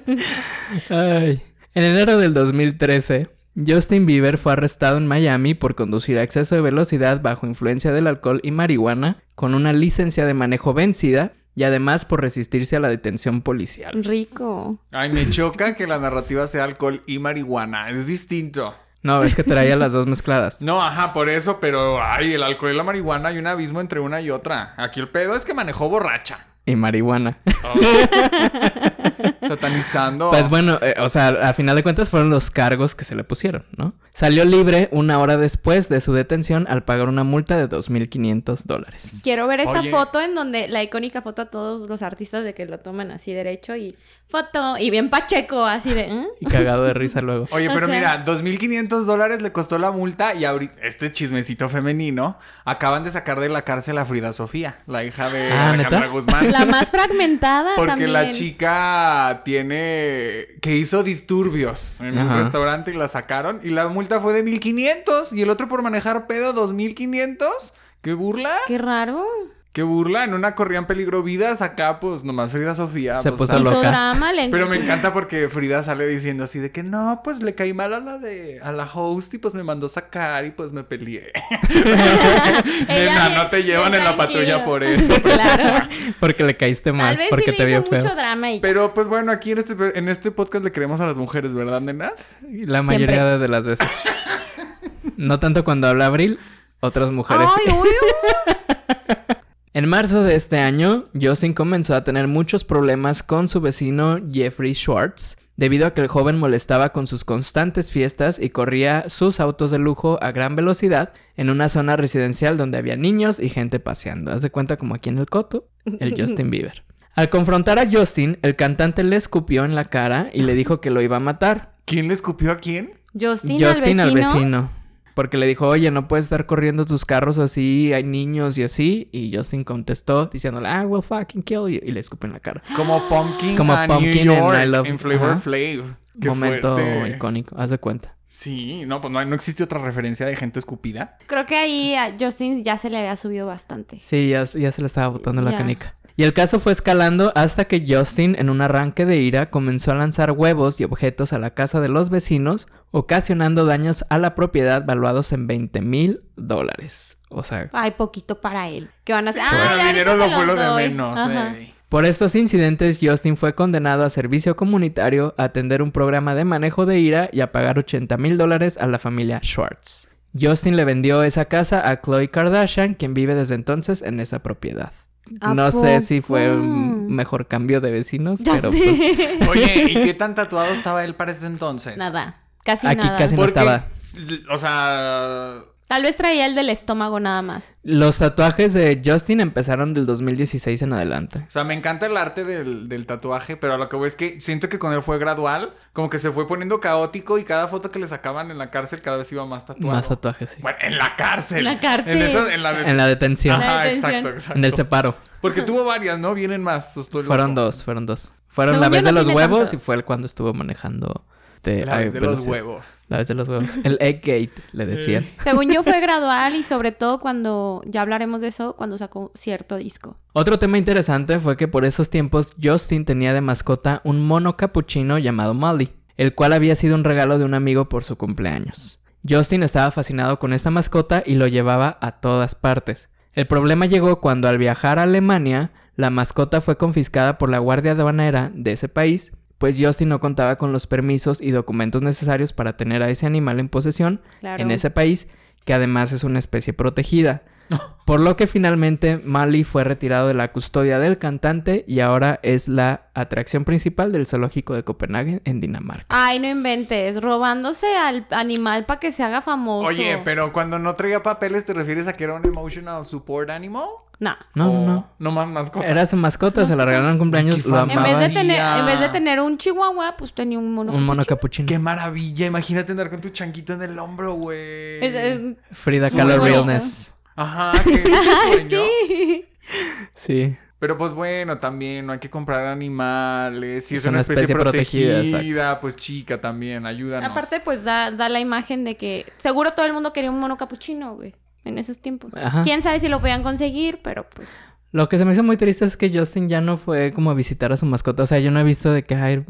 [SPEAKER 3] Ay. En enero del 2013, Justin Bieber fue arrestado en Miami por conducir a exceso de velocidad bajo influencia del alcohol y marihuana con una licencia de manejo vencida y además por resistirse a la detención policial.
[SPEAKER 2] Rico.
[SPEAKER 1] Ay, me choca que la narrativa sea alcohol y marihuana. Es distinto.
[SPEAKER 3] No, es que traía las dos mezcladas.
[SPEAKER 1] No, ajá, por eso, pero ay, el alcohol y la marihuana hay un abismo entre una y otra. Aquí el pedo es que manejó borracha.
[SPEAKER 3] Y marihuana.
[SPEAKER 1] Oh. Satanizando.
[SPEAKER 3] Pues bueno, eh, o sea, al final de cuentas fueron los cargos que se le pusieron, ¿no? Salió libre una hora después de su detención al pagar una multa de 2.500 dólares.
[SPEAKER 2] Quiero ver esa
[SPEAKER 1] Oye.
[SPEAKER 2] foto en donde la icónica foto a todos los artistas de que la toman así derecho y foto y bien pacheco así de ¿eh?
[SPEAKER 3] Y cagado de risa luego.
[SPEAKER 1] Oye, pero
[SPEAKER 2] O sea-
[SPEAKER 1] mira, 2.500 dólares le costó la multa y ahorita, este chismecito femenino, acaban de sacar de la cárcel a Frida Sofía, la hija de
[SPEAKER 3] Ah, ¿neta?
[SPEAKER 1] Alejandra Guzmán.
[SPEAKER 2] la más fragmentada
[SPEAKER 1] Porque
[SPEAKER 2] también.
[SPEAKER 1] la chica tiene. que hizo disturbios en un
[SPEAKER 3] Ajá.
[SPEAKER 1] restaurante y la sacaron. Y la multa fue de 1500. Y el otro por manejar pedo, 2500. ¿Qué burla?
[SPEAKER 2] Qué raro.
[SPEAKER 1] ¿Qué burla? En una corrían peligro vidas. Acá, pues nomás Frida Sofía.
[SPEAKER 3] Se
[SPEAKER 1] pues,
[SPEAKER 3] puso
[SPEAKER 1] sale.
[SPEAKER 2] Hizo
[SPEAKER 3] loca.
[SPEAKER 2] drama, le
[SPEAKER 1] Pero me encanta porque Frida sale diciendo así de que no, pues le caí mal a la de a la host y pues me mandó sacar y pues me peleé. Nena,
[SPEAKER 2] bien-
[SPEAKER 1] no te llevan
[SPEAKER 2] bien
[SPEAKER 1] en la
[SPEAKER 2] tranquila.
[SPEAKER 1] patrulla por eso.
[SPEAKER 2] Claro.
[SPEAKER 3] Porque le caíste mal,
[SPEAKER 2] Tal vez
[SPEAKER 3] porque
[SPEAKER 2] sí
[SPEAKER 3] te
[SPEAKER 2] le
[SPEAKER 3] vio
[SPEAKER 2] hizo mucho
[SPEAKER 3] feo.
[SPEAKER 2] drama y
[SPEAKER 1] Pero pues bueno, aquí en este en este podcast le creemos a las mujeres, ¿verdad, nenas?
[SPEAKER 3] La mayoría
[SPEAKER 2] Siempre.
[SPEAKER 3] de las veces. No tanto cuando habla Abril, otras mujeres.
[SPEAKER 2] Ay, uy, uy.
[SPEAKER 3] En marzo de este año, Justin comenzó a tener muchos problemas con su vecino Jeffrey Schwartz, debido a que el joven molestaba con sus constantes fiestas y corría sus autos de lujo a gran velocidad en una zona residencial donde había niños y gente paseando. Haz de cuenta como aquí en el Coto, el Justin Bieber. Al confrontar a Justin, el cantante le escupió en la cara y le dijo que lo iba a matar.
[SPEAKER 1] ¿Quién le escupió a quién?
[SPEAKER 2] Justin,
[SPEAKER 3] Justin
[SPEAKER 2] al vecino.
[SPEAKER 3] Porque le dijo, oye, no puedes estar corriendo tus carros así, hay niños y así. Y Justin contestó diciéndole, I will fucking kill you. Y le escupe en la cara.
[SPEAKER 1] Como Pumpkin
[SPEAKER 3] Como
[SPEAKER 1] a
[SPEAKER 3] Pumpkin
[SPEAKER 1] New
[SPEAKER 3] en
[SPEAKER 1] York
[SPEAKER 3] I Love-
[SPEAKER 1] en Flavor
[SPEAKER 3] Ajá.
[SPEAKER 1] Flav. Qué
[SPEAKER 3] Momento
[SPEAKER 1] fuerte.
[SPEAKER 3] icónico, haz de cuenta.
[SPEAKER 1] Sí, no, pues no, no existe otra referencia de gente escupida.
[SPEAKER 2] Creo que ahí a Justin ya se le había subido bastante.
[SPEAKER 3] Sí, ya, ya se le estaba botando la
[SPEAKER 2] Ya.
[SPEAKER 3] canica. Y el caso fue escalando hasta que Justin, en un arranque de ira, comenzó a lanzar huevos y objetos a la casa de los vecinos, ocasionando daños a la propiedad valuados en 20 mil dólares. O sea,
[SPEAKER 2] Ay, poquito para él. ¿Qué van Ah, a hacer?
[SPEAKER 1] Bueno,
[SPEAKER 2] Ay,
[SPEAKER 1] el
[SPEAKER 2] ahorita
[SPEAKER 1] dinero
[SPEAKER 2] se
[SPEAKER 1] lo
[SPEAKER 2] los
[SPEAKER 1] fue lo de
[SPEAKER 2] doy.
[SPEAKER 1] menos. eh.
[SPEAKER 2] Ajá.
[SPEAKER 1] ey.
[SPEAKER 3] Por estos incidentes, Justin fue condenado a servicio comunitario, a atender un programa de manejo de ira y a pagar 80 mil dólares a la familia Schwartz. Justin le vendió esa casa a Khloe Kardashian, quien vive desde entonces en esa propiedad.
[SPEAKER 2] ¿A
[SPEAKER 3] No sé si fue un
[SPEAKER 2] poco?
[SPEAKER 3] mejor cambio de vecinos,
[SPEAKER 2] Ya
[SPEAKER 3] pero pues,
[SPEAKER 2] sé.
[SPEAKER 1] Oye, ¿y qué tan tatuado estaba él para este entonces?
[SPEAKER 2] Nada. Casi
[SPEAKER 3] aquí
[SPEAKER 2] nada.
[SPEAKER 3] casi no
[SPEAKER 1] Porque,
[SPEAKER 3] estaba.
[SPEAKER 1] O sea,
[SPEAKER 2] Tal vez traía el del estómago nada más.
[SPEAKER 3] Los tatuajes de Justin empezaron del 2016 en adelante.
[SPEAKER 1] o sea, me encanta el arte del, del tatuaje, pero a lo que voy es que siento que con él fue gradual, como que se fue poniendo caótico y cada foto que le sacaban en la cárcel cada vez iba más tatuado.
[SPEAKER 3] Más tatuajes, sí.
[SPEAKER 1] Bueno, en la cárcel.
[SPEAKER 2] En la
[SPEAKER 1] En,
[SPEAKER 2] cárcel.
[SPEAKER 1] esa- en la...
[SPEAKER 3] En la detención,
[SPEAKER 1] Ajá,
[SPEAKER 2] La detención.
[SPEAKER 1] exacto, exacto.
[SPEAKER 3] en el separo.
[SPEAKER 1] Porque tuvo varias, ¿no? Vienen más. estoy loco.
[SPEAKER 3] Fueron dos, fueron dos. Fueron
[SPEAKER 2] Según
[SPEAKER 3] la
[SPEAKER 2] yo,
[SPEAKER 3] vez
[SPEAKER 2] no
[SPEAKER 3] de los
[SPEAKER 2] tiene
[SPEAKER 3] huevos
[SPEAKER 2] tantos.
[SPEAKER 3] y fue el cuando estuvo manejando. este,
[SPEAKER 1] La
[SPEAKER 3] a
[SPEAKER 1] vez de los
[SPEAKER 3] velocidad.
[SPEAKER 1] huevos.
[SPEAKER 3] La vez de los huevos. El Egggate, le decían.
[SPEAKER 2] Según yo fue gradual y sobre todo cuando, ya hablaremos de eso, cuando sacó cierto disco.
[SPEAKER 3] Otro tema interesante fue que por esos tiempos Justin tenía de mascota un mono capuchino llamado Molly, el cual había sido un regalo de un amigo por su cumpleaños. Justin estaba fascinado con esta mascota y lo llevaba a todas partes. El problema llegó cuando al viajar a Alemania, la mascota fue confiscada por la guardia aduanera de ese país, pues Justin no contaba con los permisos y documentos necesarios para tener a ese animal en posesión
[SPEAKER 2] Claro.
[SPEAKER 3] en ese país, que además es una especie protegida. Por lo que finalmente Mali fue retirado de la custodia del cantante y ahora es la atracción principal del zoológico de Copenhague en Dinamarca.
[SPEAKER 2] Ay, no inventes, robándose al animal para que se haga famoso.
[SPEAKER 1] Oye, pero cuando no traía papeles, ¿te refieres a que era un emotional support animal?
[SPEAKER 2] No.
[SPEAKER 3] No,
[SPEAKER 1] ¿O
[SPEAKER 3] no, no.
[SPEAKER 1] No más mascota.
[SPEAKER 3] Era su mascota, se la regalaron en
[SPEAKER 1] Qué
[SPEAKER 3] cumpleaños, lo
[SPEAKER 1] famoso.
[SPEAKER 2] Oh. En vez,
[SPEAKER 3] amaban.
[SPEAKER 2] de tener,
[SPEAKER 1] Mamacía.
[SPEAKER 2] en vez de tener un chihuahua, pues tenía un mono.
[SPEAKER 3] Un mono
[SPEAKER 2] capuchino.
[SPEAKER 3] capuchino.
[SPEAKER 1] Qué maravilla. Imagínate andar con tu chanquito en el hombro, güey.
[SPEAKER 2] Es- es-
[SPEAKER 3] Frida
[SPEAKER 1] Su
[SPEAKER 3] Kahlo
[SPEAKER 1] bueno.
[SPEAKER 3] Realness.
[SPEAKER 1] Ajá, qué sueño.
[SPEAKER 2] sí.
[SPEAKER 3] Sí.
[SPEAKER 1] Pero pues bueno, también no hay que comprar animales. Si es,
[SPEAKER 3] Es
[SPEAKER 1] una
[SPEAKER 3] una
[SPEAKER 1] especie,
[SPEAKER 3] especie protegida,
[SPEAKER 1] protegida, pues chica también, ayúdanos.
[SPEAKER 2] Aparte, pues da, da la imagen de que seguro todo el mundo quería un mono capuchino, güey, en esos tiempos.
[SPEAKER 3] Ajá.
[SPEAKER 2] Quién sabe si lo podían conseguir, pero pues.
[SPEAKER 3] Lo que se me hizo muy triste es que Justin ya no fue como a visitar a su mascota. O sea, yo no he visto de que ay,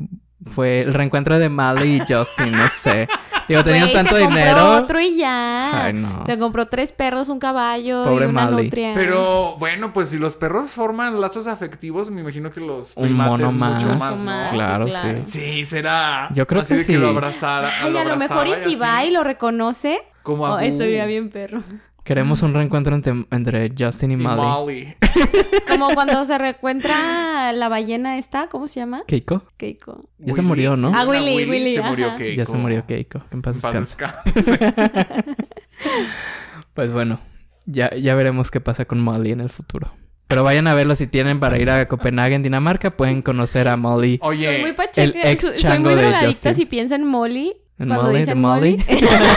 [SPEAKER 3] fue el reencuentro de Mali y Justin, no sé. Digo, tenían
[SPEAKER 2] Güey,
[SPEAKER 3] tanto
[SPEAKER 2] se compró
[SPEAKER 3] dinero.
[SPEAKER 2] otro y ya.
[SPEAKER 3] Ay, no.
[SPEAKER 2] Se compró tres perros, un caballo
[SPEAKER 3] Pobre
[SPEAKER 2] y una
[SPEAKER 3] Mali.
[SPEAKER 2] nutria.
[SPEAKER 1] Pero bueno, pues si los perros forman lazos afectivos, me imagino que los
[SPEAKER 3] Un
[SPEAKER 1] primates
[SPEAKER 3] mono
[SPEAKER 1] mucho
[SPEAKER 3] más.
[SPEAKER 1] más, ¿no?
[SPEAKER 2] Más,
[SPEAKER 3] Claro,
[SPEAKER 2] sí, claro.
[SPEAKER 3] sí.
[SPEAKER 1] Sí, será.
[SPEAKER 3] Yo creo
[SPEAKER 1] así
[SPEAKER 3] que
[SPEAKER 1] de que
[SPEAKER 3] sí.
[SPEAKER 1] lo abrazara.
[SPEAKER 2] Ay, a lo
[SPEAKER 1] abrazaba
[SPEAKER 2] mejor y si
[SPEAKER 1] así,
[SPEAKER 2] va y lo reconoce.
[SPEAKER 1] Como
[SPEAKER 2] Oh,
[SPEAKER 1] a
[SPEAKER 2] eso
[SPEAKER 1] Boo.
[SPEAKER 2] iría bien perro.
[SPEAKER 3] Queremos un reencuentro entre, entre Justin y,
[SPEAKER 1] Y
[SPEAKER 3] Molly.
[SPEAKER 1] Molly.
[SPEAKER 2] Como cuando se reencuentra la ballena esta, ¿cómo se llama?
[SPEAKER 3] Keiko.
[SPEAKER 2] Keiko.
[SPEAKER 3] Ya se murió, ¿no?
[SPEAKER 2] Ah, Willy,
[SPEAKER 1] Era
[SPEAKER 2] Willy,
[SPEAKER 1] se
[SPEAKER 2] ajá.
[SPEAKER 1] murió Keiko.
[SPEAKER 3] Ya se murió Keiko. En paz
[SPEAKER 1] En paz
[SPEAKER 3] descanse.
[SPEAKER 1] descanse.
[SPEAKER 3] Pues bueno, ya, ya veremos qué pasa con Molly en el futuro. Pero vayan a verlo si tienen para ir a Copenhague, en Dinamarca. Pueden conocer a
[SPEAKER 1] Oh,
[SPEAKER 3] Molly.
[SPEAKER 2] Soy muy
[SPEAKER 1] Oye,
[SPEAKER 2] pacheca,
[SPEAKER 3] el ex
[SPEAKER 2] so- soy
[SPEAKER 3] chango
[SPEAKER 2] muy
[SPEAKER 3] de
[SPEAKER 2] drogadicta
[SPEAKER 3] Justin.
[SPEAKER 2] si pienso en Molly.
[SPEAKER 3] En
[SPEAKER 2] cuando
[SPEAKER 3] Molly,
[SPEAKER 2] dicen
[SPEAKER 3] de Molly.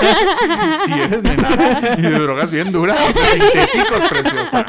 [SPEAKER 1] si eres nena y de drogas bien duras, sintéticos, preciosa.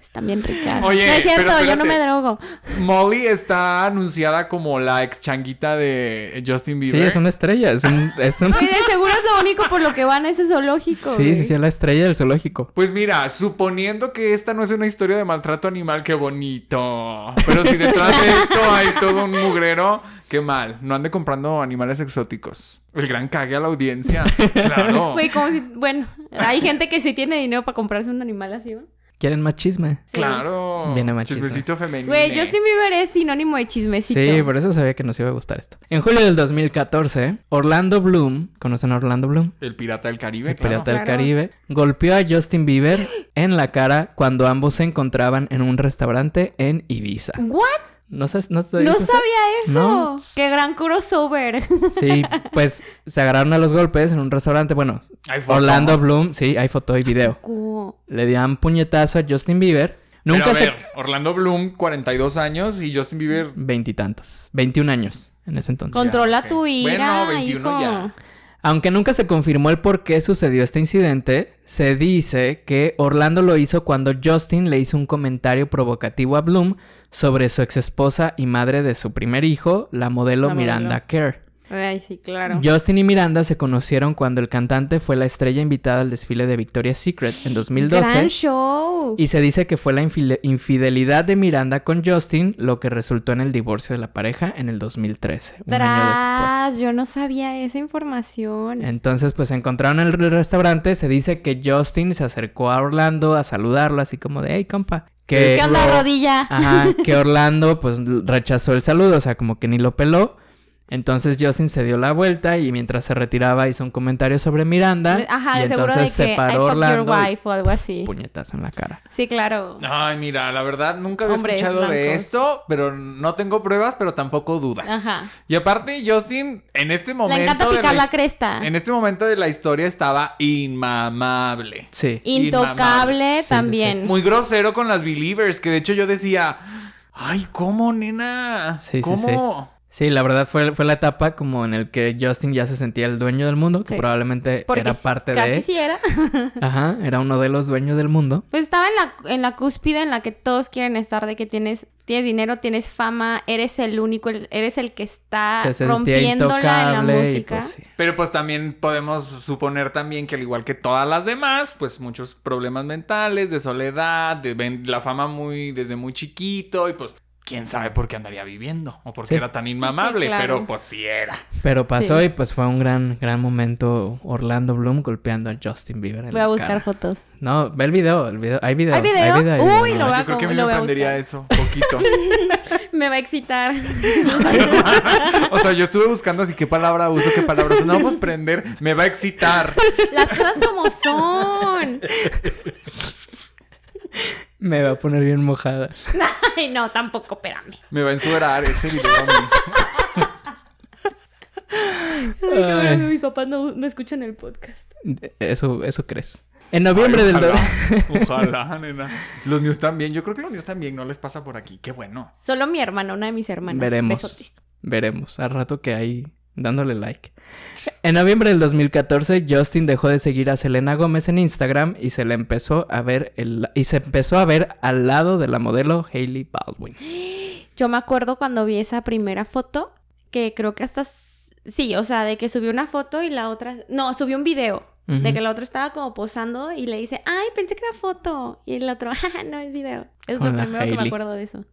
[SPEAKER 2] Están bien ricas.
[SPEAKER 1] Oye,
[SPEAKER 2] no es
[SPEAKER 1] pero
[SPEAKER 2] cierto, yo no
[SPEAKER 1] espérate.
[SPEAKER 2] me drogo.
[SPEAKER 1] Molly está anunciada como la ex changuita de Justin
[SPEAKER 3] Sí,
[SPEAKER 1] Bieber.
[SPEAKER 3] es una estrella. Es un... es un-
[SPEAKER 2] Y de seguro es lo único por lo que van a ese zoológico.
[SPEAKER 3] Sí, sí,
[SPEAKER 2] güey.
[SPEAKER 3] sí, es la estrella del zoológico.
[SPEAKER 1] Pues mira, suponiendo que esta no es una historia de maltrato animal, qué bonito. Pero si detrás de esto hay todo un mugrero, qué mal. No ande comprando animales exóticos. El gran cague a la audiencia. Claro.
[SPEAKER 2] Güey, como si, bueno, hay gente que sí tiene dinero para comprarse un animal así, ¿no?
[SPEAKER 3] ¿Quieren más chisme?
[SPEAKER 2] Sí.
[SPEAKER 1] Claro.
[SPEAKER 3] Viene machismo.
[SPEAKER 1] Chismecito femenino.
[SPEAKER 2] Güey, Justin Bieber es sinónimo de chismecito.
[SPEAKER 3] Sí, por eso sabía que nos iba a gustar esto. En julio del 2014, Orlando Bloom, ¿conocen a Orlando Bloom?
[SPEAKER 1] El pirata del Caribe.
[SPEAKER 3] El
[SPEAKER 1] claro.
[SPEAKER 3] pirata del
[SPEAKER 2] Claro.
[SPEAKER 3] Caribe, golpeó a Justin Bieber en la cara cuando ambos se encontraban en un restaurante en Ibiza.
[SPEAKER 2] ¿What?
[SPEAKER 3] ¿No sabes? No, te
[SPEAKER 2] No
[SPEAKER 3] dices eso?
[SPEAKER 2] sabía eso.
[SPEAKER 3] No.
[SPEAKER 2] Qué gran crossover.
[SPEAKER 3] Sí, pues se agarraron a los golpes en un restaurante. Bueno,
[SPEAKER 1] Hay foto.
[SPEAKER 3] Orlando Bloom, sí, hay foto y video.
[SPEAKER 2] Cu-
[SPEAKER 3] Le dan puñetazo a Justin Bieber.
[SPEAKER 1] Pero
[SPEAKER 3] Nunca
[SPEAKER 1] a
[SPEAKER 3] se...
[SPEAKER 1] ver, Orlando Bloom, 42 años y Justin Bieber.
[SPEAKER 3] Veintitantos. Veintiún años en ese entonces.
[SPEAKER 2] Controla
[SPEAKER 1] ok.
[SPEAKER 2] tu ira,
[SPEAKER 1] Bueno, 21
[SPEAKER 2] hijo.
[SPEAKER 1] ya.
[SPEAKER 3] Aunque nunca se confirmó el por qué sucedió este incidente, se dice que Orlando lo hizo cuando Justin le hizo un comentario provocativo a Bloom sobre su exesposa y madre de su primer hijo, la modelo
[SPEAKER 2] La modelo.
[SPEAKER 3] Miranda Kerr.
[SPEAKER 2] Ay, sí, claro.
[SPEAKER 3] Justin y Miranda se conocieron cuando el cantante fue la estrella invitada al desfile de Victoria's Secret en 2012.
[SPEAKER 2] Gran show.
[SPEAKER 3] Y se dice que fue la infide- infidelidad de Miranda con Justin lo que resultó en el divorcio de la pareja en el 2013, un año después.
[SPEAKER 2] Tras, yo no sabía esa información.
[SPEAKER 3] Entonces, pues se encontraron en el restaurante. Se dice que Justin se acercó a Orlando a saludarlo, así como de, hey, compa. Que,
[SPEAKER 2] ¿Qué onda,
[SPEAKER 3] Ro-
[SPEAKER 2] rodilla?
[SPEAKER 3] Ajá, que Orlando, pues l- rechazó el saludo, o sea, como que ni lo peló. Entonces Justin se dio la vuelta y mientras se retiraba hizo un comentario sobre Miranda.
[SPEAKER 2] Ajá,
[SPEAKER 3] y
[SPEAKER 2] de seguro de
[SPEAKER 3] entonces
[SPEAKER 2] que I
[SPEAKER 3] separó
[SPEAKER 2] fuck
[SPEAKER 3] Orlando.
[SPEAKER 2] your
[SPEAKER 3] y
[SPEAKER 2] wife o algo así.
[SPEAKER 3] puñetazo en la cara.
[SPEAKER 2] Sí, claro.
[SPEAKER 1] Ay, mira, la verdad nunca había
[SPEAKER 2] Hombres
[SPEAKER 1] escuchado de
[SPEAKER 2] blancos.
[SPEAKER 1] esto, pero no tengo pruebas, pero tampoco dudas.
[SPEAKER 2] Ajá.
[SPEAKER 1] Y aparte, Justin, en este momento.
[SPEAKER 2] Le encanta
[SPEAKER 1] de
[SPEAKER 2] picar la
[SPEAKER 1] his-
[SPEAKER 2] cresta.
[SPEAKER 1] En este momento de la historia estaba inmamable.
[SPEAKER 3] Sí.
[SPEAKER 1] Inmamable.
[SPEAKER 2] Intocable
[SPEAKER 3] Sí, sí,
[SPEAKER 2] también.
[SPEAKER 1] Muy grosero con las believers, que de hecho yo decía. Ay, ¿cómo, nena?
[SPEAKER 3] Sí, sí,
[SPEAKER 1] ¿Cómo?
[SPEAKER 3] Sí, la verdad fue, fue la etapa como en el que Justin ya se sentía el dueño del mundo, que
[SPEAKER 2] Sí.
[SPEAKER 3] probablemente
[SPEAKER 2] Porque
[SPEAKER 3] era
[SPEAKER 2] s-
[SPEAKER 3] parte
[SPEAKER 2] casi
[SPEAKER 3] de...
[SPEAKER 2] sí era.
[SPEAKER 3] Ajá, era uno de los dueños del mundo.
[SPEAKER 2] Pues estaba en la, en la cúspide en la que todos quieren estar, de que tienes, tienes dinero, tienes fama, eres el único, el- eres el que está
[SPEAKER 3] se sentía
[SPEAKER 2] Ah, rompiéndola en la
[SPEAKER 3] intocable y
[SPEAKER 2] música.
[SPEAKER 3] pues sí.
[SPEAKER 1] Pero pues también podemos suponer también que al igual que todas las demás, pues muchos problemas mentales, de soledad, de ven- la fama muy desde muy chiquito y pues quién sabe por qué andaría viviendo o por qué
[SPEAKER 3] Sí.
[SPEAKER 1] era tan inmamable,
[SPEAKER 2] Sí, claro.
[SPEAKER 1] pero pues sí era.
[SPEAKER 3] Pero pasó
[SPEAKER 2] Sí.
[SPEAKER 3] y pues fue un gran, gran momento Orlando Bloom golpeando a Justin Bieber en
[SPEAKER 2] Voy
[SPEAKER 3] la
[SPEAKER 2] a buscar
[SPEAKER 3] cara.
[SPEAKER 2] fotos.
[SPEAKER 3] No, ve el video, el video. Hay video.
[SPEAKER 2] ¿Hay video? Uy,
[SPEAKER 3] video.
[SPEAKER 2] lo voy
[SPEAKER 1] Yo
[SPEAKER 2] a-
[SPEAKER 1] creo que a mí
[SPEAKER 2] lo
[SPEAKER 1] me
[SPEAKER 2] voy a
[SPEAKER 1] aprendería
[SPEAKER 2] buscar.
[SPEAKER 1] eso, poquito.
[SPEAKER 2] Me va a excitar.
[SPEAKER 1] o sea, yo estuve buscando así qué palabra uso, qué palabra uso. No, pues prender, me va a excitar.
[SPEAKER 2] Las cosas como son.
[SPEAKER 3] Me va a poner bien mojada.
[SPEAKER 2] Ay, no, tampoco, espérame.
[SPEAKER 1] Me va a ensuerar ese video. a mí.
[SPEAKER 3] Ay,
[SPEAKER 2] mis papás no, escuchan el podcast.
[SPEAKER 3] Eso, eso crees. En noviembre
[SPEAKER 1] Ay,
[SPEAKER 3] del... do-
[SPEAKER 1] ojalá, Ojalá, nena. Los míos también. Yo creo que los míos también no les pasa por aquí. Qué bueno.
[SPEAKER 2] Solo mi hermana, una de mis hermanas.
[SPEAKER 3] Veremos.
[SPEAKER 2] Besotis.
[SPEAKER 3] Veremos, al rato que hay dándole like. En noviembre del 2014, Justin dejó de seguir a Selena Gómez en Instagram y se le empezó a ver el- y se empezó a ver al lado de la modelo Hailey Baldwin.
[SPEAKER 2] Yo me acuerdo cuando vi esa primera foto, que creo que hasta... s- Sí, o sea, de que subió una foto y la otra... No, subió un video. De
[SPEAKER 3] Ujú.
[SPEAKER 2] que la otra estaba como posando y le dice, ay, pensé que era foto. Y el otro, "Ajá, no, es video. Es
[SPEAKER 3] Con
[SPEAKER 2] lo
[SPEAKER 3] la
[SPEAKER 2] primero que me
[SPEAKER 3] Hailey.
[SPEAKER 2] acuerdo de eso.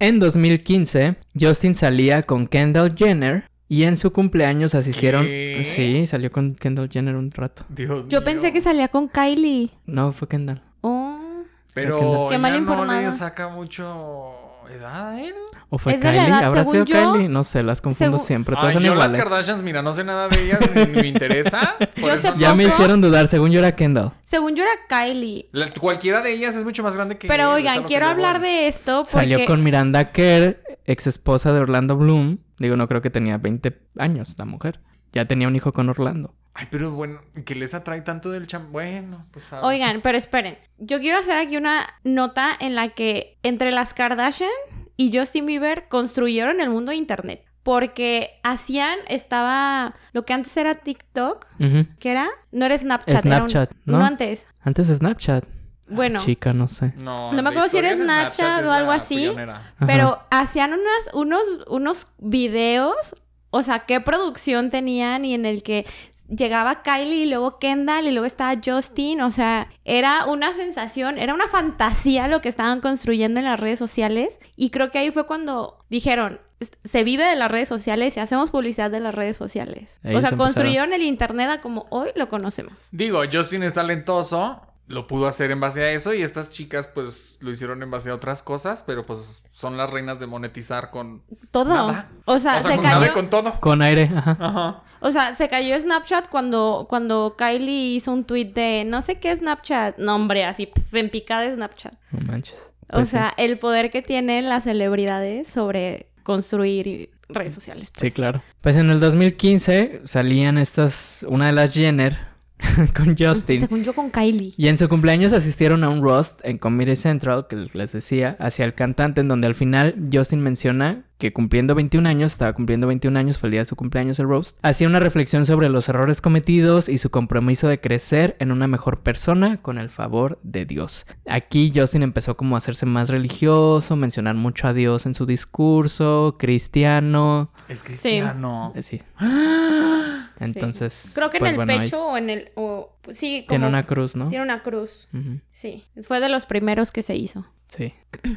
[SPEAKER 3] En 2015, Justin salía con Kendall Jenner y en su cumpleaños asistieron.
[SPEAKER 1] ¿Qué?
[SPEAKER 3] Sí, salió con Kendall Jenner un rato.
[SPEAKER 1] Dios
[SPEAKER 2] Yo
[SPEAKER 1] mío.
[SPEAKER 2] pensé que salía con Kylie.
[SPEAKER 3] No, fue Kendall.
[SPEAKER 2] Oh.
[SPEAKER 1] Pero
[SPEAKER 2] Qué mal
[SPEAKER 1] ella no
[SPEAKER 2] informada.
[SPEAKER 1] le saca mucho edad él?
[SPEAKER 3] ¿O fue
[SPEAKER 2] Es de la
[SPEAKER 3] Kylie?
[SPEAKER 2] edad,
[SPEAKER 3] ¿Habrá
[SPEAKER 2] según
[SPEAKER 3] sido
[SPEAKER 2] yo,
[SPEAKER 3] Kylie? No sé, las confundo
[SPEAKER 2] según-
[SPEAKER 3] siempre. Todas
[SPEAKER 1] Ay,
[SPEAKER 3] son
[SPEAKER 1] yo las
[SPEAKER 3] iguales.
[SPEAKER 1] Kardashians, mira, no sé nada de ellas ni, ni me interesa. por
[SPEAKER 2] Yo
[SPEAKER 1] eso
[SPEAKER 2] sé
[SPEAKER 1] no-
[SPEAKER 3] Ya me
[SPEAKER 2] Ojo.
[SPEAKER 3] hicieron dudar, según yo era Kendall.
[SPEAKER 2] Según yo era Kylie.
[SPEAKER 1] La- cualquiera de ellas es mucho más grande que
[SPEAKER 2] Pero
[SPEAKER 1] él, es a
[SPEAKER 2] oigan,
[SPEAKER 1] lo que
[SPEAKER 2] quiero
[SPEAKER 1] yo
[SPEAKER 2] hablar
[SPEAKER 1] voy.
[SPEAKER 2] de esto porque...
[SPEAKER 3] Salió con Miranda Kerr, ex esposa de Orlando Bloom. Digo, no creo que tenía 20 años la mujer. Ya tenía un hijo con Orlando.
[SPEAKER 1] Ay, pero bueno, que les atrae tanto del cham... Bueno, pues...
[SPEAKER 3] Ah.
[SPEAKER 1] a-
[SPEAKER 2] Oigan, pero esperen. Yo quiero hacer aquí una nota en la que entre las Kardashian y Justin Bieber construyeron el mundo de internet. Porque hacían, estaba lo que antes era TikTok,
[SPEAKER 3] Ujú.
[SPEAKER 2] que era, no era Snapchat, era
[SPEAKER 3] Snapchat,
[SPEAKER 2] un-
[SPEAKER 3] ¿no? Ah,
[SPEAKER 2] uno antes.
[SPEAKER 3] Antes Snapchat.
[SPEAKER 2] Bueno,
[SPEAKER 3] Chica, no sé.
[SPEAKER 1] No,
[SPEAKER 2] No me
[SPEAKER 1] la
[SPEAKER 2] acuerdo si
[SPEAKER 1] historia
[SPEAKER 2] eres
[SPEAKER 1] de
[SPEAKER 2] Nacha
[SPEAKER 1] es
[SPEAKER 2] o algo
[SPEAKER 1] la
[SPEAKER 2] así.
[SPEAKER 1] pionera.
[SPEAKER 3] Ajá.
[SPEAKER 2] pero hacían unas, unos, unos videos, o sea, qué producción tenían y en el que llegaba Kylie y luego Kendall y luego estaba Justin, o sea, era una sensación, era una fantasía lo que estaban construyendo en las redes sociales y creo que ahí fue cuando dijeron, "Es- se vive de las redes sociales y hacemos publicidad de las redes sociales. o
[SPEAKER 3] Ellos
[SPEAKER 2] sea,
[SPEAKER 3] empezaron.
[SPEAKER 2] construyeron el Internet a como hoy lo conocemos.
[SPEAKER 1] Digo, Justin es talentoso, lo pudo hacer en base a eso y estas chicas pues lo hicieron en base a otras cosas, pero pues son las reinas de monetizar con...
[SPEAKER 2] Todo.
[SPEAKER 1] Nada.
[SPEAKER 2] O sea,
[SPEAKER 1] o sea,
[SPEAKER 2] se
[SPEAKER 1] con
[SPEAKER 2] cayó.
[SPEAKER 1] nada y con todo.
[SPEAKER 3] Con aire, ajá.
[SPEAKER 1] Ajá.
[SPEAKER 2] O sea, se cayó Snapchat cuando, cuando Kylie hizo un tweet de no sé qué Snapchat. No, hombre, así pf, en picada Snapchat.
[SPEAKER 3] No manches.
[SPEAKER 2] O
[SPEAKER 3] Pues sí.
[SPEAKER 2] sea, el poder que tienen las celebridades sobre construir y- redes sociales.
[SPEAKER 3] Sí,
[SPEAKER 2] pues.
[SPEAKER 3] claro. Pues en el 2015 salían estas, una de las Jenner con Justin.
[SPEAKER 2] Según yo con Kylie.
[SPEAKER 3] Y en su cumpleaños asistieron a un roast en Comedy Central, que les decía, hacia el cantante, en donde al final Justin menciona que cumpliendo 21 años, estaba cumpliendo 21 años, fue el día de su cumpleaños el roast, hacía una reflexión sobre los errores cometidos y su compromiso de crecer en una mejor persona con el favor de Dios. Aquí Justin empezó como a hacerse más religioso, mencionar mucho a Dios en su discurso, cristiano,
[SPEAKER 1] Es cristiano.
[SPEAKER 3] eh, sí.
[SPEAKER 2] Sí.
[SPEAKER 3] Entonces,
[SPEAKER 2] Creo que
[SPEAKER 3] pues,
[SPEAKER 2] en el
[SPEAKER 3] bueno, ahí
[SPEAKER 2] pecho o en el... o- sí, como...
[SPEAKER 3] tiene una cruz, ¿no?
[SPEAKER 2] tiene una cruz.
[SPEAKER 3] Ujú,
[SPEAKER 2] Sí. Fue de los primeros que se hizo.
[SPEAKER 3] Sí.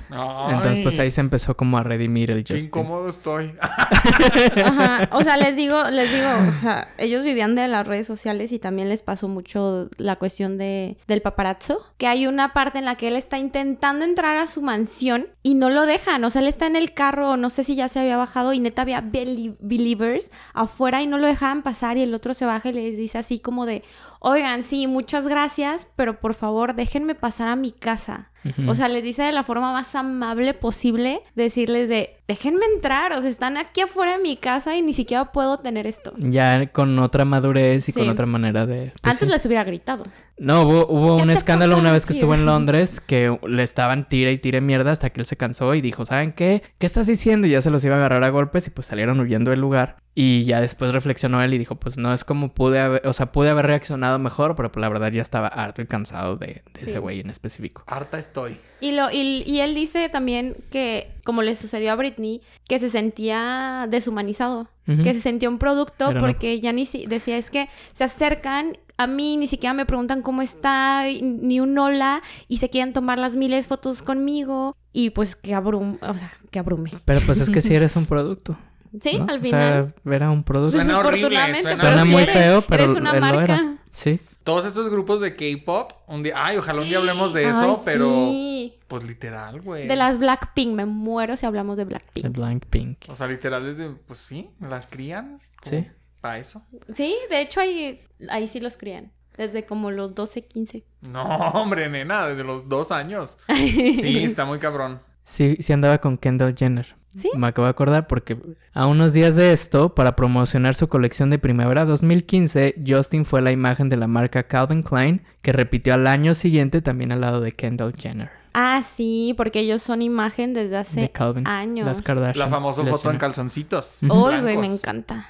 [SPEAKER 1] Ay,
[SPEAKER 3] Entonces, pues ahí se empezó como a redimir el
[SPEAKER 1] Qué
[SPEAKER 3] Justin.
[SPEAKER 1] incómodo estoy.
[SPEAKER 2] Ajá, o sea, les digo, les digo, o sea, ellos vivían de las redes sociales y también les pasó mucho la cuestión de, del paparazzo, que hay una parte en la que él está intentando entrar a su mansión y no lo dejan, o sea, él está en el carro, no sé si ya se había bajado y neta había beli- believers afuera y no lo dejaban pasar y el otro se baja y les dice así como de, oigan, sí, muchas gracias, pero por favor déjenme pasar a mi casa.
[SPEAKER 3] Ujú.
[SPEAKER 2] O sea, les dice de la forma más amable posible decirles de, déjenme entrar, o sea, están aquí afuera de mi casa y ni siquiera puedo tener esto.
[SPEAKER 3] Pues Ya con otra madurez y
[SPEAKER 2] Sí.
[SPEAKER 3] con otra manera de... pues,
[SPEAKER 2] Antes
[SPEAKER 3] sí.
[SPEAKER 2] les hubiera gritado.
[SPEAKER 3] No, hubo, hubo
[SPEAKER 2] ¿Qué
[SPEAKER 3] un
[SPEAKER 2] te
[SPEAKER 3] escándalo
[SPEAKER 2] falta
[SPEAKER 3] una vez que
[SPEAKER 2] decir?
[SPEAKER 3] estuvo en Londres que le estaban tira y tire mierda hasta que él se cansó y dijo, ¿saben qué? ¿Qué estás diciendo? Y ya se los iba a agarrar a golpes y pues salieron huyendo del lugar. Y ya después reflexionó él y dijo, pues no es como pude haber, o sea, pude haber reaccionado mejor, pero pues, la verdad ya estaba harto y cansado de, de
[SPEAKER 2] Sí.
[SPEAKER 3] ese güey en específico.
[SPEAKER 1] Harta estoy.
[SPEAKER 2] Y, lo, y, y él dice también que, como le sucedió a Britney, que se sentía deshumanizado,
[SPEAKER 3] Ujú.
[SPEAKER 2] que se sentía un producto
[SPEAKER 3] Pero no.
[SPEAKER 2] porque ya ni si, decía, es que se acercan a mí, ni siquiera me preguntan cómo está, y- ni un hola, y se quieren tomar las miles de fotos conmigo, y pues que abrum, o sea, que abrume.
[SPEAKER 3] Pero pues es que sí eres un producto.
[SPEAKER 2] Sí,
[SPEAKER 3] ¿no?
[SPEAKER 2] al
[SPEAKER 3] O
[SPEAKER 2] final.
[SPEAKER 3] sea, era un
[SPEAKER 2] Pues
[SPEAKER 3] producto.
[SPEAKER 1] Suena horrible,
[SPEAKER 2] Desafortunadamente,
[SPEAKER 1] suena-
[SPEAKER 2] pero
[SPEAKER 3] Suena
[SPEAKER 2] sí
[SPEAKER 3] muy
[SPEAKER 2] eres-
[SPEAKER 3] feo, pero
[SPEAKER 2] eres una
[SPEAKER 3] él lo
[SPEAKER 2] marca.
[SPEAKER 3] era. Sí.
[SPEAKER 1] Todos estos grupos de K-pop, un día... Ay, ojalá un día hablemos de eso,
[SPEAKER 2] Ay,
[SPEAKER 1] pero...
[SPEAKER 2] sí.
[SPEAKER 1] Pues literal, güey.
[SPEAKER 2] De las Blackpink, me muero si hablamos de
[SPEAKER 3] De
[SPEAKER 2] Blackpink.
[SPEAKER 3] Blackpink.
[SPEAKER 1] O sea, literal desde... Pues sí, las crían.
[SPEAKER 3] Sí.
[SPEAKER 2] Oh.
[SPEAKER 1] Para eso.
[SPEAKER 2] Sí, de hecho ahí, ahí sí los crían. Desde como los 12, 15.
[SPEAKER 1] No, hombre, nena, desde los dos años. Sí, está muy cabrón.
[SPEAKER 3] Sí, sí andaba con Kendall Jenner.
[SPEAKER 2] ¿Sí?
[SPEAKER 3] Me acabo de acordar porque a unos días de esto, para promocionar su colección de primavera 2015, Justin fue la imagen de la marca Calvin Klein, que repitió al año siguiente también al lado de Kendall Jenner.
[SPEAKER 2] Ah, sí, porque ellos son imagen desde hace
[SPEAKER 3] de Calvin.
[SPEAKER 2] años.
[SPEAKER 3] Las Kardashian.
[SPEAKER 1] La famosa
[SPEAKER 3] les
[SPEAKER 1] foto en
[SPEAKER 3] unió.
[SPEAKER 1] calzoncitos.
[SPEAKER 2] Ay, güey,
[SPEAKER 1] blancos.
[SPEAKER 2] me encanta.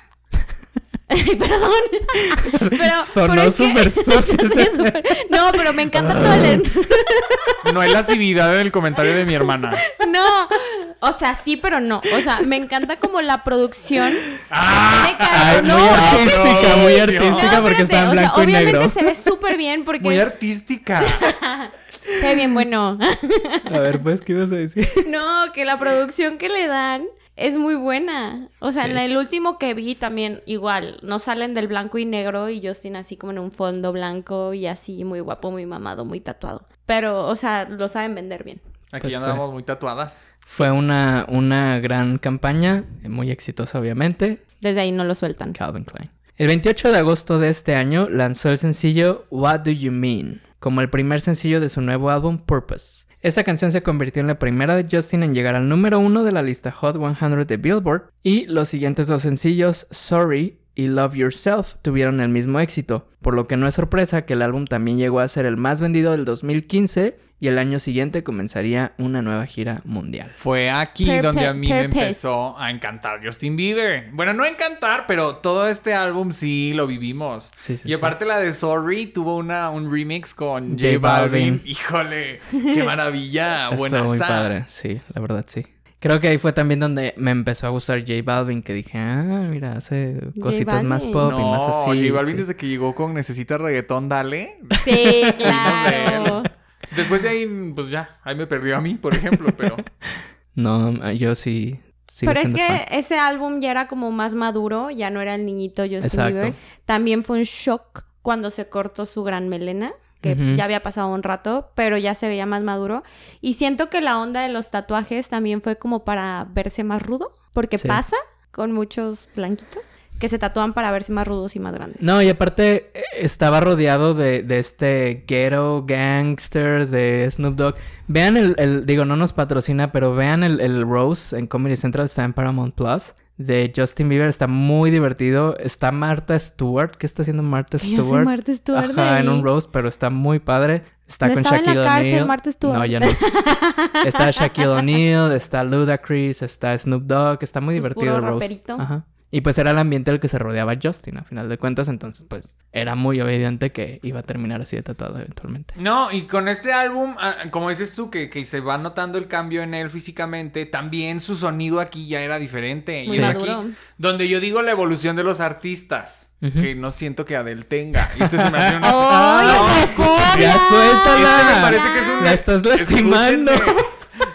[SPEAKER 2] Ay, Perdón. pero,
[SPEAKER 3] Sonó
[SPEAKER 2] pero es que-
[SPEAKER 3] súper sucio
[SPEAKER 2] Sí,
[SPEAKER 3] ese-
[SPEAKER 2] súper- No, pero me encanta todo el...
[SPEAKER 1] No hay lascividad en el comentario de mi hermana.
[SPEAKER 2] No. O sea, sí, pero no. O sea, me encanta como la producción.
[SPEAKER 1] Ah.
[SPEAKER 2] Me cae-
[SPEAKER 3] Ay,
[SPEAKER 2] no,
[SPEAKER 3] muy
[SPEAKER 2] es que-
[SPEAKER 3] artística, muy
[SPEAKER 1] No,
[SPEAKER 3] artística
[SPEAKER 2] espérate,
[SPEAKER 3] porque está en
[SPEAKER 2] o sea,
[SPEAKER 3] blanco y
[SPEAKER 2] obviamente
[SPEAKER 3] negro.
[SPEAKER 2] se ve súper bien
[SPEAKER 1] Muy
[SPEAKER 2] porque
[SPEAKER 1] artística.
[SPEAKER 2] se ve bien bueno.
[SPEAKER 3] A ver, pues, ¿qué ibas a decir?
[SPEAKER 2] no, que la producción que le dan es muy buena. O sea,
[SPEAKER 3] Sí.
[SPEAKER 2] en el último que vi también igual, no salen del blanco y negro y Justin así como en un fondo blanco y así muy guapo, muy mamado, muy tatuado. Pero, o sea, lo saben vender bien.
[SPEAKER 1] Aquí
[SPEAKER 3] Pues
[SPEAKER 1] ya
[SPEAKER 3] fue.
[SPEAKER 1] andamos muy tatuadas.
[SPEAKER 3] Fue una, una gran campaña, muy exitosa obviamente,
[SPEAKER 2] Desde ahí no lo sueltan.
[SPEAKER 3] Calvin Klein. El 28 de agosto de este año lanzó el sencillo What Do You Mean como el primer sencillo de su nuevo álbum Purpose. Esta canción se convirtió en la primera de Justin en llegar al número uno de la lista Hot 100 de Billboard y los siguientes dos sencillos Sorry y Love Yourself tuvieron el mismo éxito, por lo que no es sorpresa que el álbum también llegó a ser el más vendido del 2015 y el año siguiente comenzaría una nueva gira mundial.
[SPEAKER 1] Fue aquí
[SPEAKER 2] Purpo-
[SPEAKER 1] donde a mí me
[SPEAKER 2] Purpose.
[SPEAKER 1] empezó a encantar Justin Bieber. Bueno, no encantar, pero todo este álbum sí lo vivimos.
[SPEAKER 3] Sí, sí,
[SPEAKER 1] y
[SPEAKER 3] sí.
[SPEAKER 1] aparte la de Sorry tuvo una, un remix con
[SPEAKER 3] J
[SPEAKER 1] J,
[SPEAKER 3] Balvin.
[SPEAKER 1] Balvin. Híjole, qué maravilla.
[SPEAKER 3] Estuvo
[SPEAKER 1] Buena
[SPEAKER 3] muy padre, sí, la verdad sí. Creo que ahí fue también donde me empezó a gustar J Balvin, que dije, ah, mira, hace cositas más
[SPEAKER 2] Balvin.
[SPEAKER 3] pop y
[SPEAKER 1] No,
[SPEAKER 3] más así.
[SPEAKER 1] J Balvin
[SPEAKER 3] sí.
[SPEAKER 1] desde que llegó con Necesita Reggaetón, dale.
[SPEAKER 2] Sí,
[SPEAKER 1] claro.
[SPEAKER 2] claro.
[SPEAKER 1] Después de ahí, pues ya, ahí me perdió a mí, por ejemplo, pero...
[SPEAKER 3] No, yo sí. sigo
[SPEAKER 2] Pero es
[SPEAKER 3] siendo
[SPEAKER 2] que
[SPEAKER 3] fan.
[SPEAKER 2] ese álbum ya era como más maduro, ya no era el niñito Justin
[SPEAKER 3] Exacto.
[SPEAKER 2] Bieber. También fue un shock cuando se cortó su gran melena, que
[SPEAKER 3] Ujú.
[SPEAKER 2] ya había pasado un rato, pero ya se veía más maduro. Y siento que la onda de los tatuajes también fue como para verse más rudo, porque
[SPEAKER 3] Sí.
[SPEAKER 2] pasa con muchos blanquitos que se tatúan para verse más rudos y más grandes.
[SPEAKER 3] No, y aparte eh, estaba rodeado de, de este ghetto gangster de Snoop Dogg. Vean el, el- digo, no nos patrocina, pero vean el, el Rose en Comedy Central, está en Paramount Plus, de Justin Bieber, está muy divertido. Está Martha Stewart, ¿qué está haciendo Martha
[SPEAKER 2] ¿Qué hace
[SPEAKER 3] Stewart?
[SPEAKER 2] Martha Stewart
[SPEAKER 3] Ajá,
[SPEAKER 2] ahí?
[SPEAKER 3] en un Rose, pero está muy padre. Está
[SPEAKER 2] No
[SPEAKER 3] con
[SPEAKER 2] estaba en la
[SPEAKER 3] Shaquille
[SPEAKER 2] cárcel,
[SPEAKER 3] O'Neal.
[SPEAKER 2] Martha Stewart.
[SPEAKER 3] No, ya no. Está Shaquille O'Neal, está Ludacris, está Snoop Dogg, está muy
[SPEAKER 2] Pues, puro
[SPEAKER 3] divertido el roast.
[SPEAKER 2] raperito.
[SPEAKER 3] Ajá. Y pues era el ambiente al que se rodeaba Justin, a final de cuentas, entonces pues era muy evidente que iba a terminar así de tratado eventualmente.
[SPEAKER 1] No, y con este álbum, ah, como dices tú, que, que se va notando el cambio en él físicamente, también su sonido aquí ya era diferente. Y
[SPEAKER 2] Muy
[SPEAKER 1] es
[SPEAKER 2] maduro.
[SPEAKER 1] aquí donde yo digo la evolución de los artistas,
[SPEAKER 3] Ujú.
[SPEAKER 1] que no siento que Adele tenga. Y este se me hace una...
[SPEAKER 2] ¡Ay,
[SPEAKER 1] No,
[SPEAKER 2] la
[SPEAKER 3] ¡Ya
[SPEAKER 2] escuela!
[SPEAKER 3] suéltala!
[SPEAKER 1] este me parece que es un...
[SPEAKER 3] ¡La estás lastimando!
[SPEAKER 1] Escúchenme.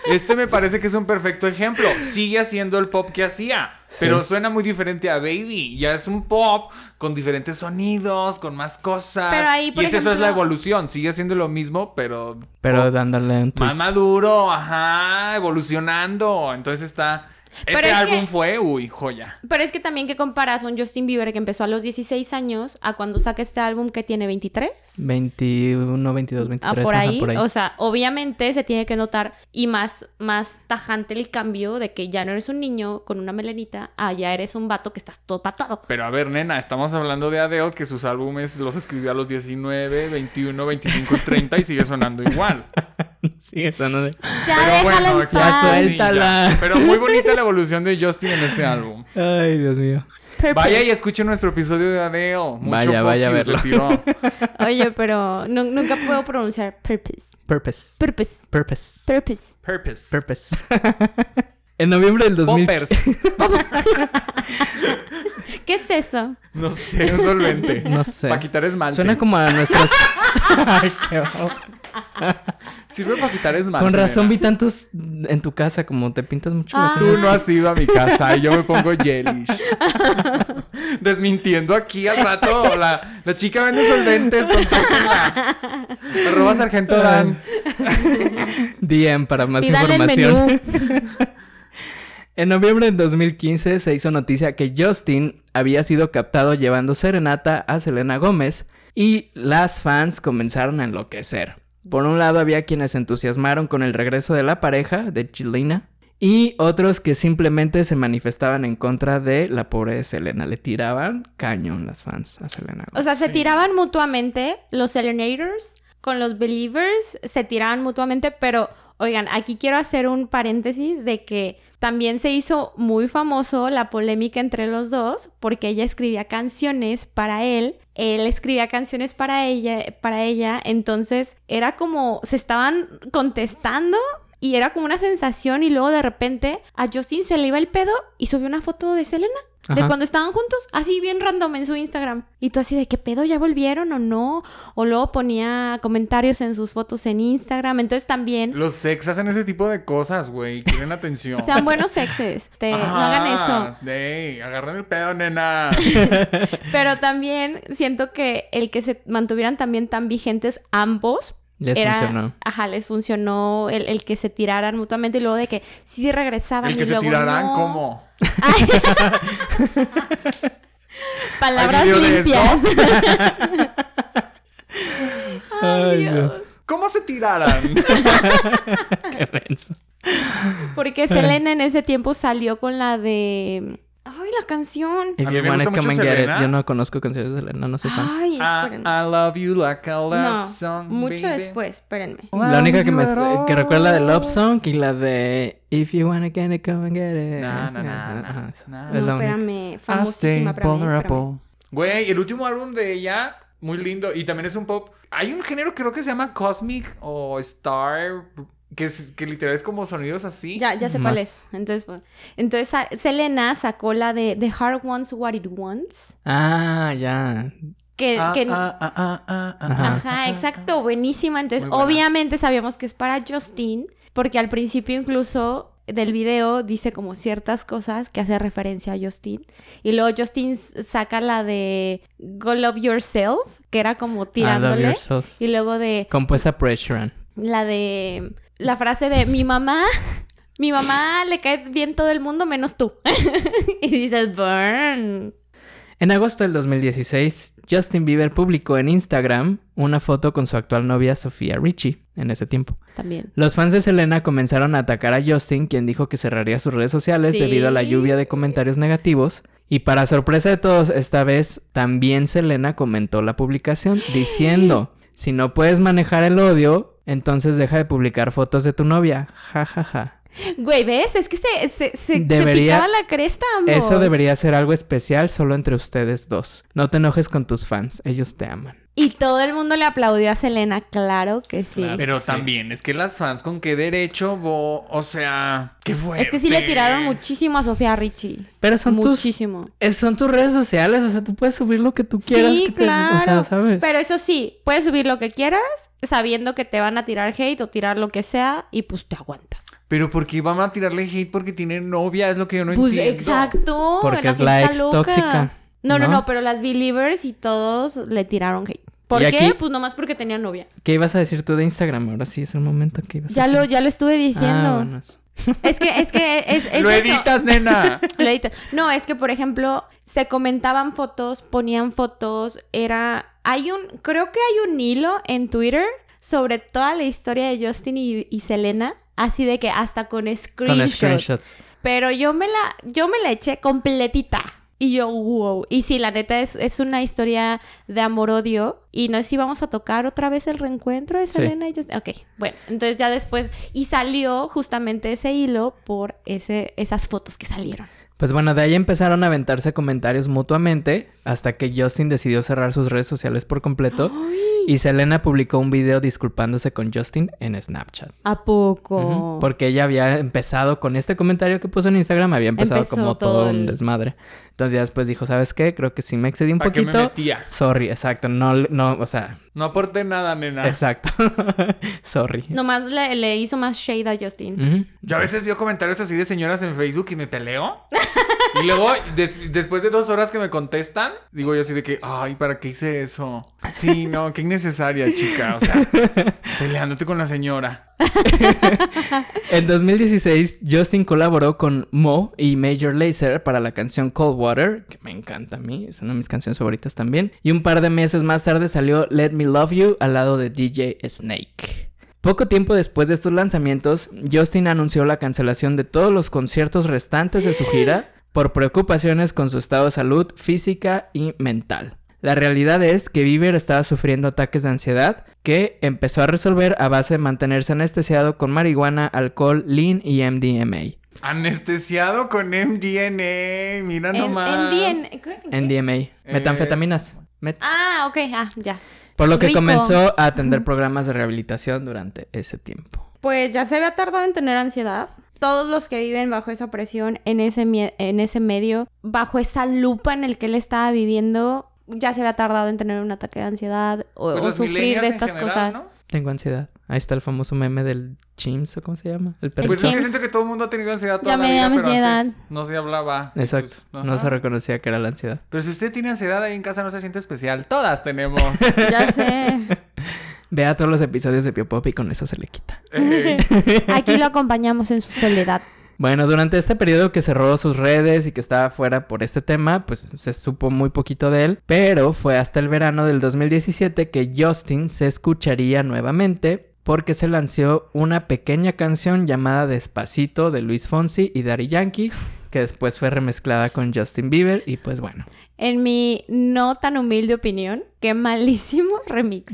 [SPEAKER 1] Este me parece que es un perfecto ejemplo. Sigue haciendo el pop que hacía, pero suena muy diferente a Baby. Ya es un pop con diferentes sonidos, con más cosas.
[SPEAKER 2] Pero ahí, por
[SPEAKER 1] y es- eso es la
[SPEAKER 2] ejemplo-
[SPEAKER 1] evolución. Sigue haciendo lo mismo, pero
[SPEAKER 3] Pero dándole un
[SPEAKER 1] más
[SPEAKER 3] twist.
[SPEAKER 1] maduro, ajá, evolucionando. Entonces está.
[SPEAKER 2] Pero
[SPEAKER 1] Ese
[SPEAKER 2] es
[SPEAKER 1] álbum
[SPEAKER 2] que-
[SPEAKER 1] fue, uy, joya.
[SPEAKER 2] Pero es que también que comparas un Justin Bieber que empezó a los 16 años a cuando saca este álbum que tiene 23.
[SPEAKER 3] 21, 22,
[SPEAKER 2] Ah,
[SPEAKER 3] 23,
[SPEAKER 2] por,
[SPEAKER 3] ajá,
[SPEAKER 2] ahí. O sea, obviamente se tiene que notar y más, más tajante el cambio de que ya no eres un niño con una melenita, ah, ya eres un vato que estás todo tatuado.
[SPEAKER 1] Pero a ver, nena, estamos hablando de Adele, que sus álbumes los escribió a los 19, 21, 25 y 30 y sigue sonando igual.
[SPEAKER 3] Sí, está no sé.
[SPEAKER 2] Ya
[SPEAKER 1] Pero
[SPEAKER 2] déjala
[SPEAKER 1] bueno,
[SPEAKER 2] en
[SPEAKER 1] exacto,
[SPEAKER 2] paz.
[SPEAKER 1] sí,
[SPEAKER 3] Suéltala.
[SPEAKER 1] ya. Pero muy bonita la evolución de Justin en este álbum.
[SPEAKER 3] Ay, Dios mío.
[SPEAKER 2] Purple.
[SPEAKER 1] Vaya y escuche nuestro episodio de Adele. Mucho
[SPEAKER 3] Vaya,
[SPEAKER 1] fuck
[SPEAKER 3] vaya a
[SPEAKER 1] you
[SPEAKER 3] verlo.
[SPEAKER 1] se tiró.
[SPEAKER 2] Oye, pero nu- nunca puedo pronunciar purpose.
[SPEAKER 3] Purpose.
[SPEAKER 2] Purpose.
[SPEAKER 3] Purpose.
[SPEAKER 2] Purpose.
[SPEAKER 1] Purpose.
[SPEAKER 3] Purpose. en noviembre del 2000.
[SPEAKER 1] Poppers.
[SPEAKER 2] ¿Qué es eso?
[SPEAKER 1] No sé, un solvente.
[SPEAKER 3] No sé.
[SPEAKER 1] Para quitar esmalte.
[SPEAKER 3] Suena como a nuestros. Ay, qué bajo.
[SPEAKER 1] Sirve para quitar esmalte.
[SPEAKER 3] Con razón
[SPEAKER 1] nena.
[SPEAKER 3] vi tantos en tu casa, como te pintas mucho las
[SPEAKER 2] Ah.
[SPEAKER 1] Tú no has ido a mi casa y yo me pongo jellish. Desmintiendo aquí al rato. La, la chica vende solventes. Contáctenla. Arroba Sargento Dan.
[SPEAKER 3] DM para más
[SPEAKER 2] Pídale el
[SPEAKER 3] información.
[SPEAKER 2] menú.
[SPEAKER 3] En noviembre del 2015 se hizo noticia que Justin había sido captado llevando serenata a Selena Gómez y las fans comenzaron a enloquecer. Por un lado había quienes se entusiasmaron con el regreso de la pareja de Chilena y otros que simplemente se manifestaban en contra de la pobre de Selena. Le tiraban cañón las fans a Selena
[SPEAKER 2] O
[SPEAKER 3] Gómez.
[SPEAKER 2] sea, se
[SPEAKER 1] Sí.
[SPEAKER 2] tiraban mutuamente los Selenators con los Believers, se tiraban mutuamente, pero oigan, aquí quiero hacer un paréntesis de que también se hizo muy famoso la polémica entre los dos porque ella escribía canciones para él, él escribía canciones para ella, para ella, entonces era como se estaban contestando y era como una sensación y luego de repente a Justin se le iba el pedo y subió una foto de Selena de
[SPEAKER 3] Ajá.
[SPEAKER 2] cuando estaban juntos, así bien random en su Instagram. Y tú así de qué pedo, ya volvieron o no. O luego ponía comentarios en sus fotos en Instagram. Entonces también
[SPEAKER 1] Los sex hacen ese tipo de cosas, güey. Quieren atención.
[SPEAKER 2] sean buenos sexes. Te- no hagan eso.
[SPEAKER 1] Ey, agarren el pedo, nena.
[SPEAKER 2] Pero también siento que el que se mantuvieran también tan vigentes ambos
[SPEAKER 3] Les
[SPEAKER 2] era-
[SPEAKER 3] funcionó.
[SPEAKER 2] Ajá, les funcionó el, el que se tiraran mutuamente y luego de que sí regresaban
[SPEAKER 1] El
[SPEAKER 2] y
[SPEAKER 1] que se
[SPEAKER 2] luego
[SPEAKER 1] tirarán
[SPEAKER 2] no.
[SPEAKER 1] como.
[SPEAKER 2] Palabras
[SPEAKER 1] ¿Hay video de
[SPEAKER 2] limpias. Ay,
[SPEAKER 3] Ay, Dios.
[SPEAKER 2] Dios.
[SPEAKER 1] ¿Cómo se tirarán?
[SPEAKER 3] Qué denso.
[SPEAKER 2] Porque Selena en ese tiempo salió con la de. Ay, la canción.
[SPEAKER 3] If
[SPEAKER 1] A mí
[SPEAKER 3] you
[SPEAKER 1] me
[SPEAKER 3] wanna
[SPEAKER 1] gusta
[SPEAKER 3] come
[SPEAKER 1] mucho
[SPEAKER 3] and get it.
[SPEAKER 1] Selena.
[SPEAKER 3] Yo no conozco canciones de Selena, no soy fan.
[SPEAKER 2] Ay,
[SPEAKER 1] Ah, I,
[SPEAKER 2] esperen.
[SPEAKER 1] I love you like a love
[SPEAKER 2] No,
[SPEAKER 1] song.
[SPEAKER 2] mucho
[SPEAKER 1] baby.
[SPEAKER 2] después, espérenme.
[SPEAKER 3] La única que me eh,
[SPEAKER 1] Love
[SPEAKER 3] que recuerda la de
[SPEAKER 1] you
[SPEAKER 3] Love Song y la de If you wanna get it, come and get it.
[SPEAKER 1] No, no, no,
[SPEAKER 3] Ajá,
[SPEAKER 1] no,
[SPEAKER 3] eso.
[SPEAKER 1] no.
[SPEAKER 2] No,
[SPEAKER 3] Es la única.
[SPEAKER 2] espérame.
[SPEAKER 1] I stay
[SPEAKER 2] Famosísima para mí, espérame.
[SPEAKER 1] vulnerable. Güey, el último álbum de ella, muy lindo. Y también es un pop. Hay un género creo que se llama Cosmic o Star. Que, es- que literal es como sonidos así.
[SPEAKER 2] Ya, ya sé cuál
[SPEAKER 3] Más.
[SPEAKER 2] es. Entonces, pues, entonces a- Selena sacó la de The Heart Wants What It Wants.
[SPEAKER 3] Ah, ya.
[SPEAKER 2] Que,
[SPEAKER 1] Ah,
[SPEAKER 2] que-
[SPEAKER 1] ah, ah, ah, ah, ah,
[SPEAKER 3] Ajá.
[SPEAKER 2] Ajá, exacto, buenísima. Entonces,
[SPEAKER 1] Muy buena.
[SPEAKER 2] obviamente sabíamos que es para Justin, porque al principio incluso del video dice como ciertas cosas que hace referencia a Justin. Y luego Justin s- saca la de Go Love Yourself, que era como
[SPEAKER 3] I Ah, love
[SPEAKER 2] tirándole.
[SPEAKER 3] yourself.
[SPEAKER 2] Y luego de
[SPEAKER 3] Compuesta por Ed Sheeran.
[SPEAKER 2] la de la frase de mi mamá, mi mamá le cae bien todo el mundo menos tú. y dices, burn.
[SPEAKER 3] En agosto del 2016, Justin Bieber publicó en Instagram una foto con su actual novia Sofía Richie en ese tiempo.
[SPEAKER 2] También.
[SPEAKER 3] Los fans de Selena comenzaron a atacar a Justin, quien dijo que cerraría sus redes sociales
[SPEAKER 2] Sí.
[SPEAKER 3] debido a la lluvia de comentarios negativos. Y para sorpresa de todos, esta vez también Selena comentó la publicación diciendo, si no puedes manejar el odio, entonces deja de publicar fotos de tu novia. Ja, ja, ja.
[SPEAKER 2] Güey, ¿ves? Es que se, se, se- se
[SPEAKER 3] Debería-
[SPEAKER 2] picaba la cresta, ambos.
[SPEAKER 3] Eso debería ser algo especial solo entre ustedes dos. No te enojes con tus fans, ellos te aman.
[SPEAKER 2] Y todo el mundo le aplaudió a Selena, claro que sí.
[SPEAKER 3] Claro.
[SPEAKER 1] Pero
[SPEAKER 3] Sí.
[SPEAKER 1] también, es que las fans, ¿con qué derecho? bo- O sea, qué fue.
[SPEAKER 2] Es que sí le tiraron muchísimo a Sofía Richie.
[SPEAKER 3] Pero son tus...
[SPEAKER 2] Muchísimo.
[SPEAKER 3] es- son tus redes sociales, o sea, tú puedes subir lo que tú quieras.
[SPEAKER 2] Sí,
[SPEAKER 3] que te- o sea,
[SPEAKER 2] claro,
[SPEAKER 3] ¿sabes?
[SPEAKER 2] Pero eso sí, puedes subir lo que quieras, sabiendo que te van a tirar hate o tirar lo que sea, y pues te aguantas.
[SPEAKER 1] Pero ¿por qué van a tirarle hate porque tiene novia? Es lo que yo no
[SPEAKER 2] pues
[SPEAKER 1] entiendo.
[SPEAKER 2] exacto.
[SPEAKER 3] Porque es
[SPEAKER 2] gente
[SPEAKER 3] la
[SPEAKER 2] está
[SPEAKER 3] ex
[SPEAKER 2] loca.
[SPEAKER 3] tóxica,
[SPEAKER 2] No, no,
[SPEAKER 3] ¿no?
[SPEAKER 2] no, pero las believers y todos le tiraron hate. ¿Por
[SPEAKER 3] Y
[SPEAKER 2] qué?
[SPEAKER 3] aquí-
[SPEAKER 2] Pues nomás porque tenía novia.
[SPEAKER 3] ¿Qué ibas a decir tú de Instagram? Ahora sí es el momento que ibas
[SPEAKER 2] Ya
[SPEAKER 3] a
[SPEAKER 2] lo, ya lo estuve diciendo.
[SPEAKER 3] Ah, bueno, eso.
[SPEAKER 2] Es que, es que es, es
[SPEAKER 1] Lo
[SPEAKER 2] eso.
[SPEAKER 1] editas, nena.
[SPEAKER 2] Lo editas. No, es que, por ejemplo, se comentaban fotos, ponían fotos, era... Hay un... Creo que hay un hilo en Twitter sobre toda la historia de Justin y, y Selena. Así de que hasta con screenshot.
[SPEAKER 3] Con screenshots.
[SPEAKER 2] Pero yo me la... Yo me la eché completita. Y yo, wow. Y sí, la neta es, es una historia de amor-odio. Y no sé si vamos a tocar otra vez el reencuentro de
[SPEAKER 3] Sí.
[SPEAKER 2] Selena y Justin. Ok, bueno. Entonces ya después... Y salió justamente ese hilo por ese, esas fotos que salieron.
[SPEAKER 3] Pues bueno, de ahí empezaron a aventarse comentarios mutuamente hasta que Justin decidió cerrar sus redes sociales por completo y Selena publicó un video disculpándose con Justin en Snapchat.
[SPEAKER 2] ¿A poco?
[SPEAKER 3] Ujú, Porque ella había empezado con este comentario que puso en Instagram, había empezado
[SPEAKER 2] Empezó
[SPEAKER 3] como
[SPEAKER 2] todo
[SPEAKER 3] todo un
[SPEAKER 2] el-
[SPEAKER 3] desmadre. Entonces ya después dijo, ¿sabes qué? Creo que sí me excedí un
[SPEAKER 1] ¿Para qué me
[SPEAKER 3] poquito.
[SPEAKER 1] metía?
[SPEAKER 3] Sorry, exacto. No, no, o sea,
[SPEAKER 1] No aporté nada, nena.
[SPEAKER 3] exacto. Sorry.
[SPEAKER 2] Nomás le, le hizo más shade a Justin.
[SPEAKER 1] Mm.
[SPEAKER 3] Ujú.
[SPEAKER 1] Yo a veces veo comentarios así de señoras en Facebook y me peleo. Y luego, des- después de dos horas que me contestan, digo yo así de que, ay, ¿para qué hice eso? Sí, no, qué innecesaria, chica. O sea, peleándote con la señora.
[SPEAKER 3] En 2016, Justin colaboró con Mo y Major Lazer para la canción Cold Water, que me encanta a mí, es una de mis canciones favoritas también. Y un par de meses más tarde salió Let Me Love You al lado de DJ Snake. Poco tiempo después de estos lanzamientos, Justin anunció la cancelación de todos los conciertos restantes de su gira por preocupaciones con su estado de salud física y mental. La realidad es que Bieber estaba sufriendo ataques de ansiedad que empezó a resolver a base de mantenerse anestesiado con marihuana, alcohol, lean y MDMA.
[SPEAKER 1] Anestesiado con MDNA, mira
[SPEAKER 2] En-
[SPEAKER 1] nomás.
[SPEAKER 2] en DN ¿qué?
[SPEAKER 3] MDMA, metanfetaminas, mets.
[SPEAKER 2] Ah, ok, ah, ya.
[SPEAKER 3] Por lo que
[SPEAKER 2] rico.
[SPEAKER 3] comenzó a atender programas de rehabilitación durante ese tiempo.
[SPEAKER 2] Pues ya se había tardado en tener ansiedad. Todos los que viven bajo esa presión, en ese, mie- en ese medio, bajo esa lupa en el que él estaba viviendo, ya se había tardado en tener un ataque de ansiedad o,
[SPEAKER 1] Pues
[SPEAKER 2] o
[SPEAKER 1] los
[SPEAKER 2] sufrir
[SPEAKER 1] millennials
[SPEAKER 2] de
[SPEAKER 1] en
[SPEAKER 2] estas
[SPEAKER 1] general,
[SPEAKER 2] cosas.
[SPEAKER 1] ¿no?
[SPEAKER 3] Tengo ansiedad. Ahí está el famoso meme del Chims, ¿o cómo se llama? El perrito.
[SPEAKER 1] Pues es que
[SPEAKER 2] James-
[SPEAKER 1] siento que todo el mundo ha tenido ansiedad toda
[SPEAKER 2] Ya
[SPEAKER 1] la
[SPEAKER 2] me
[SPEAKER 1] vida,
[SPEAKER 2] da
[SPEAKER 1] pero
[SPEAKER 2] ansiedad.
[SPEAKER 1] antes no se hablaba.
[SPEAKER 3] Exacto.
[SPEAKER 1] Pues,
[SPEAKER 3] no se
[SPEAKER 1] ajá.
[SPEAKER 3] reconocía que era la ansiedad.
[SPEAKER 1] Pero si usted tiene ansiedad ahí en casa, no se siente especial. Todas tenemos.
[SPEAKER 2] Ya sé.
[SPEAKER 3] Vea todos los episodios de Pio Pop y con eso se le quita.
[SPEAKER 1] Eh,
[SPEAKER 2] Aquí lo acompañamos en su soledad.
[SPEAKER 3] Bueno, durante este periodo que cerró sus redes y que estaba fuera por este tema, pues se supo muy poquito de él, pero fue hasta el verano del 2017 que Justin se escucharía nuevamente porque se lanzó una pequeña canción llamada Despacito de Luis Fonsi y Daddy Yankee, que después fue remezclada con Justin Bieber y pues bueno.
[SPEAKER 2] En mi no tan humilde opinión, qué malísimo remix.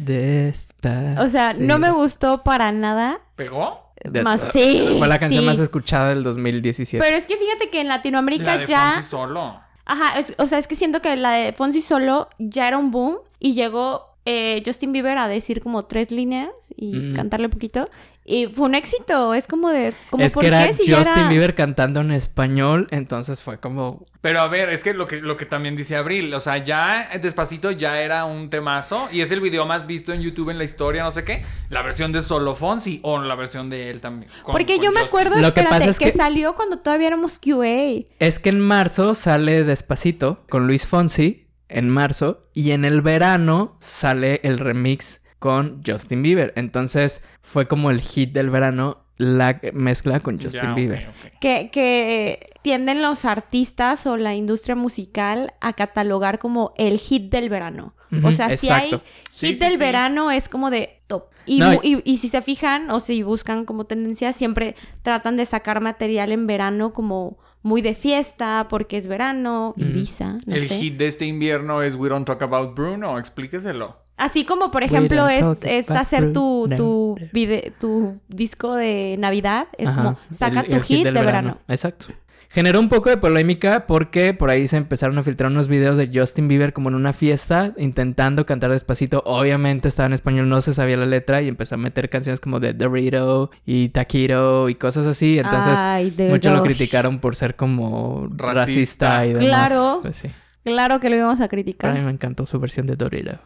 [SPEAKER 3] Despacito.
[SPEAKER 2] O sea, no me gustó para nada.
[SPEAKER 1] ¿Pegó?
[SPEAKER 3] Des- eh,
[SPEAKER 2] Más sí,
[SPEAKER 3] Fue la canción
[SPEAKER 2] sí.
[SPEAKER 3] más escuchada del 2017.
[SPEAKER 2] Pero es que fíjate que en Latinoamérica
[SPEAKER 1] La de
[SPEAKER 2] ya...
[SPEAKER 1] Fonsi solo.
[SPEAKER 2] Ajá, es- o sea, es que siento que la de Fonsi solo ya era un boom y llegó eh, Justin Bieber a decir como tres líneas y
[SPEAKER 3] Mm.
[SPEAKER 2] cantarle poquito. Y fue un éxito, es como de... Como,
[SPEAKER 3] es
[SPEAKER 2] ¿por
[SPEAKER 3] que era
[SPEAKER 2] qué si ya
[SPEAKER 3] Justin
[SPEAKER 2] era-
[SPEAKER 3] Bieber cantando en español, entonces fue como
[SPEAKER 1] Pero a ver, es que lo que, lo que también dice Abril, o sea, ya eh, Despacito ya era un temazo y es el video más visto en YouTube en la historia, no sé qué, la versión de Solo Fonsi o la versión de él también. con-
[SPEAKER 2] Porque
[SPEAKER 1] con
[SPEAKER 2] yo me
[SPEAKER 1] Justin.
[SPEAKER 2] acuerdo,
[SPEAKER 3] Lo que
[SPEAKER 2] espérate,
[SPEAKER 3] pasa
[SPEAKER 2] que,
[SPEAKER 3] es que-
[SPEAKER 2] salió cuando todavía éramos QA.
[SPEAKER 3] Es que en marzo sale Despacito con Luis Fonsi, en marzo, y en el verano sale el remix con Justin Bieber. Entonces fue como el hit del verano, la mezcla con
[SPEAKER 1] Ya,
[SPEAKER 3] Justin
[SPEAKER 1] ok,
[SPEAKER 3] Bieber.
[SPEAKER 1] ok.
[SPEAKER 2] Que, que tienden los artistas o la industria musical a catalogar como el hit del verano.
[SPEAKER 3] Ujú,
[SPEAKER 2] o sea, si hay hit
[SPEAKER 3] exacto.
[SPEAKER 1] Sí, sí,
[SPEAKER 2] del
[SPEAKER 1] sí.
[SPEAKER 2] verano es como de top. Y,
[SPEAKER 3] No,
[SPEAKER 2] mu- y- y si se fijan o si buscan como tendencia, siempre tratan de sacar material en verano como muy de fiesta, porque es verano,
[SPEAKER 3] Ujú.
[SPEAKER 2] Ibiza, no
[SPEAKER 1] El
[SPEAKER 2] sé.
[SPEAKER 1] hit de este invierno es We Don't Talk About Bruno, explíqueselo.
[SPEAKER 2] Así como, por
[SPEAKER 3] We
[SPEAKER 2] ejemplo,
[SPEAKER 3] don't
[SPEAKER 2] es,
[SPEAKER 3] talk
[SPEAKER 2] es
[SPEAKER 3] about
[SPEAKER 2] hacer tu,
[SPEAKER 3] Bruno.
[SPEAKER 2] tu, vide- tu disco de Navidad. Es
[SPEAKER 3] Ajá,
[SPEAKER 2] como, saca
[SPEAKER 3] el-
[SPEAKER 2] tu
[SPEAKER 3] el
[SPEAKER 2] hit, de verano.
[SPEAKER 3] Exacto. Generó un poco de polémica porque por ahí se empezaron a filtrar unos videos de Justin Bieber como en una fiesta intentando cantar despacito. Obviamente estaba en español, no se sabía la letra y empezó a meter canciones como de Dorito y Taquito y cosas así. Entonces
[SPEAKER 2] Ay, de
[SPEAKER 3] muchos lo
[SPEAKER 2] verdad.
[SPEAKER 3] criticaron por ser como
[SPEAKER 1] Racista.
[SPEAKER 3] racista y demás.
[SPEAKER 2] Claro.
[SPEAKER 3] Pues sí.
[SPEAKER 2] Claro que lo íbamos a criticar.
[SPEAKER 3] Pero a mí me encantó su versión de Dorito.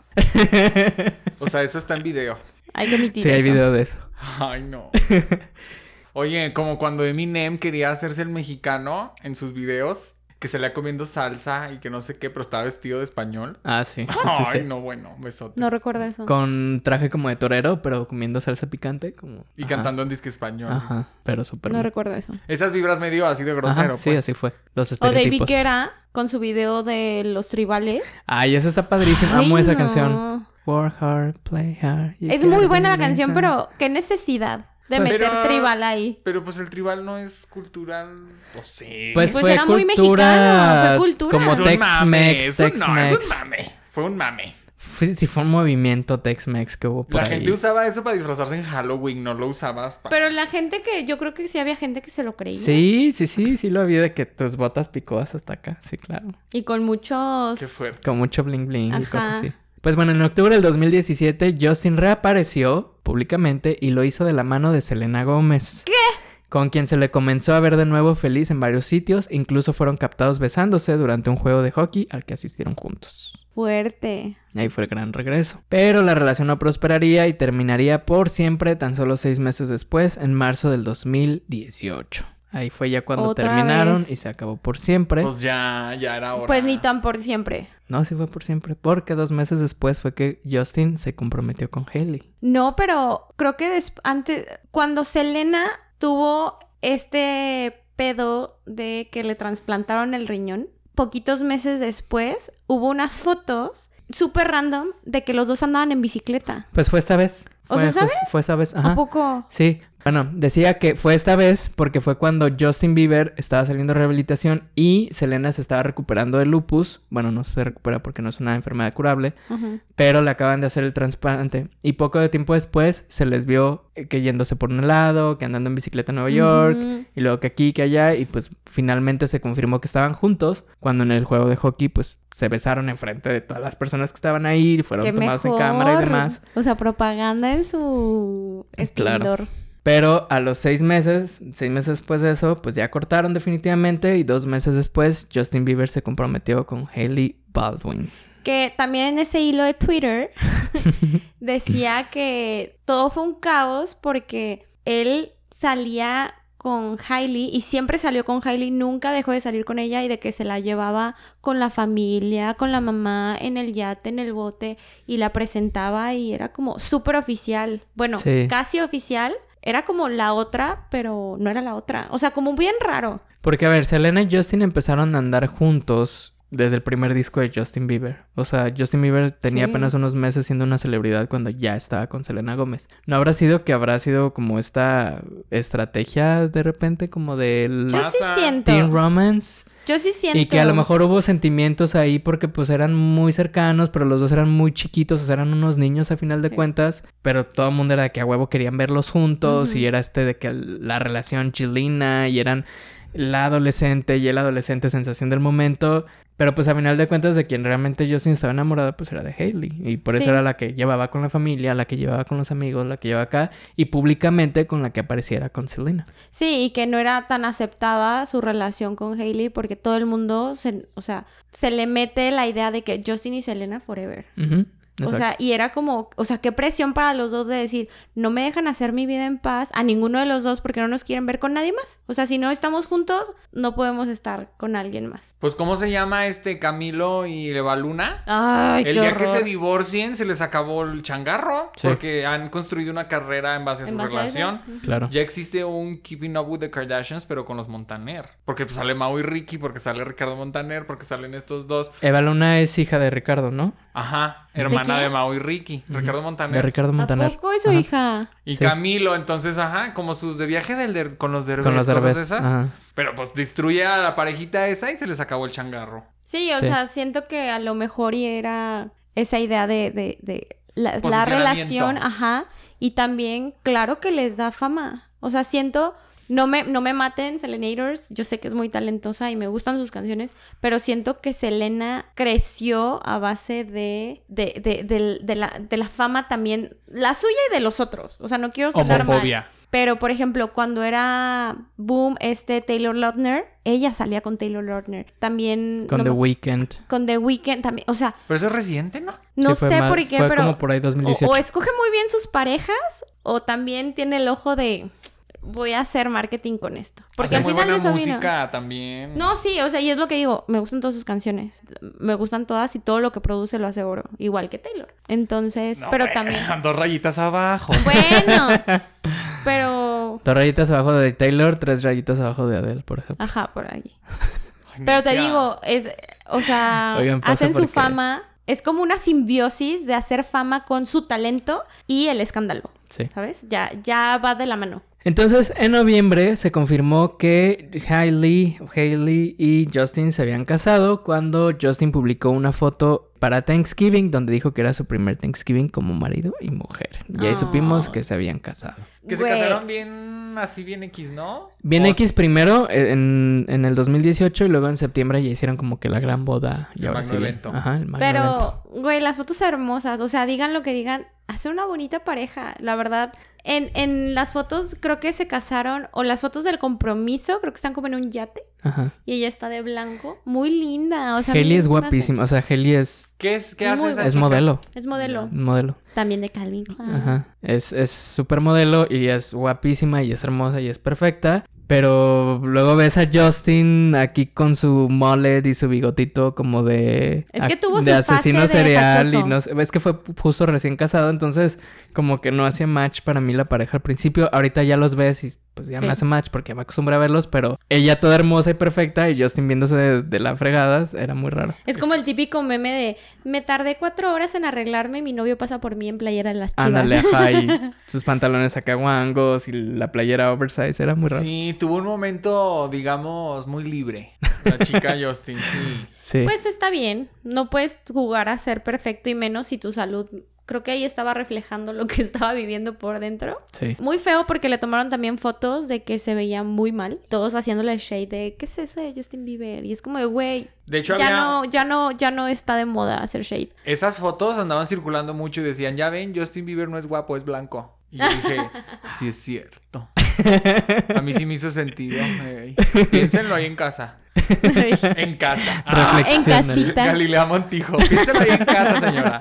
[SPEAKER 1] O sea, eso está en video.
[SPEAKER 2] Hay que emitir
[SPEAKER 3] Sí, hay
[SPEAKER 2] eso.
[SPEAKER 3] video de eso.
[SPEAKER 1] Ay, no. Oye, como cuando Eminem quería hacerse el mexicano en sus videos, que se le comiendo salsa y que no sé qué, pero estaba vestido de español.
[SPEAKER 3] Ah, sí. sí, sí,
[SPEAKER 1] Ay,
[SPEAKER 3] sí.
[SPEAKER 1] no, bueno, besotes.
[SPEAKER 2] No recuerdo eso.
[SPEAKER 3] Con traje como de torero, pero comiendo salsa picante. Como...
[SPEAKER 1] Y
[SPEAKER 3] Ajá.
[SPEAKER 1] cantando en disque español.
[SPEAKER 3] Ajá, pero súper
[SPEAKER 2] No
[SPEAKER 3] mal.
[SPEAKER 2] recuerdo eso.
[SPEAKER 1] Esas vibras medio así de
[SPEAKER 3] Ajá,
[SPEAKER 1] grosero,
[SPEAKER 3] sí,
[SPEAKER 1] pues.
[SPEAKER 3] así fue. Los
[SPEAKER 2] O David
[SPEAKER 3] estereotipos.
[SPEAKER 2] Guerra con su video de los tribales.
[SPEAKER 3] Ay, esa está padrísima. Amo
[SPEAKER 2] Ay,
[SPEAKER 3] esa
[SPEAKER 2] no.
[SPEAKER 3] canción. Work hard, play hard. you
[SPEAKER 2] Es
[SPEAKER 3] gotta
[SPEAKER 2] muy buena la
[SPEAKER 3] be
[SPEAKER 2] canción,
[SPEAKER 3] hard.
[SPEAKER 2] pero qué necesidad de
[SPEAKER 3] Pues-
[SPEAKER 2] meter
[SPEAKER 1] Pero-
[SPEAKER 2] tribal ahí.
[SPEAKER 1] Pero pues el tribal no es cultural. No sé.
[SPEAKER 3] Pues,
[SPEAKER 2] Pues
[SPEAKER 3] fue
[SPEAKER 2] era muy
[SPEAKER 3] cultura,
[SPEAKER 2] mexicano, fue cultura.
[SPEAKER 1] Es
[SPEAKER 3] Como
[SPEAKER 1] un mame,
[SPEAKER 3] Tex-Mex,
[SPEAKER 1] es un- no, es un
[SPEAKER 3] Tex-Mex.
[SPEAKER 1] mame. Fue un mame.
[SPEAKER 3] Fue- Sí, fue un movimiento Tex-Mex que hubo por
[SPEAKER 1] La
[SPEAKER 3] ahí.
[SPEAKER 1] gente usaba eso para disfrazarse en Halloween, no lo usabas para.
[SPEAKER 2] Pero la gente que, yo creo que sí había gente que se lo creía.
[SPEAKER 3] Sí, sí, sí, sí lo vi de que tus botas picodas hasta acá. Sí, claro.
[SPEAKER 2] Y con muchos...
[SPEAKER 1] Qué fuerte.
[SPEAKER 3] Con mucho bling bling y cosas
[SPEAKER 2] Ajá.
[SPEAKER 3] así. Pues bueno, en octubre del 2017, Justin reapareció públicamente y lo hizo de la mano de Selena Gómez. ¿Qué? Con quien se le comenzó a ver de nuevo feliz en varios sitios, incluso fueron captados besándose durante un juego de hockey al que asistieron juntos.
[SPEAKER 2] Fuerte.
[SPEAKER 3] Ahí fue el gran regreso. Pero la relación no prosperaría y terminaría por siempre tan solo seis meses después, en marzo del 2018. Ahí fue ya cuando
[SPEAKER 2] Otra
[SPEAKER 3] terminaron
[SPEAKER 2] vez.
[SPEAKER 3] y se acabó por siempre.
[SPEAKER 1] Pues ya, ya era hora.
[SPEAKER 2] Pues ni tan por siempre.
[SPEAKER 3] No, sí fue por siempre, porque dos meses después fue que Justin se comprometió con Haley.
[SPEAKER 2] No, pero creo que des- antes, cuando Selena tuvo este pedo de que le trasplantaron el riñón, poquitos meses después hubo unas fotos súper random de que los dos andaban en bicicleta.
[SPEAKER 3] Pues fue esta vez.
[SPEAKER 2] O
[SPEAKER 3] Fue,
[SPEAKER 2] sea, ¿sabe?
[SPEAKER 3] justo- Fue esa vez,
[SPEAKER 2] ¿A
[SPEAKER 3] ajá.
[SPEAKER 2] poco?
[SPEAKER 3] Sí, bueno, decía que fue esta vez porque fue cuando Justin Bieber estaba saliendo de rehabilitación y Selena se estaba recuperando de lupus. Bueno, no se recupera porque no es una enfermedad curable,
[SPEAKER 2] Ujú.
[SPEAKER 3] pero le acaban de hacer el trasplante. Y poco de tiempo después se les vio eh, que yéndose por un lado, que andando en bicicleta a Nueva York,
[SPEAKER 2] Ujú.
[SPEAKER 3] y luego que aquí, que allá, y pues finalmente se confirmó que estaban juntos, cuando en el juego de hockey pues se besaron enfrente de todas las personas que estaban ahí, fueron
[SPEAKER 2] Qué
[SPEAKER 3] tomados en cámara y
[SPEAKER 2] mejor.
[SPEAKER 3] demás.
[SPEAKER 2] O sea, propaganda en su
[SPEAKER 3] Claro.
[SPEAKER 2] esplendor.
[SPEAKER 3] Pero a los seis meses, seis meses después de eso, pues ya cortaron definitivamente y dos meses después Justin Bieber se comprometió con Hailey Baldwin.
[SPEAKER 2] Que también en ese hilo de Twitter decía que todo fue un caos porque él salía con Hailey y siempre salió con Hailey, nunca dejó de salir con ella y de que se la llevaba con la familia, con la mamá, en el yate, en el bote y la presentaba y era como súper oficial. Bueno,
[SPEAKER 3] Sí.
[SPEAKER 2] casi oficial. Era como la otra, pero no era la otra. O sea, como bien raro.
[SPEAKER 3] Porque, a ver, Selena y Justin empezaron a andar juntos desde el primer disco de Justin Bieber. O sea, Justin Bieber tenía
[SPEAKER 2] Sí.
[SPEAKER 3] apenas unos meses siendo una celebridad cuando ya estaba con Selena Gómez. ¿No habrá sido que habrá sido como esta estrategia de repente como del
[SPEAKER 2] Yo sí
[SPEAKER 1] Pasa.
[SPEAKER 2] siento.
[SPEAKER 3] teen romance?
[SPEAKER 2] Yo sí siento.
[SPEAKER 3] Y que a lo mejor hubo sentimientos ahí porque pues eran muy cercanos, pero los dos eran muy chiquitos, o sea, eran unos niños a final de
[SPEAKER 2] Sí.
[SPEAKER 3] cuentas, pero todo el mundo era de que a huevo querían verlos juntos
[SPEAKER 2] Ujú.
[SPEAKER 3] y era este de que la relación chilena y eran la adolescente y el adolescente sensación del momento, pero pues a final de cuentas de quien realmente Justin estaba enamorada pues era de Hailey y por eso
[SPEAKER 2] Sí.
[SPEAKER 3] era la que llevaba con la familia, la que llevaba con los amigos, la que llevaba acá y públicamente con la que apareciera con Selena.
[SPEAKER 2] Sí, y que no era tan aceptada su relación con Hailey porque todo el mundo, se, o sea, se le mete la idea de que Justin y Selena forever.
[SPEAKER 3] Ujú,
[SPEAKER 2] O sea, y era como, o sea, qué presión para los dos de decir, no me dejan hacer mi vida en paz a ninguno de los dos porque no nos quieren ver con nadie más. O sea, si no estamos juntos, no podemos estar con alguien más.
[SPEAKER 1] Pues, ¿cómo se llama este Camilo y Levaluna?
[SPEAKER 2] Ay,
[SPEAKER 1] el
[SPEAKER 2] qué
[SPEAKER 1] día
[SPEAKER 2] horror.
[SPEAKER 1] que se divorcien se les acabó el changarro
[SPEAKER 3] Sí.
[SPEAKER 1] porque han construido una carrera en base a
[SPEAKER 2] En
[SPEAKER 1] su
[SPEAKER 2] base a eso.
[SPEAKER 1] relación.
[SPEAKER 3] claro.
[SPEAKER 1] Ya existe un Keeping Up with the Kardashians, pero con los Montaner. Porque pues, sale Mau y Ricky, porque sale Ricardo Montaner, porque salen estos dos.
[SPEAKER 3] Eva Luna es hija de Ricardo, ¿no?
[SPEAKER 1] Ajá,
[SPEAKER 2] ¿De
[SPEAKER 1] hermana
[SPEAKER 2] quién?
[SPEAKER 1] de, Mau y Ricky, Ricardo
[SPEAKER 3] De
[SPEAKER 1] Montaner.
[SPEAKER 3] Ricardo
[SPEAKER 2] ¿A
[SPEAKER 3] Montaner.
[SPEAKER 2] poco es su
[SPEAKER 3] Ajá.
[SPEAKER 2] hija?
[SPEAKER 1] y
[SPEAKER 3] sí.
[SPEAKER 1] Camilo, entonces, ajá, como sus de viaje del der- con los derbes,
[SPEAKER 3] Con los
[SPEAKER 1] cosas
[SPEAKER 3] Derbez.
[SPEAKER 1] de esas.
[SPEAKER 3] ajá.
[SPEAKER 1] Pero pues destruye a la parejita esa y se les acabó el changarro.
[SPEAKER 2] Sí, o
[SPEAKER 3] Sí.
[SPEAKER 2] sea, siento que a lo mejor y era esa idea de, de, de la, la
[SPEAKER 1] Posicionamiento.
[SPEAKER 2] relación, ajá, y también, claro que les da fama. O sea, siento, no me, no me maten Selenators, yo sé que es muy talentosa y me gustan sus canciones, pero siento que Selena creció a base de, de, de, de- de la, de la fama también, la suya y de los otros. O sea, no quiero sonar mal.
[SPEAKER 1] Homofobia.
[SPEAKER 2] Pero, por ejemplo, cuando era boom este Taylor Lautner, ella salía con Taylor Lautner. También...
[SPEAKER 3] Con
[SPEAKER 2] no
[SPEAKER 3] The
[SPEAKER 2] me-
[SPEAKER 3] Weeknd.
[SPEAKER 2] con The Weeknd también. O sea,
[SPEAKER 1] Pero eso es reciente, ¿no?
[SPEAKER 2] no
[SPEAKER 3] Sí, fue
[SPEAKER 2] sé
[SPEAKER 3] ma-
[SPEAKER 2] por qué,
[SPEAKER 3] fue
[SPEAKER 2] pero...
[SPEAKER 3] como por ahí
[SPEAKER 2] o,
[SPEAKER 3] 2018.
[SPEAKER 2] o escoge muy bien sus parejas o también tiene el ojo de... Voy a hacer marketing con esto. Porque
[SPEAKER 1] Hace
[SPEAKER 2] al
[SPEAKER 1] muy
[SPEAKER 2] final
[SPEAKER 1] buena
[SPEAKER 2] de eso vino.
[SPEAKER 1] música también.
[SPEAKER 2] No, sí, o sea, y es lo que digo, me gustan todas sus canciones, me gustan todas y todo lo que produce lo hace oro, igual que Taylor. Entonces,
[SPEAKER 1] No,
[SPEAKER 2] pero
[SPEAKER 1] güey,
[SPEAKER 2] también...
[SPEAKER 1] Dos rayitas abajo.
[SPEAKER 2] Bueno, pero...
[SPEAKER 3] Dos rayitas abajo de Taylor, tres rayitas abajo de Adele, por ejemplo.
[SPEAKER 2] Ajá, por ahí.
[SPEAKER 1] Ay,
[SPEAKER 2] Pero te
[SPEAKER 1] necia.
[SPEAKER 2] digo, es, o sea,
[SPEAKER 3] Oigan, pasa
[SPEAKER 2] hacen su
[SPEAKER 3] porque-
[SPEAKER 2] fama, es como una simbiosis de hacer fama con su talento y el escándalo,
[SPEAKER 3] Sí.
[SPEAKER 2] ¿sabes? Ya, ya va de la mano.
[SPEAKER 3] Entonces, en noviembre se confirmó que Hailey, Hailey y Justin se habían casado cuando Justin publicó una foto para Thanksgiving donde dijo que era su primer Thanksgiving como marido y mujer. Y ahí
[SPEAKER 2] Ah.
[SPEAKER 3] supimos que se habían casado.
[SPEAKER 1] Que se
[SPEAKER 2] Güey.
[SPEAKER 1] casaron bien, así bien X, ¿no?
[SPEAKER 3] Bien
[SPEAKER 1] O-
[SPEAKER 3] X primero eh, en, en el 2018 y luego en septiembre ya hicieron como que la gran boda. Y
[SPEAKER 1] El
[SPEAKER 3] ahora
[SPEAKER 1] magno
[SPEAKER 3] sí,
[SPEAKER 1] evento.
[SPEAKER 3] Ajá, el magno evento.
[SPEAKER 2] Pero, güey, las fotos hermosas, o sea, digan lo que digan, hace una bonita pareja, la verdad. En, en las fotos creo que se casaron, o las fotos del compromiso, creo que están como en un yate
[SPEAKER 3] Ajá.
[SPEAKER 2] y ella está de blanco, muy linda, o sea. a mí
[SPEAKER 3] Hailey es
[SPEAKER 2] se me hace-
[SPEAKER 3] guapísima, o sea, Hailey es,
[SPEAKER 1] ¿Qué, es, qué
[SPEAKER 2] Muy
[SPEAKER 1] hace esa
[SPEAKER 2] buena.
[SPEAKER 3] es
[SPEAKER 1] chica?
[SPEAKER 3] modelo,
[SPEAKER 2] Es modelo,
[SPEAKER 3] un modelo.
[SPEAKER 2] también de Calvin Klein.
[SPEAKER 3] Ajá. Es, es súper modelo y es guapísima y es hermosa y es perfecta. Pero luego ves a Justin aquí con su mullet y su bigotito como de...
[SPEAKER 2] Es que
[SPEAKER 3] ac-
[SPEAKER 2] tuvo su
[SPEAKER 3] de
[SPEAKER 2] fase
[SPEAKER 3] asesino
[SPEAKER 2] de
[SPEAKER 3] serial y
[SPEAKER 2] fachoso.
[SPEAKER 3] no sé- Es que fue justo recién casado, entonces como que no hacía match para mí la pareja al principio. Ahorita ya los ves y pues ya
[SPEAKER 2] Sí.
[SPEAKER 3] me hace match porque me acostumbré a verlos, pero ella toda hermosa y perfecta y Justin viéndose de, de la fregada era muy raro.
[SPEAKER 2] Es como el típico meme de me tardé cuatro horas en arreglarme y mi novio pasa por mí en playera de las chivas.
[SPEAKER 3] Ándale, ajá, y sus pantalones acaguangos y la playera oversize era muy raro.
[SPEAKER 1] Sí, tuvo un momento, digamos, muy libre. La chica Justin, sí.
[SPEAKER 3] Sí.
[SPEAKER 2] Pues está bien, no puedes jugar a ser perfecto y menos si tu salud. Creo que ahí estaba reflejando lo que estaba viviendo por dentro.
[SPEAKER 3] Sí.
[SPEAKER 2] Muy feo porque le tomaron también fotos de que se veía muy mal. Todos haciéndole shade de ¿qué es eso de Justin Bieber? Y es como de güey,
[SPEAKER 1] De hecho,
[SPEAKER 2] ya
[SPEAKER 1] había-
[SPEAKER 2] no, ya no, ya no está de moda hacer shade.
[SPEAKER 1] esas fotos andaban circulando mucho y decían, ya ven, Justin Bieber no es guapo, es blanco. Y yo dije, sí es cierto. A mí sí me hizo sentido. ey. Piénsenlo ahí en casa. En casa. Ah,
[SPEAKER 2] en
[SPEAKER 3] Reflexiónale.
[SPEAKER 2] casita.
[SPEAKER 1] Galilea Montijo. Piénsenlo ahí en casa, señora.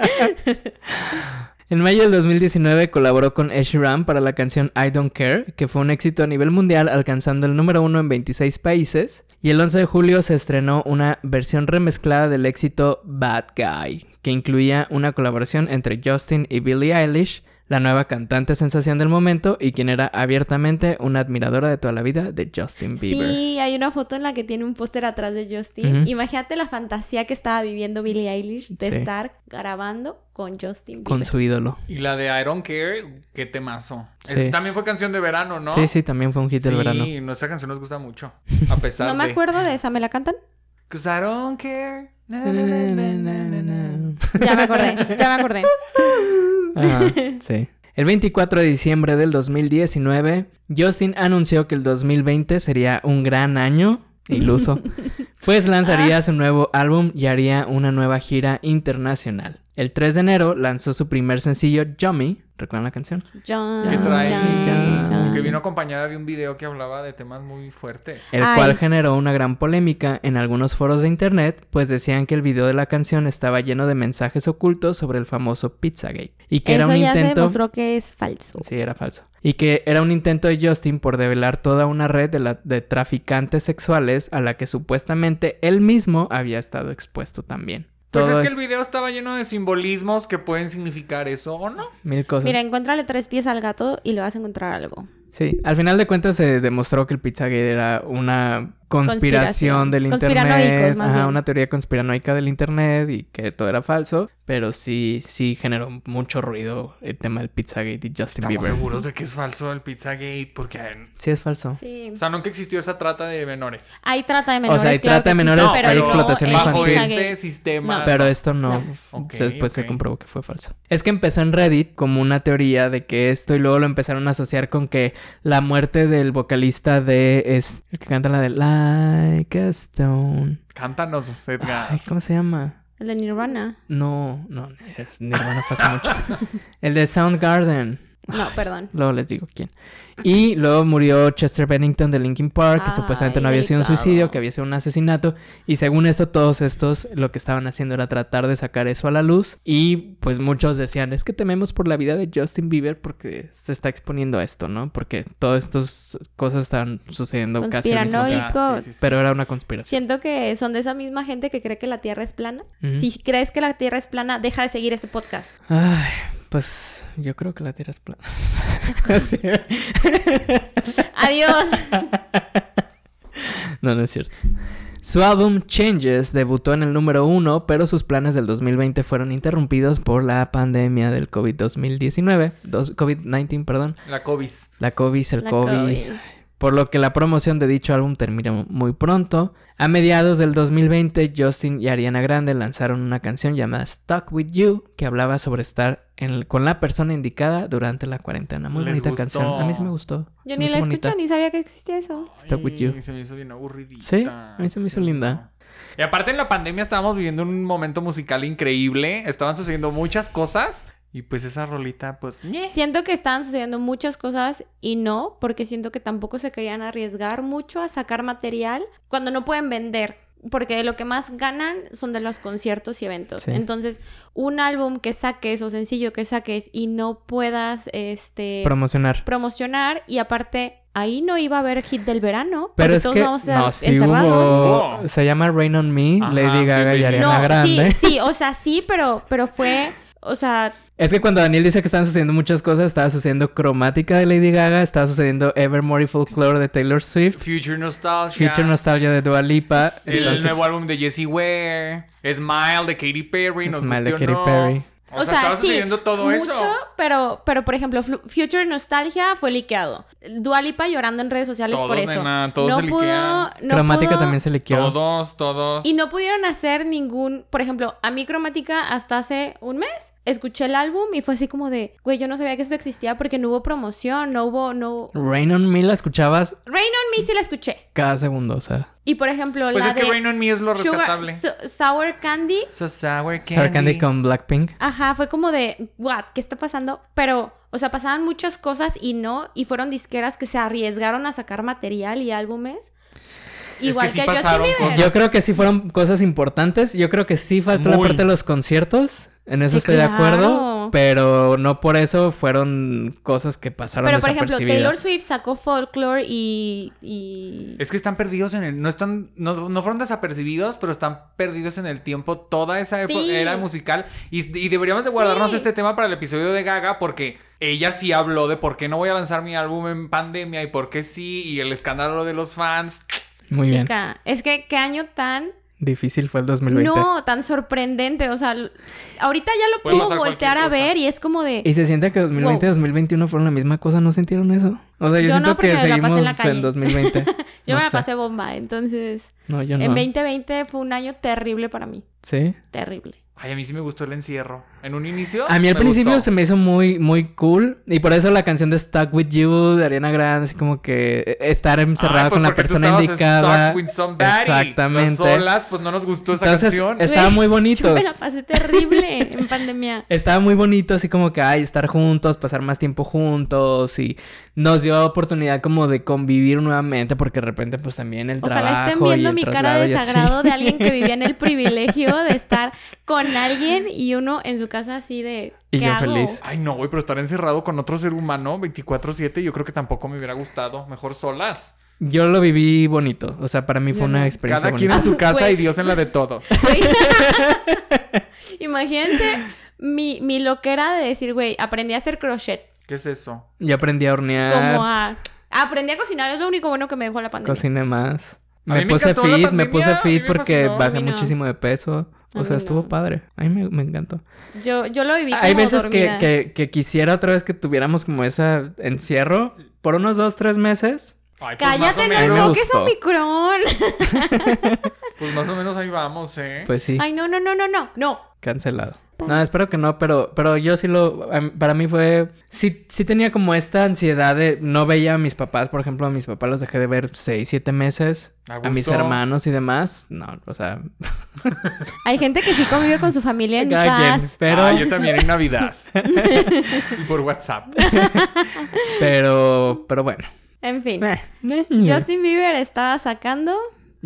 [SPEAKER 3] En mayo del 2019 colaboró con Ed Sheeran para la canción I Don't Care, que fue un éxito a nivel mundial alcanzando el número uno en 26 países. Y el 11 de julio se estrenó una versión remezclada del éxito Bad Guy, que incluía una colaboración entre Justin y Billie Eilish, la nueva cantante sensación del momento y quien era abiertamente una admiradora de toda la vida de Justin Bieber.
[SPEAKER 2] Sí, hay una foto en la que tiene un póster atrás de Justin.
[SPEAKER 3] Ujú.
[SPEAKER 2] Imagínate la fantasía que estaba viviendo Billie Eilish de
[SPEAKER 3] Sí.
[SPEAKER 2] estar grabando con Justin Bieber.
[SPEAKER 3] Con su ídolo.
[SPEAKER 1] Y la de I Don't Care, qué temazo. Es-
[SPEAKER 3] Sí.
[SPEAKER 1] también fue canción de verano, ¿no?
[SPEAKER 3] Sí, sí, también fue un hit del
[SPEAKER 1] Sí,
[SPEAKER 3] verano.
[SPEAKER 1] nuestra canción nos gusta mucho. A pesar
[SPEAKER 2] No me
[SPEAKER 1] de-
[SPEAKER 2] acuerdo de esa, ¿me la cantan?
[SPEAKER 1] 'Cause I don't care. Na, na, na, na, na, na.
[SPEAKER 2] Ya me acordé, ya me acordé.
[SPEAKER 3] Ajá, sí. El 24 de diciembre del 2019, Justin anunció que el 2020 sería un gran año, iluso, pues
[SPEAKER 1] Ah.
[SPEAKER 3] lanzaría su nuevo álbum y haría una nueva gira internacional. El 3 de enero lanzó su primer sencillo, Yummy. ¿Recuerdan la canción?
[SPEAKER 2] John,
[SPEAKER 1] Que trae.
[SPEAKER 2] John,
[SPEAKER 3] ya,
[SPEAKER 2] John.
[SPEAKER 1] Que vino acompañada de un video que hablaba de temas muy fuertes.
[SPEAKER 3] El
[SPEAKER 2] Ay.
[SPEAKER 3] cual generó una gran polémica en algunos foros de internet, pues decían que el video de la canción estaba lleno de mensajes ocultos sobre el famoso Pizzagate. Y que era
[SPEAKER 2] Eso
[SPEAKER 3] un
[SPEAKER 2] ya se
[SPEAKER 3] intento.
[SPEAKER 2] demostró que es falso.
[SPEAKER 3] Sí, era falso. Y que era un intento de Justin por develar toda una red de, la- de traficantes sexuales a la que supuestamente él mismo había estado expuesto también.
[SPEAKER 1] Pues
[SPEAKER 3] Todo
[SPEAKER 1] es que
[SPEAKER 3] es-
[SPEAKER 1] el video estaba lleno de simbolismos que pueden significar eso o no.
[SPEAKER 3] Mil cosas.
[SPEAKER 2] Mira, encuéntrale tres pies al gato y le vas a encontrar algo.
[SPEAKER 3] Sí, al final de cuentas se demostró que el Pizzagate era una conspiración,
[SPEAKER 2] Conspiración.
[SPEAKER 3] del internet,
[SPEAKER 2] Conspiranoicos, más
[SPEAKER 3] ajá,
[SPEAKER 2] bien.
[SPEAKER 3] una teoría conspiranoica del internet y que todo era falso, pero sí, sí generó mucho ruido el tema del Pizzagate y Justin
[SPEAKER 1] Estamos
[SPEAKER 3] Bieber.
[SPEAKER 1] seguros de que es falso el Pizzagate, porque... eh,
[SPEAKER 3] Sí, es falso.
[SPEAKER 2] Sí.
[SPEAKER 1] O sea, nunca existió esa trata de menores.
[SPEAKER 2] Hay trata de menores.
[SPEAKER 3] O sea, hay
[SPEAKER 2] claro
[SPEAKER 3] trata de
[SPEAKER 2] que existe,
[SPEAKER 3] menores, No, hay
[SPEAKER 2] no
[SPEAKER 3] explotación
[SPEAKER 2] el
[SPEAKER 1] bajo
[SPEAKER 3] infantil.
[SPEAKER 1] este
[SPEAKER 2] Pizzagate.
[SPEAKER 1] sistema.
[SPEAKER 2] No.
[SPEAKER 3] Pero esto no.
[SPEAKER 2] No.
[SPEAKER 1] Ok,
[SPEAKER 3] se- después
[SPEAKER 1] ok.
[SPEAKER 3] se comprobó que fue falso. Es que empezó en Reddit como una teoría de que esto y luego lo empezaron a asociar con que la muerte del vocalista de es el que canta la de Like a Stone.
[SPEAKER 1] Cántanos, Edgar.
[SPEAKER 3] Ay, ¿Cómo se llama?
[SPEAKER 2] El de Nirvana.
[SPEAKER 3] No, no, es- mi hermana pasa mucho. El de Soundgarden.
[SPEAKER 2] No, perdón.
[SPEAKER 3] Luego les digo quién. Y luego murió Chester Bennington de Linkin Park, que
[SPEAKER 2] Ay,
[SPEAKER 3] supuestamente no había sido un
[SPEAKER 2] delicado.
[SPEAKER 3] suicidio, que había sido un asesinato. Y según esto, todos estos lo que estaban haciendo era tratar de sacar eso a la luz. Y pues muchos decían, es que tememos por la vida de Justin Bieber porque se está exponiendo a esto, ¿no? Porque todas estas cosas estaban sucediendo casi al mismo tiempo.
[SPEAKER 2] Conspiranoico.
[SPEAKER 1] Ah, sí, sí, sí.
[SPEAKER 3] Pero era una conspiración.
[SPEAKER 2] Siento que son de esa misma gente que cree que la Tierra es plana.
[SPEAKER 3] Ujú.
[SPEAKER 2] Si crees que la Tierra es plana, deja de seguir este podcast.
[SPEAKER 3] Ay, pues yo creo que la tiras plana. Sí.
[SPEAKER 2] Adiós.
[SPEAKER 3] No, no es cierto. Su álbum Changes debutó en el número uno, pero sus planes del 2020 fueron interrumpidos por la pandemia del COVID-2019, dos- COVID-19, perdón,
[SPEAKER 1] La Cobis.
[SPEAKER 3] la COVID, el
[SPEAKER 2] La
[SPEAKER 3] COVID,
[SPEAKER 2] COVID.
[SPEAKER 3] por lo que la promoción de dicho álbum terminó muy pronto. A mediados del 2020, Justin y Ariana Grande lanzaron una canción llamada Stuck With You, que hablaba sobre estar en el- con la persona indicada durante la cuarentena. Muy
[SPEAKER 1] Les
[SPEAKER 3] bonita
[SPEAKER 1] gustó.
[SPEAKER 3] canción. A mí sí me gustó.
[SPEAKER 2] Yo
[SPEAKER 3] Se me
[SPEAKER 2] ni
[SPEAKER 3] hizo
[SPEAKER 2] la
[SPEAKER 3] bonita.
[SPEAKER 2] escucho ni sabía que existía eso.
[SPEAKER 3] Stuck With
[SPEAKER 1] Ay,
[SPEAKER 3] You.
[SPEAKER 1] Se me hizo bien aburridita.
[SPEAKER 3] Sí, a mí se me hizo linda.
[SPEAKER 1] Y aparte en la pandemia estábamos viviendo un momento musical increíble. Estaban sucediendo muchas cosas. Y pues esa rolita, pues... ñe.
[SPEAKER 2] Siento que estaban sucediendo muchas cosas y no, porque siento que tampoco se querían arriesgar mucho a sacar material cuando no pueden vender. Porque de lo que más ganan son de los conciertos y eventos.
[SPEAKER 3] Sí.
[SPEAKER 2] Entonces, un álbum que saques o sencillo que saques y no puedas este
[SPEAKER 3] Promocionar.
[SPEAKER 2] promocionar, y aparte, ahí no iba a haber hit del verano.
[SPEAKER 3] Pero
[SPEAKER 2] porque
[SPEAKER 3] es
[SPEAKER 2] todos
[SPEAKER 3] que
[SPEAKER 2] vamos a
[SPEAKER 3] no, sí
[SPEAKER 2] encerrados.
[SPEAKER 3] hubo.
[SPEAKER 1] Oh.
[SPEAKER 3] Se llama Rain on Me,
[SPEAKER 1] Ajá,
[SPEAKER 3] Lady Gaga y
[SPEAKER 1] bienvenido.
[SPEAKER 3] Ariana
[SPEAKER 2] No,
[SPEAKER 3] Grande.
[SPEAKER 2] sí, sí, o sea, sí, pero, pero fue, o sea,
[SPEAKER 3] Es que cuando Daniel dice que están sucediendo muchas cosas, estaba sucediendo Cromática de Lady Gaga, estaba sucediendo Evermore y Folklore de Taylor Swift,
[SPEAKER 1] Future Nostalgia.
[SPEAKER 3] Future Nostalgia de Dua Lipa.
[SPEAKER 1] El
[SPEAKER 3] entonces-
[SPEAKER 1] nuevo álbum de Jessie Ware. Smile de Katy Perry. Nos
[SPEAKER 3] Smile de
[SPEAKER 1] guste o
[SPEAKER 3] Katy
[SPEAKER 1] no.
[SPEAKER 3] Perry.
[SPEAKER 1] O, sea, estaba sucediendo todo
[SPEAKER 2] mucho,
[SPEAKER 1] eso.
[SPEAKER 2] Pero, pero por ejemplo, Flu- Future Nostalgia fue liqueado. Dualipa llorando en redes sociales
[SPEAKER 1] Todos,
[SPEAKER 2] por eso.
[SPEAKER 1] nena, todos
[SPEAKER 2] no
[SPEAKER 1] se liquean.
[SPEAKER 2] no
[SPEAKER 3] Cromática
[SPEAKER 2] pudo-
[SPEAKER 3] también se le quedó.
[SPEAKER 1] Todos, todos.
[SPEAKER 2] Y no pudieron hacer ningún, por ejemplo, a mí Cromática hasta hace un mes escuché el álbum y fue así como de, güey, yo no sabía que esto existía porque no hubo promoción, no hubo, no.
[SPEAKER 3] Rain on Me la escuchabas
[SPEAKER 2] Rain on Me sí la escuché.
[SPEAKER 3] cada segundo, o sea.
[SPEAKER 2] Y por ejemplo,
[SPEAKER 1] Pues
[SPEAKER 2] la
[SPEAKER 1] es
[SPEAKER 2] de
[SPEAKER 1] que Rain on Me es lo
[SPEAKER 2] Sugar,
[SPEAKER 1] rescatable.
[SPEAKER 2] Su- Sour Candy
[SPEAKER 1] So sour candy.
[SPEAKER 3] Sour Candy con Blackpink.
[SPEAKER 2] Ajá, fue como de, what, ¿qué está pasando? Pero, o sea, pasaban muchas cosas y no, y fueron disqueras que se arriesgaron a sacar material y álbumes.
[SPEAKER 1] que
[SPEAKER 2] Igual
[SPEAKER 1] sí
[SPEAKER 2] que, Justin
[SPEAKER 3] Pues
[SPEAKER 1] pasaron
[SPEAKER 2] Bieber.
[SPEAKER 1] cosas.
[SPEAKER 3] Yo creo que sí fueron cosas importantes. Yo creo que sí faltó la
[SPEAKER 1] Muy.
[SPEAKER 3] parte de los conciertos. En eso
[SPEAKER 2] Sí,
[SPEAKER 3] estoy de
[SPEAKER 2] claro.
[SPEAKER 3] acuerdo, pero no por eso fueron cosas que pasaron
[SPEAKER 2] Pero por ejemplo, Taylor
[SPEAKER 3] desapercibidas.
[SPEAKER 2] Swift sacó folklore y. y...
[SPEAKER 1] Es que están perdidos en el. No están. No, no fueron desapercibidos, pero están perdidos en el tiempo toda esa época,
[SPEAKER 2] Sí.
[SPEAKER 1] era musical. Y, y deberíamos de guardarnos
[SPEAKER 2] Sí.
[SPEAKER 1] este tema para el episodio de Gaga, porque ella sí habló de por qué no voy a lanzar mi álbum en pandemia y por qué sí, y el escándalo de los fans.
[SPEAKER 3] Muy bien.
[SPEAKER 2] Chica, es que qué año tan.
[SPEAKER 3] Difícil fue el 2020.
[SPEAKER 2] No, tan sorprendente. O sea, l- ahorita ya lo
[SPEAKER 1] Puede
[SPEAKER 2] puedo
[SPEAKER 1] pasar
[SPEAKER 2] voltear a
[SPEAKER 1] cualquier cosa.
[SPEAKER 2] ver y es como de.
[SPEAKER 3] Y se siente que 2020 y 2021 fueron la misma cosa, ¿no sintieron eso? O sea, yo,
[SPEAKER 2] Yo no,
[SPEAKER 3] siento
[SPEAKER 2] porque
[SPEAKER 3] que
[SPEAKER 2] la pasé en la
[SPEAKER 3] seguimos
[SPEAKER 2] calle.
[SPEAKER 3] en 2020.
[SPEAKER 2] Yo
[SPEAKER 3] No
[SPEAKER 2] me la
[SPEAKER 3] sé.
[SPEAKER 2] pasé bomba, entonces.
[SPEAKER 3] No, yo no.
[SPEAKER 2] En 2020 fue un año terrible para mí.
[SPEAKER 3] Sí.
[SPEAKER 2] Terrible.
[SPEAKER 1] Ay, a mí sí me gustó el encierro. En un inicio.
[SPEAKER 3] A mí al
[SPEAKER 1] me
[SPEAKER 3] principio
[SPEAKER 1] gustó.
[SPEAKER 3] se me hizo muy, muy cool. Y por eso la canción de Stuck With You de Ariana Grande, así como que eh, estar encerrada
[SPEAKER 1] Ay, pues
[SPEAKER 3] con la
[SPEAKER 1] porque tú
[SPEAKER 3] persona
[SPEAKER 1] estabas
[SPEAKER 3] indicada.
[SPEAKER 1] stuck with somebody.
[SPEAKER 3] Exactamente.
[SPEAKER 1] Las olas, pues no nos gustó esa
[SPEAKER 3] Entonces,
[SPEAKER 1] canción.
[SPEAKER 3] estaba
[SPEAKER 2] Güey,
[SPEAKER 3] muy bonito.
[SPEAKER 2] Yo me la pasé terrible en pandemia.
[SPEAKER 3] Estaba muy bonito, así como que, ay, estar juntos, pasar más tiempo juntos y nos dio oportunidad como de convivir nuevamente porque de repente pues también el
[SPEAKER 2] Ojalá
[SPEAKER 3] trabajo
[SPEAKER 2] estén viendo
[SPEAKER 3] y el
[SPEAKER 2] mi cara
[SPEAKER 3] traslado
[SPEAKER 2] de
[SPEAKER 3] y así.
[SPEAKER 2] desagrado de alguien que vivía en el privilegio de estar con alguien y uno en su casa así de.
[SPEAKER 3] Y
[SPEAKER 2] ¿Qué
[SPEAKER 3] yo
[SPEAKER 2] hago?
[SPEAKER 3] feliz.
[SPEAKER 1] Ay, no, güey, pero estar encerrado con otro ser humano 24-7, yo creo que tampoco me hubiera gustado. Mejor solas.
[SPEAKER 3] Yo lo viví bonito, o sea, para mí
[SPEAKER 2] Yo
[SPEAKER 3] fue
[SPEAKER 2] no.
[SPEAKER 3] una experiencia
[SPEAKER 1] Cada quien
[SPEAKER 3] bonita.
[SPEAKER 1] en su casa
[SPEAKER 2] Güey.
[SPEAKER 1] y Dios en la de todos.
[SPEAKER 2] Güey. Imagínense mi, mi loquera de decir, güey, aprendí a hacer crochet.
[SPEAKER 1] ¿Qué es eso?
[SPEAKER 3] Yo aprendí a
[SPEAKER 2] Como
[SPEAKER 3] hornear,
[SPEAKER 2] a. Aprendí a cocinar, es lo único bueno que me dejó la pandemia.
[SPEAKER 3] cociné más.
[SPEAKER 1] A mí
[SPEAKER 3] Me
[SPEAKER 1] me
[SPEAKER 3] puse
[SPEAKER 1] encantó la
[SPEAKER 3] fit, me
[SPEAKER 1] pandemia,
[SPEAKER 3] puse
[SPEAKER 1] a mí
[SPEAKER 3] fit
[SPEAKER 1] me
[SPEAKER 3] porque
[SPEAKER 1] fascinó.
[SPEAKER 3] bajé
[SPEAKER 2] A mí no.
[SPEAKER 3] muchísimo de peso.
[SPEAKER 2] A
[SPEAKER 3] O sea,
[SPEAKER 2] mí
[SPEAKER 3] estuvo
[SPEAKER 2] no.
[SPEAKER 3] padre. A mí me, me encantó.
[SPEAKER 2] Yo, yo lo viví como
[SPEAKER 3] Hay veces que,
[SPEAKER 2] dormida.
[SPEAKER 3] que, que quisiera otra vez que tuviéramos como ese encierro por unos dos, tres meses.
[SPEAKER 1] Ay, pues más o
[SPEAKER 2] Cállate, no
[SPEAKER 1] menos-
[SPEAKER 3] me
[SPEAKER 2] invoques
[SPEAKER 3] gustó.
[SPEAKER 2] Omicron.
[SPEAKER 1] Pues más o menos ahí vamos, ¿eh?
[SPEAKER 3] Pues sí.
[SPEAKER 2] Ay, no, no, no, no, no. No.
[SPEAKER 3] Cancelado. No, espero que no, pero, pero yo sí lo... am- Para mí fue... Sí, sí tenía como esta ansiedad de... No veía a mis papás, por ejemplo, a mis papás los dejé de ver seis, siete meses.
[SPEAKER 1] A
[SPEAKER 3] A mis
[SPEAKER 1] gusto.
[SPEAKER 3] hermanos y demás. No, o sea...
[SPEAKER 2] Hay gente que sí convive con su familia en
[SPEAKER 3] cada quien.
[SPEAKER 2] paz.
[SPEAKER 3] Pero,
[SPEAKER 1] Ah, yo también en Navidad. Por WhatsApp.
[SPEAKER 3] pero, pero bueno.
[SPEAKER 2] En fin.
[SPEAKER 3] Eh, eh,
[SPEAKER 2] Justin Bieber estaba sacando.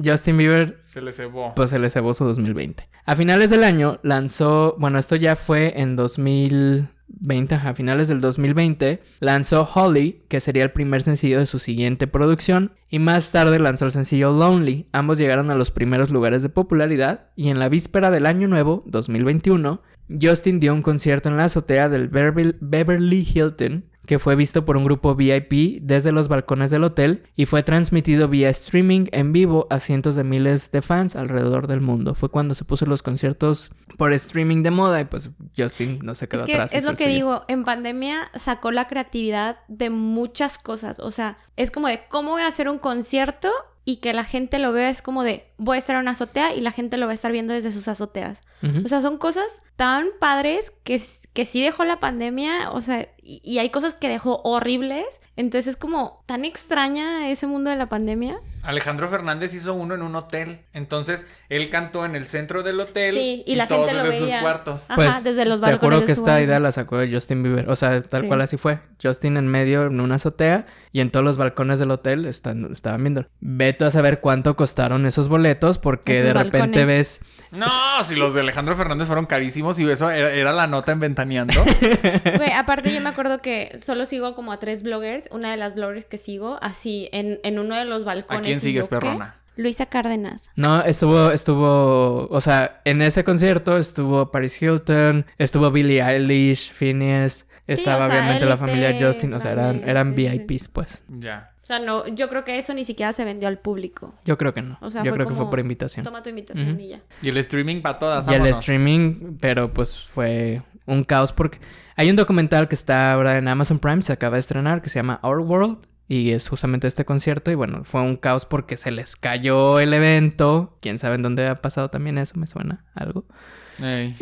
[SPEAKER 3] Justin Bieber
[SPEAKER 1] Se le cebó.
[SPEAKER 3] pues se le cebó su 2020. A finales del año lanzó, bueno, esto ya fue en 2020, ajá, a finales del 2020, lanzó Holly, que sería el primer sencillo de su siguiente producción, y más tarde lanzó el sencillo Lonely. Ambos llegaron a los primeros lugares de popularidad y en la víspera del año nuevo, 2021, Justin dio un concierto en la azotea del Beverly- Beverly Hilton que fue visto por un grupo VIP desde los balcones del hotel y fue transmitido vía streaming en vivo a cientos de miles de fans alrededor del mundo. Fue cuando se puso los conciertos por streaming de moda y pues Justin no se quedó
[SPEAKER 2] Es que
[SPEAKER 3] atrás.
[SPEAKER 2] es
[SPEAKER 3] hizo
[SPEAKER 2] lo
[SPEAKER 3] el
[SPEAKER 2] que
[SPEAKER 3] suyo.
[SPEAKER 2] digo, en pandemia sacó la creatividad de muchas cosas. O sea, es como de cómo voy a hacer un concierto y que la gente lo vea. Es como de voy a estar en una azotea y la gente lo va a estar viendo desde sus azoteas.
[SPEAKER 3] Ujú.
[SPEAKER 2] O sea, son cosas tan padres que, s- que sí dejó la pandemia, o sea, y, y hay cosas que dejó horribles. Entonces es como tan extraña ese mundo de la pandemia.
[SPEAKER 1] Alejandro Fernández hizo uno en un hotel. Entonces, él cantó en el centro del hotel.
[SPEAKER 2] Sí, y la
[SPEAKER 1] todos
[SPEAKER 2] gente lo
[SPEAKER 1] desde sus
[SPEAKER 2] veía. Ah.
[SPEAKER 1] cuartos.
[SPEAKER 2] Ajá,
[SPEAKER 3] Pues,
[SPEAKER 2] desde los
[SPEAKER 3] Te
[SPEAKER 2] balcones
[SPEAKER 3] juro
[SPEAKER 2] de
[SPEAKER 3] que
[SPEAKER 2] su
[SPEAKER 3] esta
[SPEAKER 2] baño.
[SPEAKER 3] idea la sacó de Justin Bieber. O sea, tal
[SPEAKER 2] Sí.
[SPEAKER 3] cual así fue. Justin en medio, en una azotea, y en todos los balcones del hotel están, estaban viendo. Veto a saber cuánto costaron esos boletos, porque
[SPEAKER 2] Esos
[SPEAKER 3] de repente
[SPEAKER 2] balcones.
[SPEAKER 3] ves
[SPEAKER 1] No, si los de Alejandro Fernández fueron carísimos y eso era, era la nota en Ventaneando.
[SPEAKER 2] Güey, aparte yo me acuerdo que solo sigo como a tres bloggers, una de las bloggers que sigo, así, en, en uno de los balcones.
[SPEAKER 1] ¿A quién
[SPEAKER 2] y
[SPEAKER 1] sigues,
[SPEAKER 2] yo, ¿qué?
[SPEAKER 1] perrona?
[SPEAKER 2] Luisa Cárdenas.
[SPEAKER 3] No, estuvo, estuvo, o sea, en ese concierto estuvo Paris Hilton, estuvo Billie Eilish, Phineas, estaba
[SPEAKER 2] o sea,
[SPEAKER 3] obviamente la familia
[SPEAKER 2] élite,
[SPEAKER 3] Justin, o sea, eran,
[SPEAKER 2] vale,
[SPEAKER 3] eran
[SPEAKER 2] sí, sí, sí.
[SPEAKER 3] VIPs, pues.
[SPEAKER 1] Ya.
[SPEAKER 2] O sea, no, yo creo que eso ni siquiera se vendió al público.
[SPEAKER 3] Yo creo que no,
[SPEAKER 2] O sea,
[SPEAKER 3] yo
[SPEAKER 2] fue
[SPEAKER 3] creo que fue
[SPEAKER 2] como-
[SPEAKER 3] por invitación.
[SPEAKER 2] Toma tu invitación
[SPEAKER 3] Ujú.
[SPEAKER 2] y ya.
[SPEAKER 1] Y el streaming para todas.
[SPEAKER 3] Y el
[SPEAKER 1] vámonos.
[SPEAKER 3] streaming, pero pues fue un caos porque hay un documental que está ahora en Amazon Prime, se acaba de estrenar, que se llama Our World. Y es justamente este concierto y bueno, fue un caos porque se les cayó el evento. ¿Quién sabe en dónde ha pasado también eso? ¿Me suena algo?
[SPEAKER 1] Ey.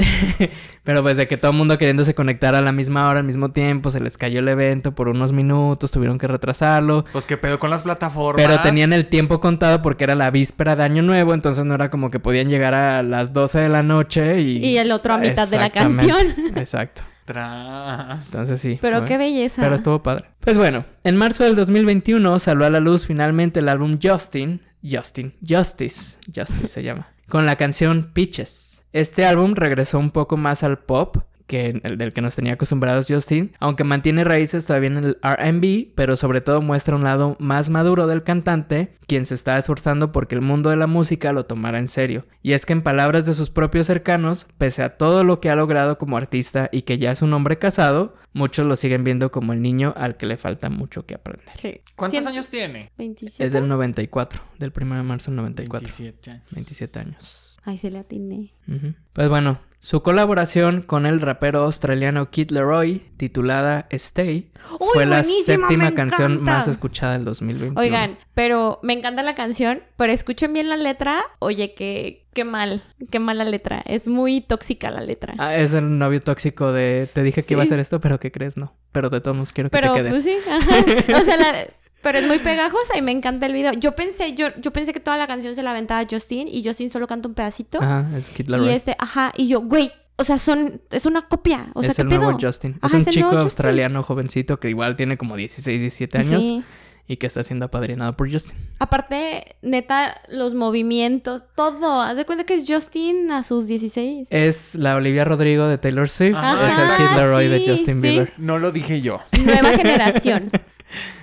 [SPEAKER 3] Pero pues de que todo el mundo queriéndose conectar a la misma hora, al mismo tiempo, se les cayó el evento por unos minutos, tuvieron que retrasarlo.
[SPEAKER 1] Pues qué pedo con las plataformas.
[SPEAKER 3] Pero tenían el tiempo contado porque era la víspera de Año Nuevo, entonces no era como que podían llegar a las 12 de la noche y...
[SPEAKER 2] Y el otro a mitad de la
[SPEAKER 3] Exactamente,
[SPEAKER 2] canción.
[SPEAKER 3] Exacto.
[SPEAKER 1] Tras.
[SPEAKER 3] Entonces sí.
[SPEAKER 2] Pero
[SPEAKER 3] fue-
[SPEAKER 2] qué belleza.
[SPEAKER 3] Pero estuvo padre. Pues bueno, en marzo del 2021 salió a la luz finalmente el álbum Justin, Justin, Justice, Justice se llama, con la canción Peaches. Este álbum regresó un poco más al pop que el del que nos tenía acostumbrados Justin, aunque mantiene raíces todavía en el RB, pero sobre todo muestra un lado más maduro del cantante, quien se está esforzando porque el mundo de la música lo tomara en serio. Y es que en palabras de sus propios cercanos, pese a todo lo que ha logrado como artista y que ya es un hombre casado, muchos lo siguen viendo como el niño al que le falta mucho que aprender.
[SPEAKER 2] Sí.
[SPEAKER 1] ¿Cuántos
[SPEAKER 2] Cien-
[SPEAKER 1] años tiene?
[SPEAKER 2] 27.
[SPEAKER 3] Es del 94, del 1 de marzo del 94,
[SPEAKER 1] 27 años.
[SPEAKER 3] 27 años.
[SPEAKER 2] Ay, se le atiné.
[SPEAKER 3] Ujú. Pues bueno, su colaboración con el rapero australiano Kid Leroy, titulada Stay,
[SPEAKER 2] ¡Uy,
[SPEAKER 3] fue la
[SPEAKER 2] buenísima!
[SPEAKER 3] séptima
[SPEAKER 2] Me
[SPEAKER 3] canción
[SPEAKER 2] encanta.
[SPEAKER 3] más escuchada del 2021.
[SPEAKER 2] Oigan, pero me encanta la canción, pero escuchen bien la letra. Oye, qué, qué mal, qué mala letra. Es muy tóxica la letra.
[SPEAKER 3] Ah, es el novio tóxico de te dije que iba a
[SPEAKER 2] Sí.
[SPEAKER 3] hacer esto, pero ¿qué crees? No. Pero de todos modos quiero que
[SPEAKER 2] pero
[SPEAKER 3] te quedes.
[SPEAKER 2] pues sí, ajá. o sea, la- pero es muy pegajosa y me encanta el video. Yo pensé, yo, yo pensé que toda la canción se la aventaba Justin y Justin solo canta un pedacito.
[SPEAKER 3] Ajá, es Kid
[SPEAKER 2] y
[SPEAKER 3] Leroy.
[SPEAKER 2] este, ajá, y yo, güey, o sea, son, es una copia. O sea,
[SPEAKER 3] Es
[SPEAKER 2] ¿qué
[SPEAKER 3] el
[SPEAKER 2] pedo?
[SPEAKER 3] nuevo Justin.
[SPEAKER 2] Ajá,
[SPEAKER 3] es
[SPEAKER 2] es
[SPEAKER 3] un
[SPEAKER 2] el
[SPEAKER 3] chico
[SPEAKER 2] nuevo Justin.
[SPEAKER 3] australiano jovencito que igual tiene como 16, 17 años
[SPEAKER 2] Sí.
[SPEAKER 3] y que está siendo apadrinado por Justin.
[SPEAKER 2] Aparte, neta, los movimientos, todo. Haz de cuenta que es Justin a sus 16.
[SPEAKER 3] Es la Olivia Rodrigo de Taylor Swift.
[SPEAKER 1] Ajá,
[SPEAKER 3] es el Kid
[SPEAKER 1] exacto.
[SPEAKER 3] Leroy
[SPEAKER 2] Ah, sí,
[SPEAKER 3] de Justin
[SPEAKER 2] sí.
[SPEAKER 3] Bieber.
[SPEAKER 1] No lo dije yo.
[SPEAKER 2] Nueva generación.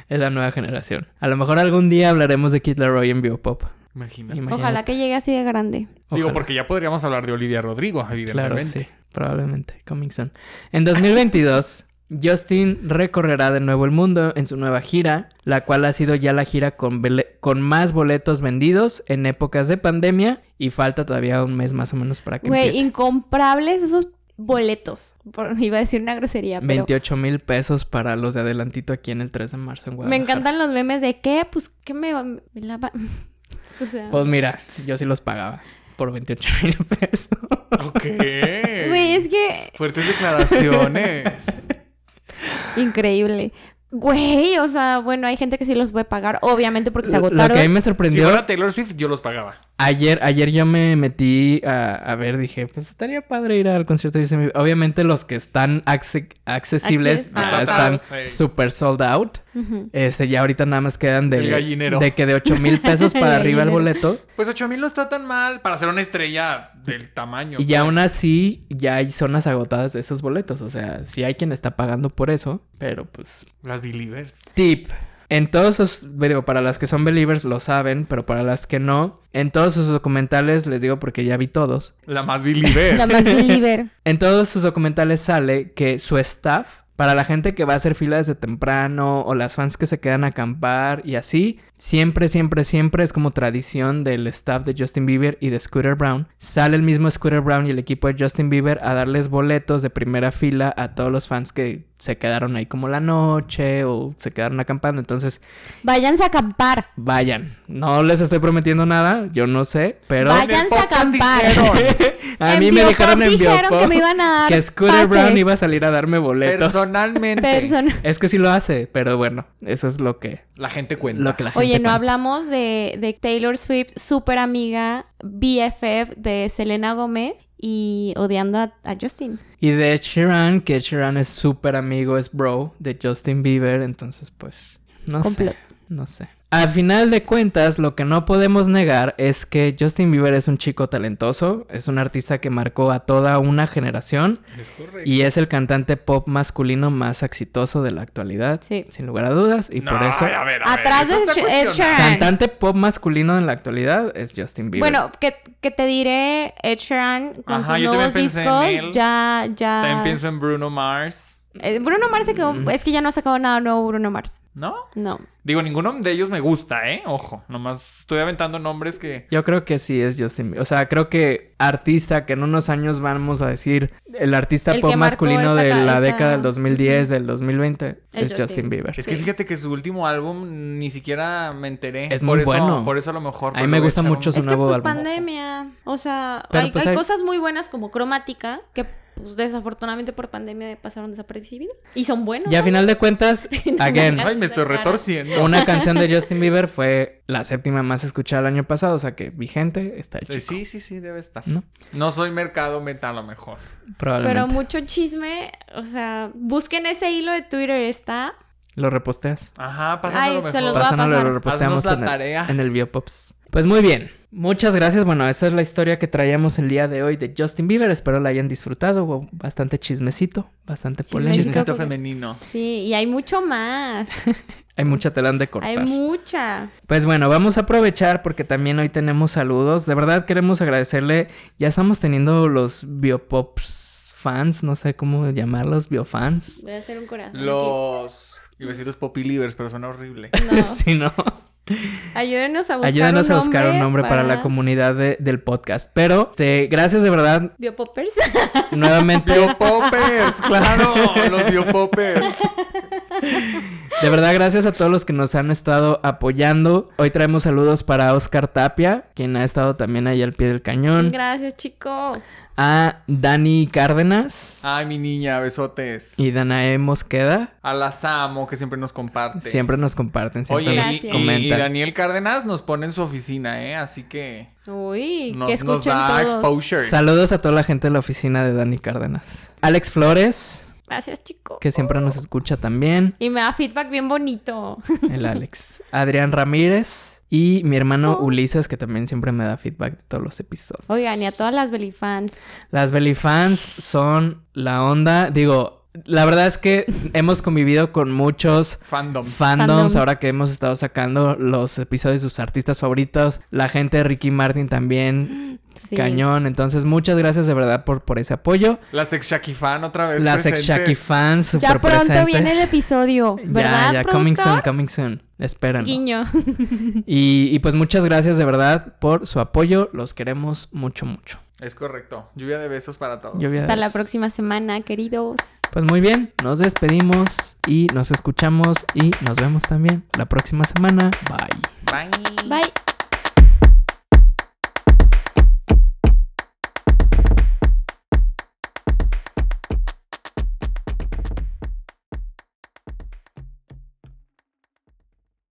[SPEAKER 3] Es la nueva generación. A lo mejor algún día hablaremos de Kid Laroi en Biopop.
[SPEAKER 1] Imagínate.
[SPEAKER 3] Imagínate.
[SPEAKER 2] Ojalá que llegue así de grande.
[SPEAKER 1] Digo,
[SPEAKER 3] Ojalá.
[SPEAKER 1] porque ya podríamos hablar de Olivia Rodrigo,
[SPEAKER 3] Claro,
[SPEAKER 1] evidentemente.
[SPEAKER 3] sí. Probablemente. Coming soon. En 2022, Justin recorrerá de nuevo el mundo en su nueva gira, la cual ha sido ya la gira con, vele- con más boletos vendidos en épocas de pandemia y falta todavía un mes más o menos para que
[SPEAKER 2] Güey,
[SPEAKER 3] empiece.
[SPEAKER 2] incomprables esos boletos. Por- iba a decir una grosería, pero...
[SPEAKER 3] 28 mil pesos para los de adelantito aquí en el 3 de marzo en
[SPEAKER 2] Me
[SPEAKER 3] Guadalajara.
[SPEAKER 2] encantan los memes de qué, pues qué me, va- me la va- O sea,
[SPEAKER 3] Pues mira, yo sí los pagaba por 28 mil pesos.
[SPEAKER 1] Ok.
[SPEAKER 2] güey, es que
[SPEAKER 1] Fuertes declaraciones.
[SPEAKER 2] increíble. Güey, o sea, bueno, hay gente que sí los puede pagar, obviamente porque se
[SPEAKER 3] Lo que a mí
[SPEAKER 2] agotaron.
[SPEAKER 3] me
[SPEAKER 1] si
[SPEAKER 3] sorprendió...
[SPEAKER 1] fuera Taylor Swift, yo los pagaba.
[SPEAKER 3] Ayer, ayer yo me metí a, a ver, dije, pues estaría padre ir al concierto. de Justin Bieber. obviamente los que están acce-
[SPEAKER 2] Acces-
[SPEAKER 3] accesibles ya
[SPEAKER 2] Ah.
[SPEAKER 1] Sí.
[SPEAKER 3] están super sold out.
[SPEAKER 2] Ujú.
[SPEAKER 3] Este, ya ahorita nada más quedan de,
[SPEAKER 1] El gallinero.
[SPEAKER 3] de que de 8 mil pesos para
[SPEAKER 2] El
[SPEAKER 3] arriba el
[SPEAKER 2] gallinero.
[SPEAKER 3] boleto.
[SPEAKER 1] Pues 8000 no está tan mal para ser una estrella del tamaño.
[SPEAKER 3] Y ya
[SPEAKER 1] pues.
[SPEAKER 3] aún así, ya hay zonas agotadas de esos boletos. O sea, sí hay quien está pagando por eso, pero pues...
[SPEAKER 1] Las Believers.
[SPEAKER 3] Tip. En todos sus, digo, para las que son believers lo saben, pero para las que no, en todos sus documentales, les digo porque ya vi todos,
[SPEAKER 1] La más Believer.
[SPEAKER 2] La más believer.
[SPEAKER 3] En todos sus documentales sale que su staff, para la gente que va a hacer fila desde temprano o las fans que se quedan a acampar y así, siempre, siempre, siempre es como tradición del staff de Justin Bieber y de Scooter Brown. Sale el mismo Scooter Brown y el equipo de Justin Bieber a darles boletos de primera fila a todos los fans que se quedaron ahí como la noche o se quedaron acampando. Entonces,
[SPEAKER 2] Váyanse a acampar.
[SPEAKER 3] vayan. No les estoy prometiendo nada, yo no sé, pero...
[SPEAKER 1] En el
[SPEAKER 2] Váyanse a
[SPEAKER 1] podcast
[SPEAKER 2] acampar.
[SPEAKER 1] dijeron,
[SPEAKER 3] A
[SPEAKER 2] En
[SPEAKER 3] mí me
[SPEAKER 2] Biopop
[SPEAKER 3] dijeron en
[SPEAKER 2] dijeron
[SPEAKER 3] Biopop
[SPEAKER 2] que me iban a dar
[SPEAKER 3] que Scooter Brown
[SPEAKER 2] pases.
[SPEAKER 3] iba a salir a darme boletos.
[SPEAKER 1] Personalmente.
[SPEAKER 2] Persona.
[SPEAKER 3] Es que sí lo hace, pero bueno, eso es lo que,
[SPEAKER 1] La gente cuenta.
[SPEAKER 3] lo que la gente.
[SPEAKER 2] Oye, no
[SPEAKER 3] cuenta.
[SPEAKER 2] hablamos de, de Taylor Swift, súper amiga, BFF de Selena Gómez y odiando a, a Justin.
[SPEAKER 3] Y de Ed Sheeran, que Ed Sheeran es súper amigo, es bro de Justin Bieber, entonces pues no
[SPEAKER 2] Complot.
[SPEAKER 3] sé, no sé. Al final de cuentas, lo que no podemos negar es que Justin Bieber es un chico talentoso, es un artista que marcó a toda una generación
[SPEAKER 1] Es correcto.
[SPEAKER 3] y es el cantante pop masculino más exitoso de la actualidad,
[SPEAKER 2] Sí.
[SPEAKER 3] sin lugar a dudas, y
[SPEAKER 1] No,
[SPEAKER 3] por
[SPEAKER 1] a
[SPEAKER 3] eso
[SPEAKER 1] ver, a ver,
[SPEAKER 2] Atrás
[SPEAKER 1] eso
[SPEAKER 2] de eh,
[SPEAKER 1] está
[SPEAKER 2] Ed
[SPEAKER 1] cuestionable.
[SPEAKER 2] Sheeran.
[SPEAKER 3] cantante pop masculino en la actualidad es Justin Bieber.
[SPEAKER 2] Bueno, que, que te diré Ed Sheeran con
[SPEAKER 1] Ajá,
[SPEAKER 2] sus
[SPEAKER 1] yo también
[SPEAKER 2] nuevos
[SPEAKER 1] pensé en él.
[SPEAKER 2] discos. Ya,
[SPEAKER 1] También
[SPEAKER 2] ya.
[SPEAKER 1] pienso Mm. en Bruno Mars.
[SPEAKER 2] Eh, Bruno Mars se quedó. Es que ya no ha sacado nada nuevo Bruno Mars.
[SPEAKER 1] ¿No?
[SPEAKER 2] No.
[SPEAKER 1] Digo, ninguno de ellos me gusta, ¿eh? Ojo, nomás estoy aventando nombres que...
[SPEAKER 3] Yo creo que sí es Justin Bieber. O sea, creo que artista que en unos años vamos a decir el artista
[SPEAKER 2] El
[SPEAKER 3] pop
[SPEAKER 2] que marcó
[SPEAKER 3] masculino
[SPEAKER 2] esta
[SPEAKER 3] de
[SPEAKER 2] ca-
[SPEAKER 3] la
[SPEAKER 2] esta-
[SPEAKER 3] década del 2010, del 2020 es,
[SPEAKER 2] Es
[SPEAKER 3] Justin,
[SPEAKER 2] Justin.
[SPEAKER 3] Bieber.
[SPEAKER 1] Es que
[SPEAKER 2] Sí.
[SPEAKER 1] fíjate que su último álbum ni siquiera me enteré.
[SPEAKER 3] Es
[SPEAKER 1] Por
[SPEAKER 3] muy
[SPEAKER 1] eso-
[SPEAKER 3] bueno.
[SPEAKER 1] Por eso a lo mejor...
[SPEAKER 3] A
[SPEAKER 1] pues,
[SPEAKER 3] mí
[SPEAKER 1] le
[SPEAKER 3] me
[SPEAKER 1] voy a
[SPEAKER 3] gusta
[SPEAKER 1] echar
[SPEAKER 3] mucho
[SPEAKER 1] un-
[SPEAKER 3] su
[SPEAKER 2] es que
[SPEAKER 3] nuevo
[SPEAKER 2] pues
[SPEAKER 3] álbum.
[SPEAKER 2] pandemia. O sea,
[SPEAKER 3] Pero,
[SPEAKER 2] hay,
[SPEAKER 3] pues,
[SPEAKER 2] hay
[SPEAKER 3] hay-
[SPEAKER 2] cosas muy buenas como cromática que pues, desafortunadamente por pandemia pasaron desapercibidas. Y son buenos.
[SPEAKER 3] Y a
[SPEAKER 2] ¿no?
[SPEAKER 3] final de cuentas,
[SPEAKER 2] me
[SPEAKER 3] again,
[SPEAKER 2] hagas-
[SPEAKER 1] Ay, me estoy
[SPEAKER 2] La cara.
[SPEAKER 1] retorciendo.
[SPEAKER 3] una canción de Justin Bieber fue la séptima más escuchada el año pasado, o sea que vigente está el chico.
[SPEAKER 1] Sí, sí, Pues sí, debe estar.
[SPEAKER 3] ¿No?
[SPEAKER 1] No soy mercado meta a lo mejor.
[SPEAKER 3] Probablemente.
[SPEAKER 2] Pero mucho chisme. O sea, busquen ese hilo de Twitter. Está.
[SPEAKER 3] Lo reposteas.
[SPEAKER 1] Ajá, pásame
[SPEAKER 2] Ay,
[SPEAKER 1] lo
[SPEAKER 2] se
[SPEAKER 1] mejor.
[SPEAKER 2] los voy a
[SPEAKER 3] Pásanoslo,
[SPEAKER 2] pasar.
[SPEAKER 3] lo reposteamos
[SPEAKER 1] Haznos la
[SPEAKER 3] en el,
[SPEAKER 1] tarea.
[SPEAKER 3] en el Biopops. Pues muy bien. Muchas gracias. Bueno, esa es la historia que traíamos el día de hoy de Justin Bieber. Espero la hayan disfrutado. Hubo bastante chismecito, bastante polémica.
[SPEAKER 2] Chismecito.
[SPEAKER 1] Chismecito femenino.
[SPEAKER 2] Sí, y hay mucho más.
[SPEAKER 3] Hay mucha tela de cortar.
[SPEAKER 2] Hay mucha.
[SPEAKER 3] Pues bueno, vamos a aprovechar porque también hoy tenemos saludos. De verdad queremos agradecerle. Ya estamos teniendo los Biopops fans, no sé cómo llamarlos, biofans.
[SPEAKER 2] Voy a hacer un corazón.
[SPEAKER 1] Los. Iba a decir los Poppy Livers, pero suena horrible.
[SPEAKER 2] aquí. No.
[SPEAKER 3] Si no,
[SPEAKER 2] Ayúdenos a buscar
[SPEAKER 3] ayúdanos
[SPEAKER 2] un
[SPEAKER 3] a buscar un nombre para, la comunidad de- del podcast. Pero este, gracias de verdad
[SPEAKER 2] Biopoppers.
[SPEAKER 3] nuevamente.
[SPEAKER 1] Biopoppers, claro, los Biopoppers.
[SPEAKER 3] De verdad, gracias a todos los que nos han estado apoyando. Hoy traemos saludos para Oscar Tapia, quien ha estado también ahí al pie del cañón.
[SPEAKER 2] Gracias, chico.
[SPEAKER 3] A Dani Cárdenas
[SPEAKER 1] Ay, mi niña, besotes.
[SPEAKER 3] y Danae Mosqueda.
[SPEAKER 1] A las amo que siempre nos comparte.
[SPEAKER 3] Siempre nos comparten, siempre
[SPEAKER 1] Oye,
[SPEAKER 3] nos
[SPEAKER 1] y-
[SPEAKER 2] Gracias.
[SPEAKER 1] y,
[SPEAKER 3] comentan.
[SPEAKER 1] Daniel Cárdenas nos pone en su oficina, ¿eh? Así que
[SPEAKER 2] Uy, que
[SPEAKER 1] nos, nos
[SPEAKER 2] escuchen
[SPEAKER 1] da
[SPEAKER 2] todos.
[SPEAKER 1] exposure.
[SPEAKER 3] Saludos a toda la gente de la oficina de Dani Cárdenas. Alex Flores,
[SPEAKER 2] Gracias, chico.
[SPEAKER 3] que siempre nos escucha también.
[SPEAKER 2] Y me da feedback bien bonito.
[SPEAKER 3] El Alex. Adrián Ramírez. Y mi hermano
[SPEAKER 2] Oh.
[SPEAKER 3] Ulises, que también siempre me da feedback de todos los episodios.
[SPEAKER 2] Oigan, y a todas las Belly fans.
[SPEAKER 3] Las Belly fans son la onda. Digo, la verdad es que hemos convivido con muchos
[SPEAKER 1] Fandom.
[SPEAKER 3] fandoms,
[SPEAKER 2] Fandoms.
[SPEAKER 3] ahora que hemos estado sacando los episodios de sus artistas favoritos. La gente de Ricky Martin también.
[SPEAKER 2] Sí.
[SPEAKER 3] Cañón. Entonces, muchas gracias de verdad por, por ese apoyo.
[SPEAKER 1] Las ex Shaki fan otra vez.
[SPEAKER 3] Las ex
[SPEAKER 1] Pues presentes.
[SPEAKER 3] Shaki fans super
[SPEAKER 2] Ya pronto
[SPEAKER 3] presentes.
[SPEAKER 2] viene el episodio, ¿verdad?
[SPEAKER 3] ya, ya, coming soon, coming soon. Esperen.
[SPEAKER 2] Guiño.
[SPEAKER 3] Y, y pues muchas gracias de verdad por su apoyo. Los queremos mucho, mucho.
[SPEAKER 1] Es correcto. Lluvia de besos para todos.
[SPEAKER 3] Lluvia de
[SPEAKER 2] Hasta la
[SPEAKER 3] besos.
[SPEAKER 2] próxima semana, queridos.
[SPEAKER 3] Pues muy bien, nos despedimos y nos escuchamos y nos vemos también la próxima semana. Bye.
[SPEAKER 1] Bye.
[SPEAKER 2] Bye.